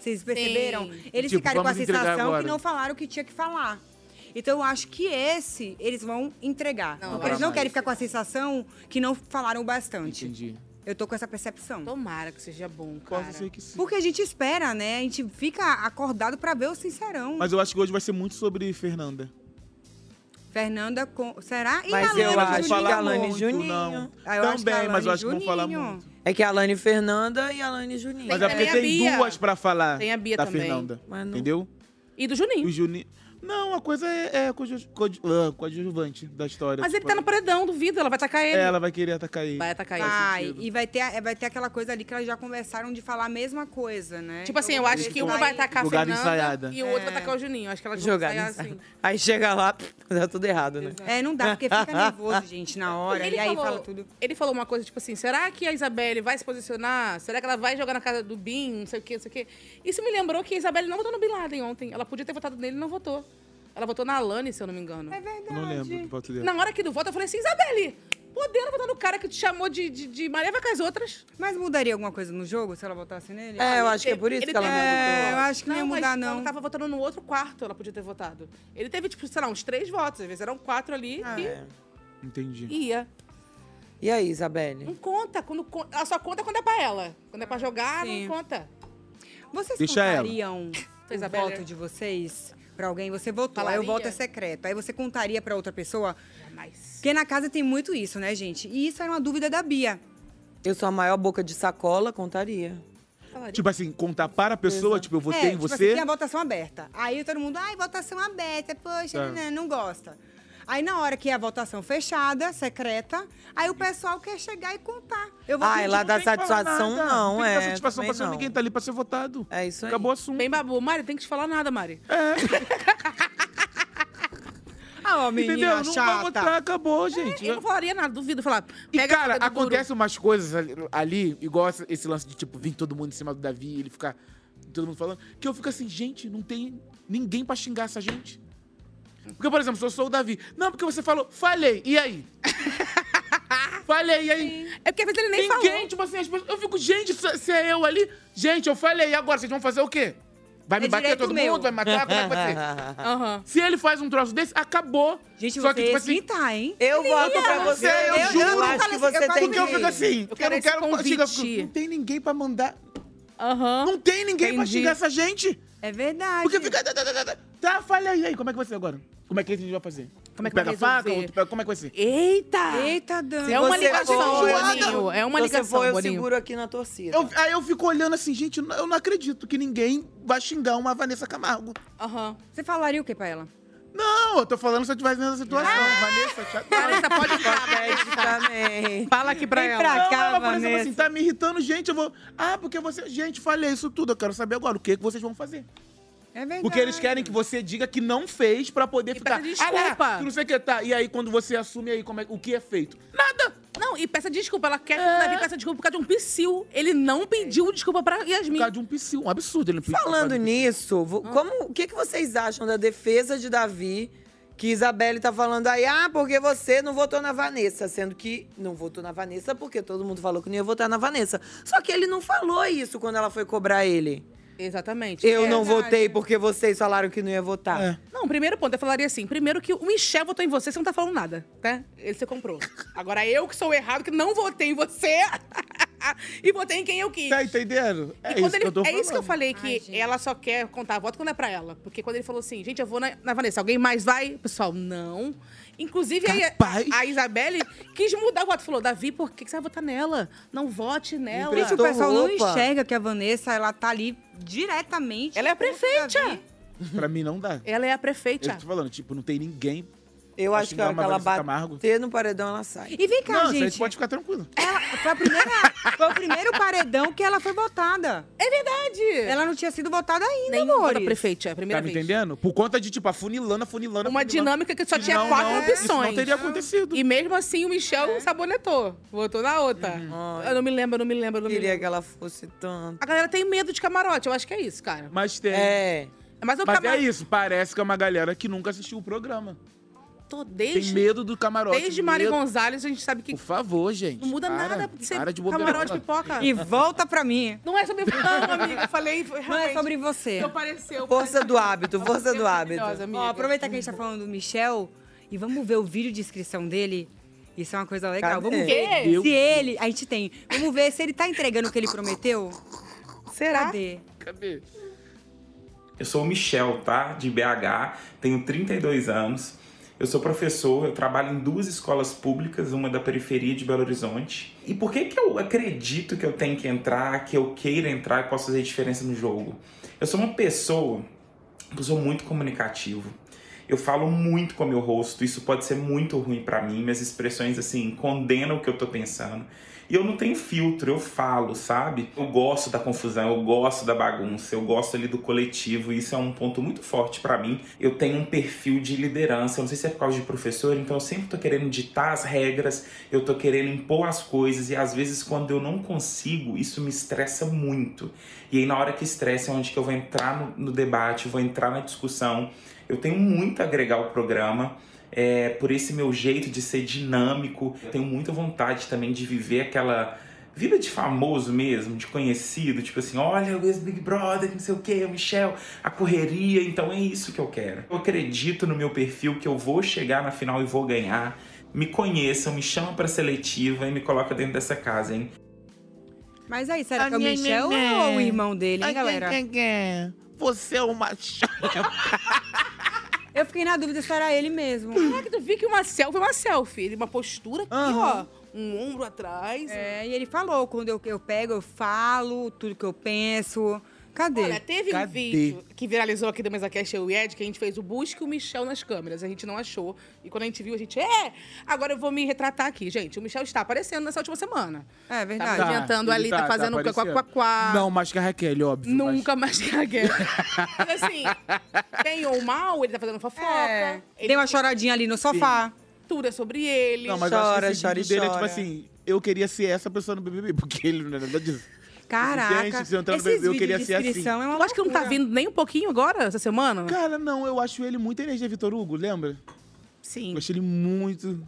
S2: Vocês perceberam? Eles
S4: Tipo,
S2: ficaram com a
S4: vamos entregar
S2: sensação
S4: agora.
S2: que não falaram o que tinha que falar. Então eu acho que esse eles vão entregar.
S3: Não,
S2: porque
S3: eu
S2: eles
S3: acho
S2: não
S3: que
S2: querem ficar com a sensação que não falaram o bastante.
S4: Entendi.
S2: Eu tô com essa percepção.
S3: Tomara que seja bom, cara.
S2: Porque a gente espera, né? A gente fica acordado pra ver o Sincerão.
S4: Mas eu acho que hoje vai ser muito sobre Fernanda.
S2: Fernanda com. Será? E
S5: Mas
S2: Alane
S5: eu
S2: com
S5: acho
S2: Juninho?
S5: que a Alane
S2: Muito,
S5: e Juninho.
S2: não. Ah, eu acho que a
S4: Também, mas
S2: Alane
S4: eu acho que vão
S2: Juninho.
S4: falar muito.
S5: É que a Alane Fernanda e a Alane Juninho.
S4: Mas é porque tem duas pra falar
S3: Tem a Bia
S4: da
S3: também.
S4: Fernanda.
S3: Mas não-
S4: Entendeu?
S3: E do Juninho.
S4: O Juninho. Não, a coisa é, é coadju- coadju- ah, coadjuvante da história. Tipo,
S3: Mas ele tá no paredão, duvido, ela vai atacar ele.
S4: Ela vai querer atacar ele.
S3: Vai atacar ele.
S2: Vai, e vai ter, a- é, vai ter aquela coisa ali que elas já conversaram de falar a mesma coisa, né?
S3: Tipo assim, eu acho que uma vai atacar a
S5: Jogada
S3: Fernanda
S5: ensaiada.
S3: e o outro vai
S2: É.
S3: atacar o Juninho. Acho que elas vão
S5: Jogada
S3: ensaiar
S5: ensaiada.
S3: assim.
S5: né? Aí chega lá, pff, dá tudo errado, né?
S2: É, não dá, porque fica
S4: Ah.
S2: nervoso, gente, na hora.
S3: Ele
S2: e aí
S3: falou-
S2: fala tudo.
S3: Ele falou uma coisa, tipo assim, será que a Isabelle vai se posicionar? Será que ela vai jogar na casa do Bin? Não sei o quê, não sei o quê. Isso me lembrou que a Isabelle não votou no Bin Laden ontem. Ela podia ter votado nele e não votou. Ela votou na Alane, se eu não me engano. É
S2: verdade.
S4: Não lembro do voto dele.
S3: Na hora que do voto, eu falei assim, Isabelle, podendo votar no cara que te chamou de, de, de Maria vai com as outras.
S2: Mas mudaria alguma coisa no jogo se ela votasse nele?
S3: Ah, ele teve- ele teve-
S2: É, eu acho que não, ia
S3: mas
S2: mudar,
S3: Ela
S2: não.
S3: tava votando no outro quarto, ela podia ter votado. Ele teve, tipo, sei lá, uns três votos. Às vezes eram quatro ali
S2: Ah,
S3: e
S2: é.
S4: Entendi.
S3: ia.
S5: E aí, Isabelle?
S3: Não conta. Quando, con- ela só conta quando é pra ela. Quando é pra jogar,
S2: Sim.
S3: não conta.
S2: Vocês
S4: Deixa ela.
S2: contariam o
S3: Isabelle.
S2: voto de vocês pra alguém? Você votou, aí o
S3: Falaria?
S2: voto é secreto. Aí você contaria pra outra pessoa?
S3: Jamais.
S2: Porque na casa tem muito isso, né, gente? E isso era uma dúvida da Bia.
S5: Eu sou a maior boca de sacola, contaria.
S4: Tipo assim, contar para a pessoa, tipo, eu votei
S2: é,
S4: em
S2: tipo
S4: você.
S2: Assim, tem a votação aberta. Aí todo mundo, ai, votação aberta, poxa,
S4: Tá.
S2: né, não gosta. Aí na hora que é a votação fechada, secreta, aí o pessoal quer chegar e contar. Eu vou
S5: Ai, lá dá satisfação, não,
S4: Tem que dar
S5: é,
S4: satisfação
S5: também
S4: pra ser
S5: não.
S4: ninguém tá ali pra ser votado.
S5: É isso aí.
S4: Acabou o assunto. É.
S3: Bem babu. Mari, tem que te falar nada, Mari.
S2: Ah, ó,
S4: menina Entendeu? Não vai chata. votar, acabou, gente.
S3: eu É, não falaria nada, duvido falar.
S4: E,
S3: Pega
S4: cara, acontece umas coisas ali, ali, igual essa- esse lance de, tipo, vir todo mundo em cima do Davi e ele ficar todo mundo falando, que eu fico assim, gente, não tem ninguém pra xingar essa gente. Porque, por exemplo, se eu sou o Davi, não, porque você falou, falei, e aí? Falei, aí.
S3: É porque às vezes ele nem
S4: Ninguém, tipo assim, as pessoas- eu fico, gente, se se é eu ali. Gente, eu falei, e agora vocês vão fazer o quê? Vai me
S3: É
S4: bater
S3: direito
S4: todo
S3: meu.
S4: mundo? Vai me matar? Como é que vai ser?
S3: Aham.
S4: Se ele faz um troço desse, acabou. Gente, Só que,
S2: você
S4: tipo assim,
S2: esquentar, hein?
S5: Eu
S2: Ele
S5: voto
S2: ia,
S5: pra
S2: não
S5: você,
S2: sei.
S5: eu juro, eu acho que você tem
S4: Porque eu
S5: que-
S4: fico assim,
S5: Eu
S4: eu,
S5: quero
S4: não
S5: esse
S4: quero
S5: convite.
S4: xingar, porque Não tem ninguém pra mandar.
S3: Não
S4: tem ninguém pra
S2: Entendi.
S4: xingar essa gente.
S2: É verdade.
S4: Porque fica. tá, tá, tá, tá, Tá, falha aí, aí, como é que vai ser agora? Como é que a gente vai fazer?
S3: Como é que
S4: pega
S3: vai
S4: a faca?
S3: resolver?
S4: Outro pega... Como é que vai ser?
S3: Eita!
S2: Eita, Dan.
S3: É uma
S4: você
S3: ligação,
S4: for, eu
S3: Boninho.
S4: seguro.
S3: É uma
S4: Se você
S3: ligação,
S4: for, eu
S3: Boninho.
S4: seguro
S5: aqui na torcida.
S4: Eu- aí eu fico olhando assim, gente, eu não- eu não acredito que ninguém vai xingar uma Vanessa Camargo.
S3: Aham.
S2: Você falaria o que pra ela?
S4: Não, eu tô falando se eu tivesse nessa situação. Ah! Vanessa, tchau.
S3: Vanessa, pode
S4: ficar.
S3: Fala aqui pra
S4: Vem
S3: ela.
S4: Pra
S3: Não,
S4: cá,
S3: ela, por
S4: Vanessa.
S3: exemplo,
S4: assim, tá me irritando, gente, eu vou... Ah, porque você... Gente, falei isso tudo, eu quero saber agora o que, que vocês vão fazer.
S2: É verdade.
S4: Porque eles querem que você diga que não fez pra poder ficar.
S3: pedir
S4: "Ah, lá,
S3: desculpa."
S4: que não sei o que tá. E aí, quando você assume aí, como é, o que é feito? Nada!
S3: Não, e peça desculpa. Ela
S4: É.
S3: quer que o Davi peça desculpa por causa de um psiu. Ele não pediu desculpa pra Yasmin. Por causa
S4: de um psiu. Um absurdo ele não
S3: pediu.
S5: Falando nisso, vo-
S3: Ah.
S5: como, o que, que vocês acham da defesa de Davi? Que Isabelle tá falando aí, ah, porque você não votou na Vanessa. Sendo que não votou na Vanessa porque todo mundo falou que não ia votar na Vanessa. Só que ele não falou isso quando ela foi cobrar ele.
S3: Exatamente.
S5: Eu
S3: É
S5: não
S3: verdade.
S5: votei porque vocês falaram que não ia votar.
S4: É.
S3: Não, primeiro ponto, eu falaria assim. Primeiro que o Michel votou em você, você não tá falando nada, tá? Ele você comprou. Agora eu que sou o errado, que não votei em você e votei em quem eu quis.
S4: Tá entendendo?
S3: E
S4: É
S3: quando
S4: isso
S3: ele-
S4: que eu tô
S3: é
S4: falando.
S3: isso que eu falei, que ela só quer contar a voto quando é pra ela. Porque quando ele falou assim, gente, eu vou na, na Vanessa, alguém mais vai? O Pessoal, não. Inclusive, aí a, a Isabelle quis mudar o voto. Falou, Davi, por que, que você vai votar nela? Não vote nela.
S2: Gente, o pessoal não enxerga que a Vanessa, ela tá ali diretamente. Ela é a prefeita.
S4: Pra mim não dá.
S3: Ela é a prefeita.
S4: Eu tô falando, tipo, não tem ninguém.
S5: Eu
S4: pra
S5: acho que
S4: xingar
S5: a hora
S4: uma
S5: que ela
S4: Vanessa
S5: bater
S4: Camargo.
S5: no paredão, ela sai.
S2: E vem cá,
S4: Não, isso aí
S2: gente.
S4: pode ficar tranquilo.
S2: Foi, a primeira, foi o primeiro paredão que ela foi votada.
S3: É verdade.
S2: Ela não tinha sido votada ainda,
S3: Nenhum voto
S2: amores.
S3: da prefeita, é a primeira
S4: tá me
S3: vez.
S4: entendendo? Por conta de, tipo, afunilando, afunilando,
S3: Uma dinâmica que só tinha
S4: Não,
S3: quatro
S4: não,
S3: opções.
S4: isso não teria acontecido.
S3: E mesmo assim o Michel
S5: É.
S3: sabonetou. Votou na outra. Eu não me lembro, eu não me lembro, eu não me
S5: Uhum. Queria
S3: lembro.
S5: que ela fosse tanto.
S3: A galera tem medo de camarote, eu acho que é isso, cara.
S4: Mas tem.
S5: É.
S3: Mas, o
S4: Mas
S3: camarote-
S4: é isso, parece que é uma galera que nunca assistiu o programa.
S3: Tô desde,
S4: Tem medo do camarote.
S3: Desde Mari
S4: medo.
S3: Gonzalez a gente sabe que...
S4: Por favor, gente.
S3: Não muda
S4: para,
S3: nada de ser
S4: para de bobeira.
S2: é
S3: camarote pipoca.
S2: E volta pra mim.
S3: Não é sobre não, amiga. Eu falei. Não
S2: é sobre você.
S3: Não pareceu.
S5: Força do hábito, força do hábito.
S2: Ó, aproveitar que a gente tá falando do Michel e vamos ver o vídeo de inscrição dele. Isso é uma coisa legal.
S5: Cadê?
S2: Vamos ver
S5: Meu
S2: se
S5: Deus.
S2: ele. A gente tem. Vamos ver se ele tá entregando o que ele prometeu.
S5: Será?
S2: Cadê?
S4: Cadê?
S17: Eu sou o Michel, tá? De BH, tenho 32 anos. Eu sou professor, eu trabalho em duas escolas públicas, uma da periferia de Belo Horizonte. E por que que eu acredito que eu tenho que entrar, que eu queira entrar e posso fazer diferença no jogo? Eu sou uma pessoa que eu sou muito comunicativo. Eu falo muito com o meu rosto, isso pode ser muito ruim pra mim, minhas expressões assim condenam o que eu tô pensando. E eu não tenho filtro, eu falo, sabe? Eu gosto da confusão, eu gosto da bagunça, eu gosto ali do coletivo, e isso é um ponto muito forte pra mim. Eu tenho um perfil de liderança, eu não sei se é por causa de professor, então eu sempre tô querendo ditar as regras, eu tô querendo impor as coisas, e às vezes quando eu não consigo, isso me estressa muito. E aí na hora que estressa é onde que eu vou entrar no, no debate, eu vou entrar na discussão. Eu tenho muito a agregar ao programa. é, por esse meu jeito de ser dinâmico, eu tenho muita vontade também de viver aquela vida de famoso mesmo, de conhecido, tipo assim, olha o ex-Big Brother, não sei o que, o Michel, a correria, então é isso que eu quero. Eu acredito no meu perfil que eu vou chegar na final e vou ganhar. Me conheçam, me chamam pra seletiva e me coloca dentro dessa casa, hein?
S2: Mas aí, será que é o
S4: Ah, nhe,
S2: Michel
S4: nhe, nhe.
S2: ou o irmão dele,
S4: Ah,
S2: hein, galera?
S4: nhe, nhe, nhe. Você é uma
S2: Eu fiquei na dúvida se era ele mesmo.
S3: Caraca, tu viu que uma selfie é uma selfie. Ele- Uma postura aqui, ó. Um ombro atrás.
S2: É, e ele falou, quando eu, eu pego, eu falo tudo que eu penso. Cadê?
S3: Olha, teve um vídeo que viralizou aqui do MesaCast, eu e Ed, que a gente fez o Busque o Michel nas câmeras. A gente não achou. E quando a gente viu, a gente, é! Agora eu vou me retratar aqui, gente. O Michel está aparecendo nessa última semana.
S2: É
S3: Tá movimentando ali, tá, fazendo tá quá, quá, quá.
S4: Não, mais que a Raquel, óbvio.
S3: Nunca mais que é a guerra. Mas assim, bem ou mal, ele tá fazendo fofoca. Ele...
S2: É. Deu uma choradinha ali no sofá.
S3: Tudo é sobre ele.
S4: Não, mas eu acho que esse vídeo dele é tipo assim, eu queria ser essa pessoa no BBB, porque ele não é nada disso.
S2: Caraca,
S4: Gente, você entrar no
S2: esses
S4: BBB, eu
S2: vídeos
S4: queria
S2: de
S4: ser assim.
S2: inscrição é uma
S3: Tu acha que não tá vindo nem um pouquinho agora, essa semana?
S4: Cara, não, eu acho ele muito energia Vitor Hugo, lembra?
S3: Sim.
S4: Eu acho ele muito.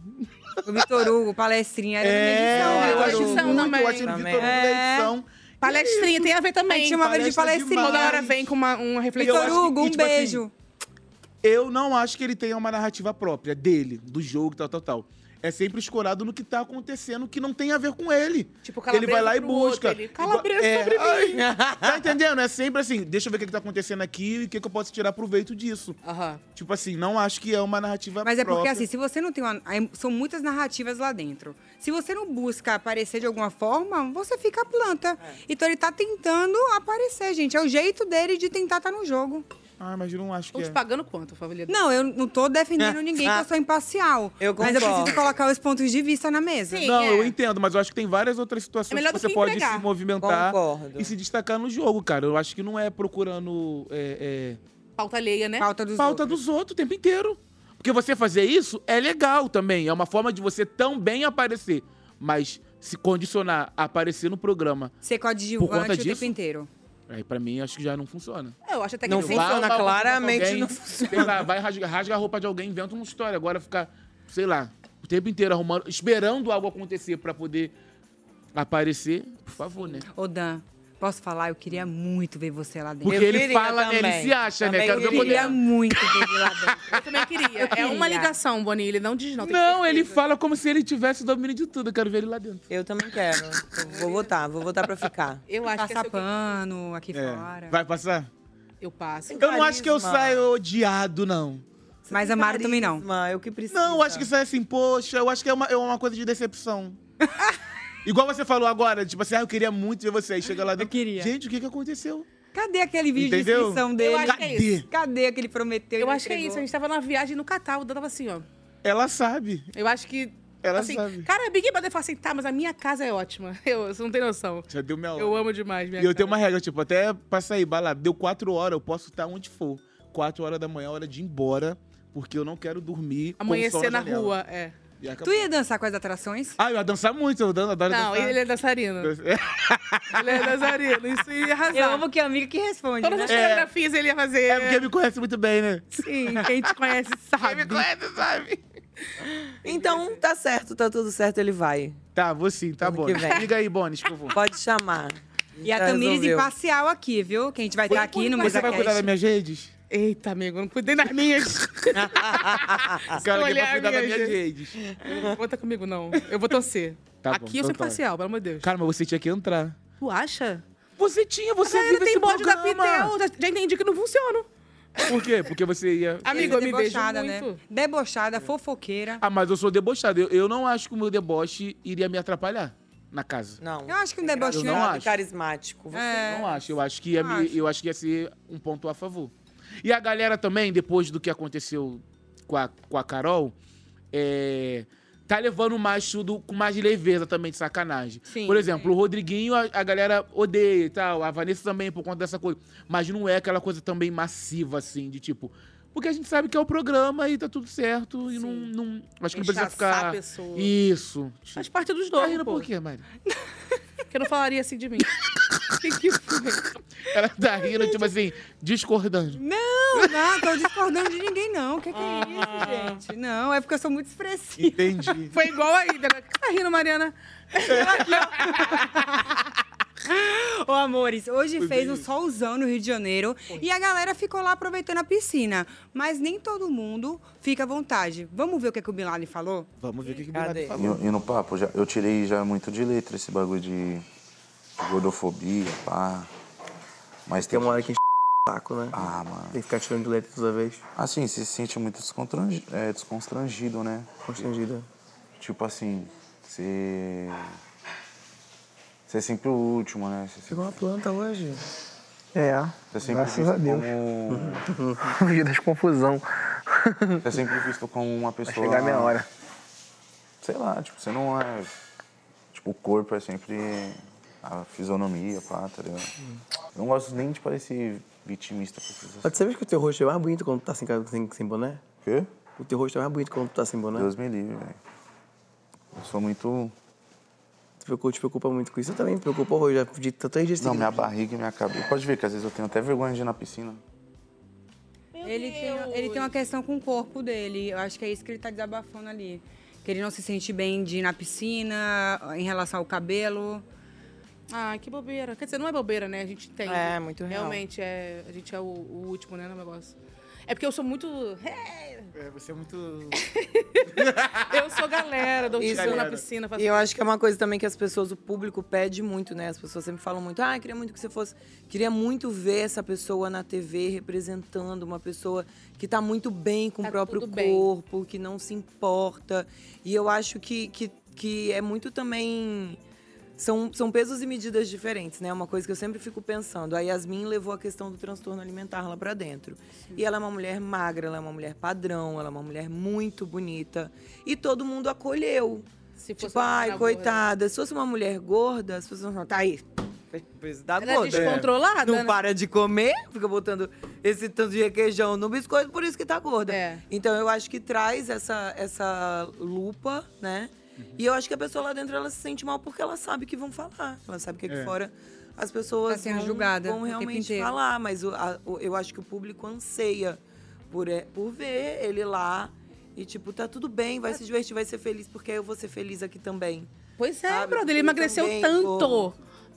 S2: O Vitor Hugo, palestrinha. Era
S4: É,
S2: uma
S4: eu
S2: edição,
S4: acho muito ótimo, Vitor Hugo da é edição.
S3: Palestrinha tem a ver também.
S2: A gente chamava ele de
S4: Palestra
S2: palestrinha.
S4: demais.
S3: Toda hora vem com uma, uma reflexão.
S4: Eu acho que-
S2: um
S4: e, tipo assim, eu não acho que ele tenha uma narrativa própria dele, do jogo, tal, tal, tal. É sempre escorado no que tá acontecendo, que não tem a ver com ele. Tipo, Ele
S3: Calabresa
S4: vai lá e
S3: pro outro,
S4: busca.
S3: ele, "Calabresa sobre
S4: ai,
S3: mim."
S4: Tá entendendo? É sempre assim, deixa eu ver o que, que tá acontecendo aqui e o que, que eu posso tirar proveito disso. Tipo assim, não acho que é uma narrativa
S2: Mas é porque,
S4: própria.
S2: assim, se você não tem uma. aí São muitas narrativas lá dentro. Se você não busca aparecer de alguma forma, você fica planta.
S3: É.
S2: Então ele tá tentando aparecer, gente. É o jeito dele de tentar estar no jogo.
S4: Ah, mas eu não acho
S3: Estão te pagando quanto, família?
S2: Não, eu não tô defendendo ninguém, que eu sou imparcial.
S4: Eu
S2: Mas eu
S4: concordo.
S2: preciso colocar os pontos de vista na mesa.
S4: não, eu é. entendo, mas eu acho que tem várias outras
S2: É
S4: situações
S2: melhor
S4: que
S2: do
S4: você
S2: que
S4: pode
S2: entregar.
S4: se movimentar
S2: Concordo.
S4: e se destacar no jogo, cara. Eu acho que não é procurando é, é,
S3: Pauta alheia, né?
S2: Pauta dos
S4: pauta dos outros o tempo inteiro. Porque você fazer isso é legal também. É uma forma de você também aparecer. Mas se condicionar a aparecer no programa.
S2: Ser
S4: Por conta
S2: coadjuvante o
S4: disso?
S2: tempo inteiro.
S4: Aí, pra mim, acho que já não funciona.
S3: É, Eu acho até que
S4: Não
S3: sim.
S4: funciona,
S3: Vai, vai, vai,
S4: claramente
S3: alguém.
S4: não funciona. Sei lá, vai rasga, rasga a roupa de alguém, inventa uma história. Agora ficar, sei lá, o tempo inteiro arrumando, esperando algo acontecer pra poder aparecer, por favor, né?
S2: Ô, Dan, posso falar? Eu queria muito ver você lá dentro.
S4: Porque Eu ele queria fala, né? Ele também. se acha, né? Também Quero ver
S2: eu
S4: queria. quando
S2: queria
S4: ele-
S2: muito ver ele lá dentro.
S3: Eu também queria. É uma ligação, Boninho. Ele não diz não. tem
S4: Não,
S3: certeza.
S4: ele fala como se ele tivesse domínio de tudo. Eu quero ver ele lá dentro.
S5: Eu também quero. Eu Vou votar, vou votar pra ficar.
S3: Eu acho que esse é
S2: Passar
S3: o que-
S2: pano aqui
S4: É.
S2: fora.
S4: Vai passar?
S3: Eu passo.
S4: Eu não acho que eu saio odiado, não.
S2: Mas a Mari também não.
S5: eu é que preciso.
S4: Não, eu acho que sai assim, poxa, eu acho que é uma, é uma coisa de decepção. Igual você falou agora, tipo assim, ah, eu queria muito ver você. Aí chega lá dentro. Eu queria. Gente, o que, que aconteceu?
S2: Cadê aquele vídeo de
S4: Entendeu?
S2: inscrição dele?
S4: Eu acho que é Cadê? isso.
S2: Cadê aquele prometeu? e
S3: Eu
S2: não
S3: acho que é
S2: entregou?
S3: isso. A gente tava numa viagem no Catar, o Dan tava assim, ó.
S4: Ela sabe.
S3: Eu acho que.
S4: Ela
S3: assim,
S4: sabe.
S3: Cara, Big Brother fala assim, tá, mas a minha casa é ótima. Eu, você não tem noção.
S4: Já deu minha hora.
S3: Eu amo demais, minha
S4: E eu
S3: casa.
S4: tenho uma regra, tipo, até pra sair, balada, deu quatro horas, eu posso estar onde for. Quatro horas da manhã, é hora de ir embora, porque eu não quero dormir. com o sol
S3: Amanhecer na
S4: janela.
S3: rua, é.
S4: E acabou.
S2: Tu ia dançar com as atrações?
S4: Ah, eu ia dançar muito, eu dan- adoro
S3: Não,
S4: dançar.
S3: ele é dançarino. Ele é dançarino, isso ia arrasar.
S2: Eu amo que é amiga que responde.
S3: Todas
S2: né?
S3: as coreografias ele ia fazer.
S4: É porque me conhece muito bem, né?
S3: Sim, quem te conhece sabe. Quem me conhece sabe.
S5: Então, tá certo, tá tudo certo, ele vai.
S4: Tá, vou sim, tá bom. Liga aí, Bonis, por favor.
S5: Pode chamar.
S2: E a
S5: Já
S2: Tamires
S5: resolveu.
S2: imparcial aqui, viu? Que a gente vai estar aqui no
S4: Mas É, você vai cuidar das minhas redes?
S3: Eita, amigo, eu não cuidei das minhas.
S4: O cara aqui vai cuidar é das minhas redes.
S3: Não conta comigo, não. Eu vou torcer.
S4: Tá bom,
S3: aqui eu sou
S4: então tá.
S3: imparcial, é pelo amor de Deus.
S4: Cara, mas você tinha que entrar.
S3: Tu acha?
S4: Você tinha, você
S3: A galera
S4: vive
S3: tem
S4: esse
S3: bode da
S4: programa.
S3: Pitel, já, já entendi que não funciona.
S4: Por quê? Porque você ia.
S3: Amigo, eu me beijo
S2: Debochada, né?
S3: muito.
S2: Debochada, fofoqueira.
S4: Ah, mas eu sou debochado. Eu, eu não acho que o meu deboche iria me atrapalhar na casa.
S5: Não. é
S2: Eu acho que um deboche
S4: Eu não acho.
S5: carismático. Você
S2: É.
S4: Não acho. Eu acho que ia
S5: É. Não
S4: me-
S5: acho.
S4: eu acho que ia ser um ponto a favor. E a galera também, depois do que aconteceu com a, com a Carol, é, tá levando mais tudo com mais leveza também de sacanagem.
S14: Sim,
S4: por exemplo, o Rodriguinho a, a galera odeia e tal, a Vanessa também por conta dessa coisa. Mas não é aquela coisa também massiva, assim, de tipo. Porque a gente sabe que é o programa e tá tudo certo. E não, não. Acho que não precisa
S3: Rechaçar
S4: ficar.
S3: a pessoa.
S4: Isso.
S3: Faz parte dos
S4: Tá
S3: dois. né,
S4: rindo
S3: pô.
S4: por quê, Mari?
S3: Porque eu não falaria assim de mim. que que foi?
S4: Ela tá rindo, tipo assim, discordando.
S2: Não, não, tô discordando de ninguém, não. O que, que é isso, gente? Não, é porque eu sou muito expressiva.
S4: Entendi.
S3: Foi igual aí,
S2: né?
S3: Débora. Tá rindo, Mariana?
S2: Ô, amores, hoje
S3: Foi
S2: fez
S3: bem
S2: um
S3: isso.
S2: solzão no Rio de Janeiro e a galera ficou lá aproveitando a piscina. Mas nem todo mundo fica à vontade. Vamos ver o que, é que o Bin Laden falou?
S4: Vamos ver o que, que o
S2: Cadê?
S4: Bernardo
S2: Tá
S15: E,
S4: falou.
S15: e no papo, já- eu tirei já muito de letra esse bagulho de, de gordofobia, pá. Mas tem uma hora que saco, né? Ah, mano. Tem que ficar tirando de letra toda vez. Assim, se sente muito descontrangi- é, desconstrangido, né? Constrangido. Tipo assim, você. Você é sempre o último, né? Você sempre...
S5: Pegou uma planta hoje.
S15: É. Você é sempre
S5: graças
S15: visto um
S5: a Deus.
S15: Como... Fugiu das confusão. Você é sempre visto como uma pessoa.
S5: chegar a minha hora.
S15: Sei lá, tipo, você não é. Tipo, o corpo é sempre a fisionomia, pá, tá ligado? Eu não gosto nem de parecer vitimista. porque essas-
S16: Mas Você vê que o teu rosto é mais bonito quando tu tá sem, ca- sem, sem boné?
S15: Quê?
S16: O teu rosto é mais bonito quando tu tá sem boné?
S15: Deus me livre, velho. Eu sou muito.
S16: Tu preocupa, te preocupa muito com isso? Eu também me preocupo hoje, já de tantas dias
S15: Não, minha barriga e minha cabeça. Pode ver que às vezes eu tenho até vergonha de ir na piscina.
S2: Ele tem, ele tem uma questão com o corpo dele. Eu acho que é isso que ele tá desabafando ali. que ele não se sente bem de ir na piscina, em relação ao cabelo.
S3: Ah, que bobeira. Quer dizer, não é bobeira, né? A gente entende.
S2: É, muito real.
S3: Realmente, é, a gente é o, o último, né, no negócio. É porque eu sou muito...
S4: É, você é muito.
S3: eu sou galera, dou tiro um na piscina. faço-
S5: E eu acho que é uma coisa também que as pessoas, o público pede muito, né? As pessoas sempre falam muito, ah, queria muito que você fosse. Queria muito ver essa pessoa na TV representando uma pessoa que tá muito bem com o próprio
S3: tudo bem.
S5: corpo, que não se importa. E eu acho que, que, que é muito também. São, são pesos e medidas diferentes, né? Uma coisa que eu sempre fico pensando. A Yasmin levou a questão do transtorno alimentar lá pra dentro. E ela é uma mulher magra, ela é uma mulher padrão, ela é uma mulher muito bonita. E todo mundo acolheu.
S3: Se fosse
S5: tipo,
S3: uma
S5: ai,
S3: cara
S5: coitada, se fosse uma mulher gorda, as pessoas falam, tá aí. Precisa da
S3: Ela é
S5: gorda.
S3: descontrolada,
S5: Não
S3: né?
S5: para de comer, fica botando esse tanto de requeijão no biscoito, por isso que tá gorda.
S2: É.
S5: Então eu acho que traz essa, essa lupa, né? E eu acho que a pessoa lá dentro ela se sente mal porque ela sabe que vão falar. Ela sabe que aqui
S2: É.
S5: fora as pessoas
S2: Tá sendo
S5: vão,
S2: julgada
S5: vão
S2: o tempo
S5: realmente
S2: inteiro.
S5: falar, mas o- a- o- eu acho que o público anseia por, é- por ver ele lá e, tipo, tá tudo bem, vai se divertir, vai ser feliz, porque eu vou ser feliz aqui também.
S3: Pois é,
S5: Sabe?
S3: brother, ele
S5: Eu
S3: emagreceu
S5: também
S3: tanto.
S5: vou.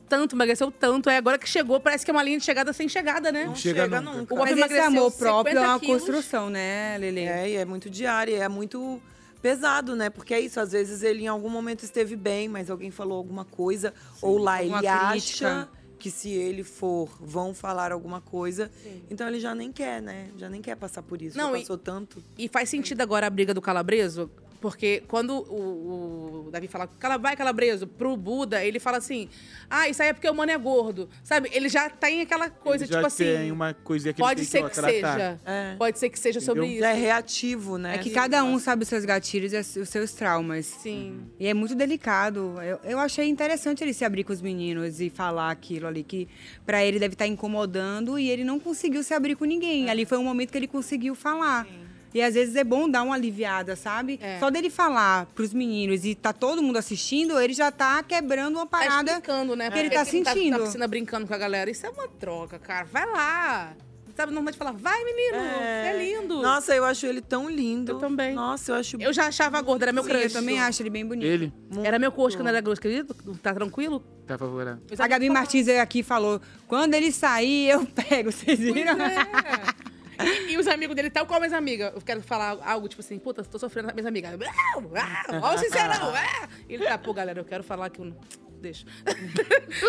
S3: Tanto, emagreceu tanto. É agora que chegou, parece que é uma linha de chegada sem chegada, né?
S5: Não chega chega nunca. nunca.
S3: O homem
S5: Mas esse
S3: emagreceu
S5: amor próprio é uma
S3: 50 quilos.
S5: construção, né, Lele? É, e é muito diária, é muito pesado, né? Porque é isso, às vezes ele em algum momento esteve bem, mas alguém falou alguma coisa, ou lá ele
S2: Alguma
S5: acha
S2: crítica.
S5: que se ele for, vão falar alguma coisa. Então ele já nem quer, né? Já nem quer passar por isso,
S3: Não,
S5: já
S3: e-
S5: passou tanto.
S3: E faz sentido agora a briga do calabreso, porque quando o, o Davi fala, "Cala- vai calabreso, pro Buda, ele fala assim, ah, isso aí é porque o mano é gordo. Sabe? Ele já tem aquela coisa,
S4: Ele já
S3: tipo assim.
S4: tem uma coisinha que tá. ele
S3: pode
S4: tem
S3: ser
S4: ó,
S3: que
S4: tratar.
S3: seja. Pode ser que seja sobre
S4: Entendeu?
S3: isso.
S5: É reativo, né?
S2: É que cada um sabe os seus gatilhos e as- os seus traumas.
S3: Sim.
S2: E é muito delicado. Eu, eu achei interessante ele se abrir com os meninos e falar aquilo ali que pra ele deve estar incomodando e ele não conseguiu se abrir com
S3: É.
S2: ninguém. Ali foi um momento que ele conseguiu falar. E às vezes é bom dar uma aliviada, sabe?
S3: É.
S2: Só dele falar pros meninos e tá todo mundo assistindo, ele já tá quebrando uma parada
S3: explicando, né?
S2: que ele
S3: Porque
S2: tá
S3: que Tá na
S2: sentindo.
S3: piscina brincando com a galera. Isso é uma troca, cara. Vai lá. Sabe, normalmente fala, vai, menino,
S5: É.
S3: é lindo.
S5: Nossa, eu acho ele tão lindo. Eu também. Nossa, eu acho.
S3: Eu já achava gordo, era meu
S2: Sim,
S3: crush.
S2: eu também acho ele bem bonito.
S4: Ele?
S3: Era meu crush quando era grosso, querido. Tá tranquilo?
S4: Tá favorável.
S2: A Gabi Martins aqui falou: quando ele sair, eu pego. Vocês viram?
S3: E os amigos dele, tal qual minhas amigas. Eu quero falar algo tipo assim, puta, tô sofrendo, minhas amigas. Ah, ah, Ó, o sincerão, ah. Ele tá, pô, galera, eu quero falar que eu não. Deixa.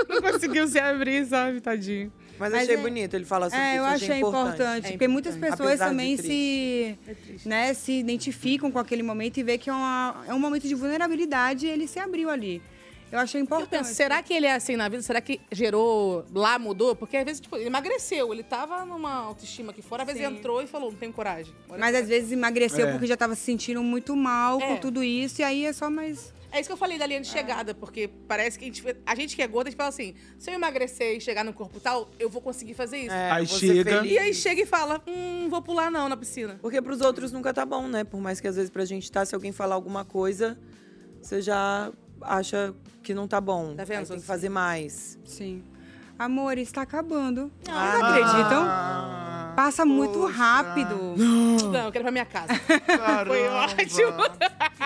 S3: não conseguiu se abrir, sabe, tadinho.
S5: Mas,
S2: Mas
S5: achei
S2: é-
S5: bonito ele falar sobre isso.
S2: é,
S5: É
S2: eu achei importante,
S3: É
S2: porque muitas pessoas assim.
S5: Apesar de
S2: também
S5: triste.
S2: se, né, se identificam com aquele momento e vê que é, uma- é um momento de vulnerabilidade e ele se abriu ali. Eu achei
S3: Eu
S2: importante.
S3: penso, será que ele é assim na vida? Será que gerou, lá mudou? Porque às vezes, tipo, ele emagreceu, ele tava numa autoestima aqui fora, às vezes
S2: Sim.
S3: entrou e falou, não tenho coragem. Olha
S2: Mas
S3: só.
S2: às vezes emagreceu
S3: É.
S2: porque já estava se sentindo muito mal
S3: É.
S2: com tudo isso e aí é só mais...
S3: É isso que eu falei da linha de chegada, porque parece que a gente, a gente que é gorda, a gente fala assim: se eu emagrecer e chegar no corpo tal, eu vou conseguir fazer isso.
S5: É, Aí vou ser chega- feliz.
S3: E aí chega e fala: hum, não vou pular não na piscina.
S5: Porque pros outros nunca tá bom, né? Por mais que às vezes pra gente tá, se alguém falar alguma coisa, você já acha que não tá bom.
S2: Tá
S5: Aí tem
S2: vendo,
S5: que
S2: Sozinha?
S5: fazer mais.
S2: Sim. Amor, está tá acabando.
S5: Ah,
S2: Vocês
S5: não.
S2: acreditam? Passa muito rápido.
S3: Não, eu quero ir pra minha casa. Foi ótimo.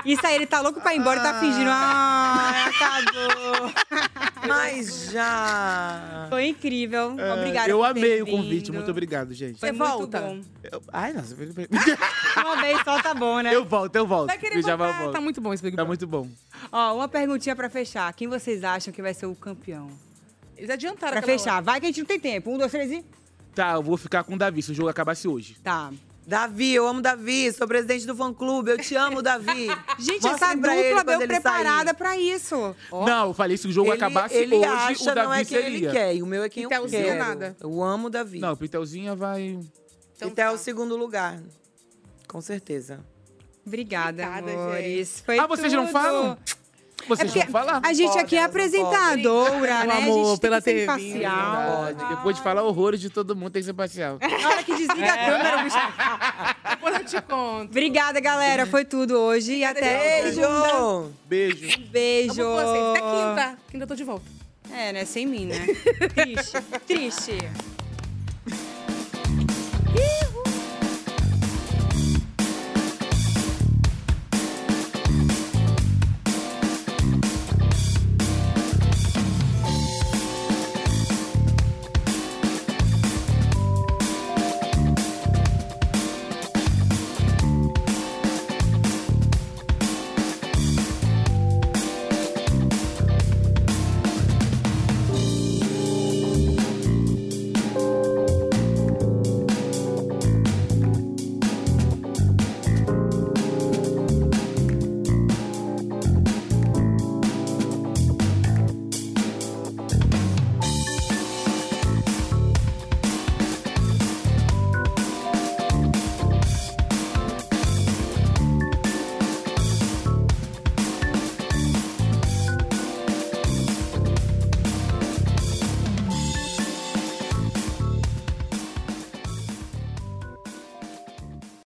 S2: Isso aí, ele tá louco pra ir embora e tá fingindo. Ah, acabou.
S5: Mas já.
S2: Foi incrível.
S3: Tá,
S2: Obrigada.
S4: É, Eu
S2: por ter
S4: amei o
S2: vindo.
S4: convite. Muito obrigado, gente.
S3: é
S2: Foi muito bom.
S4: Eu- Ai, nossa. foi- foi-
S2: Uma vez só tá bom, né?
S4: Eu volto, eu volto.
S2: Vai querer
S4: Eu já
S2: voltar,
S4: volto.
S2: tá muito
S3: bom esse Big
S4: Tá muito bom.
S2: Ó, uma perguntinha pra fechar. Quem vocês acham que vai ser o campeão?
S3: Eles adiantaram
S2: Pra
S3: aquela
S2: fechar. Vai que a gente não tem tempo. Um, dois, três e...
S4: Tá, eu vou ficar com o Davi se o jogo acabasse hoje.
S2: Tá.
S5: Davi, eu amo Davi, sou presidente do fã clube, eu te amo, Davi.
S2: Gente,
S5: Mostrem
S2: essa
S5: pra ele
S2: dupla
S5: quando
S2: veio
S5: ele sair.
S2: preparada pra isso.
S4: Não, eu falei, se o jogo
S5: Ele-
S4: acabasse
S5: ele
S4: hoje,
S5: acha,
S4: o Davi
S5: não é quem
S4: seria.
S5: ele quer, e o meu é quem eu
S4: Pitelzinho
S5: quero.
S4: nada.
S5: Eu amo o Davi.
S4: Não, o Pitelzinha vai...
S5: Então, é o segundo lugar. Com certeza.
S2: Obrigada,
S5: Obrigada,
S2: amores.
S5: gente.
S2: Foi
S5: Ah, vocês não
S2: tudo.
S5: falam?
S4: Vocês
S2: porque
S4: vão falar?
S2: A gente aqui é apresentadora, né? a gente tem que ser imparcial.
S4: Pode. Depois de falar horrores de todo mundo, tem que ser parcial.
S2: Na hora que desliga a câmera, o bicho...
S3: É. Depois eu te conto.
S2: Obrigada, galera. Foi tudo hoje. E até segunda.
S4: Beijo!
S2: Beijo.
S3: Amo vocês. Até quinta. Quinta eu tô de volta.
S2: É, né? Sem mim, né? Triste. Triste.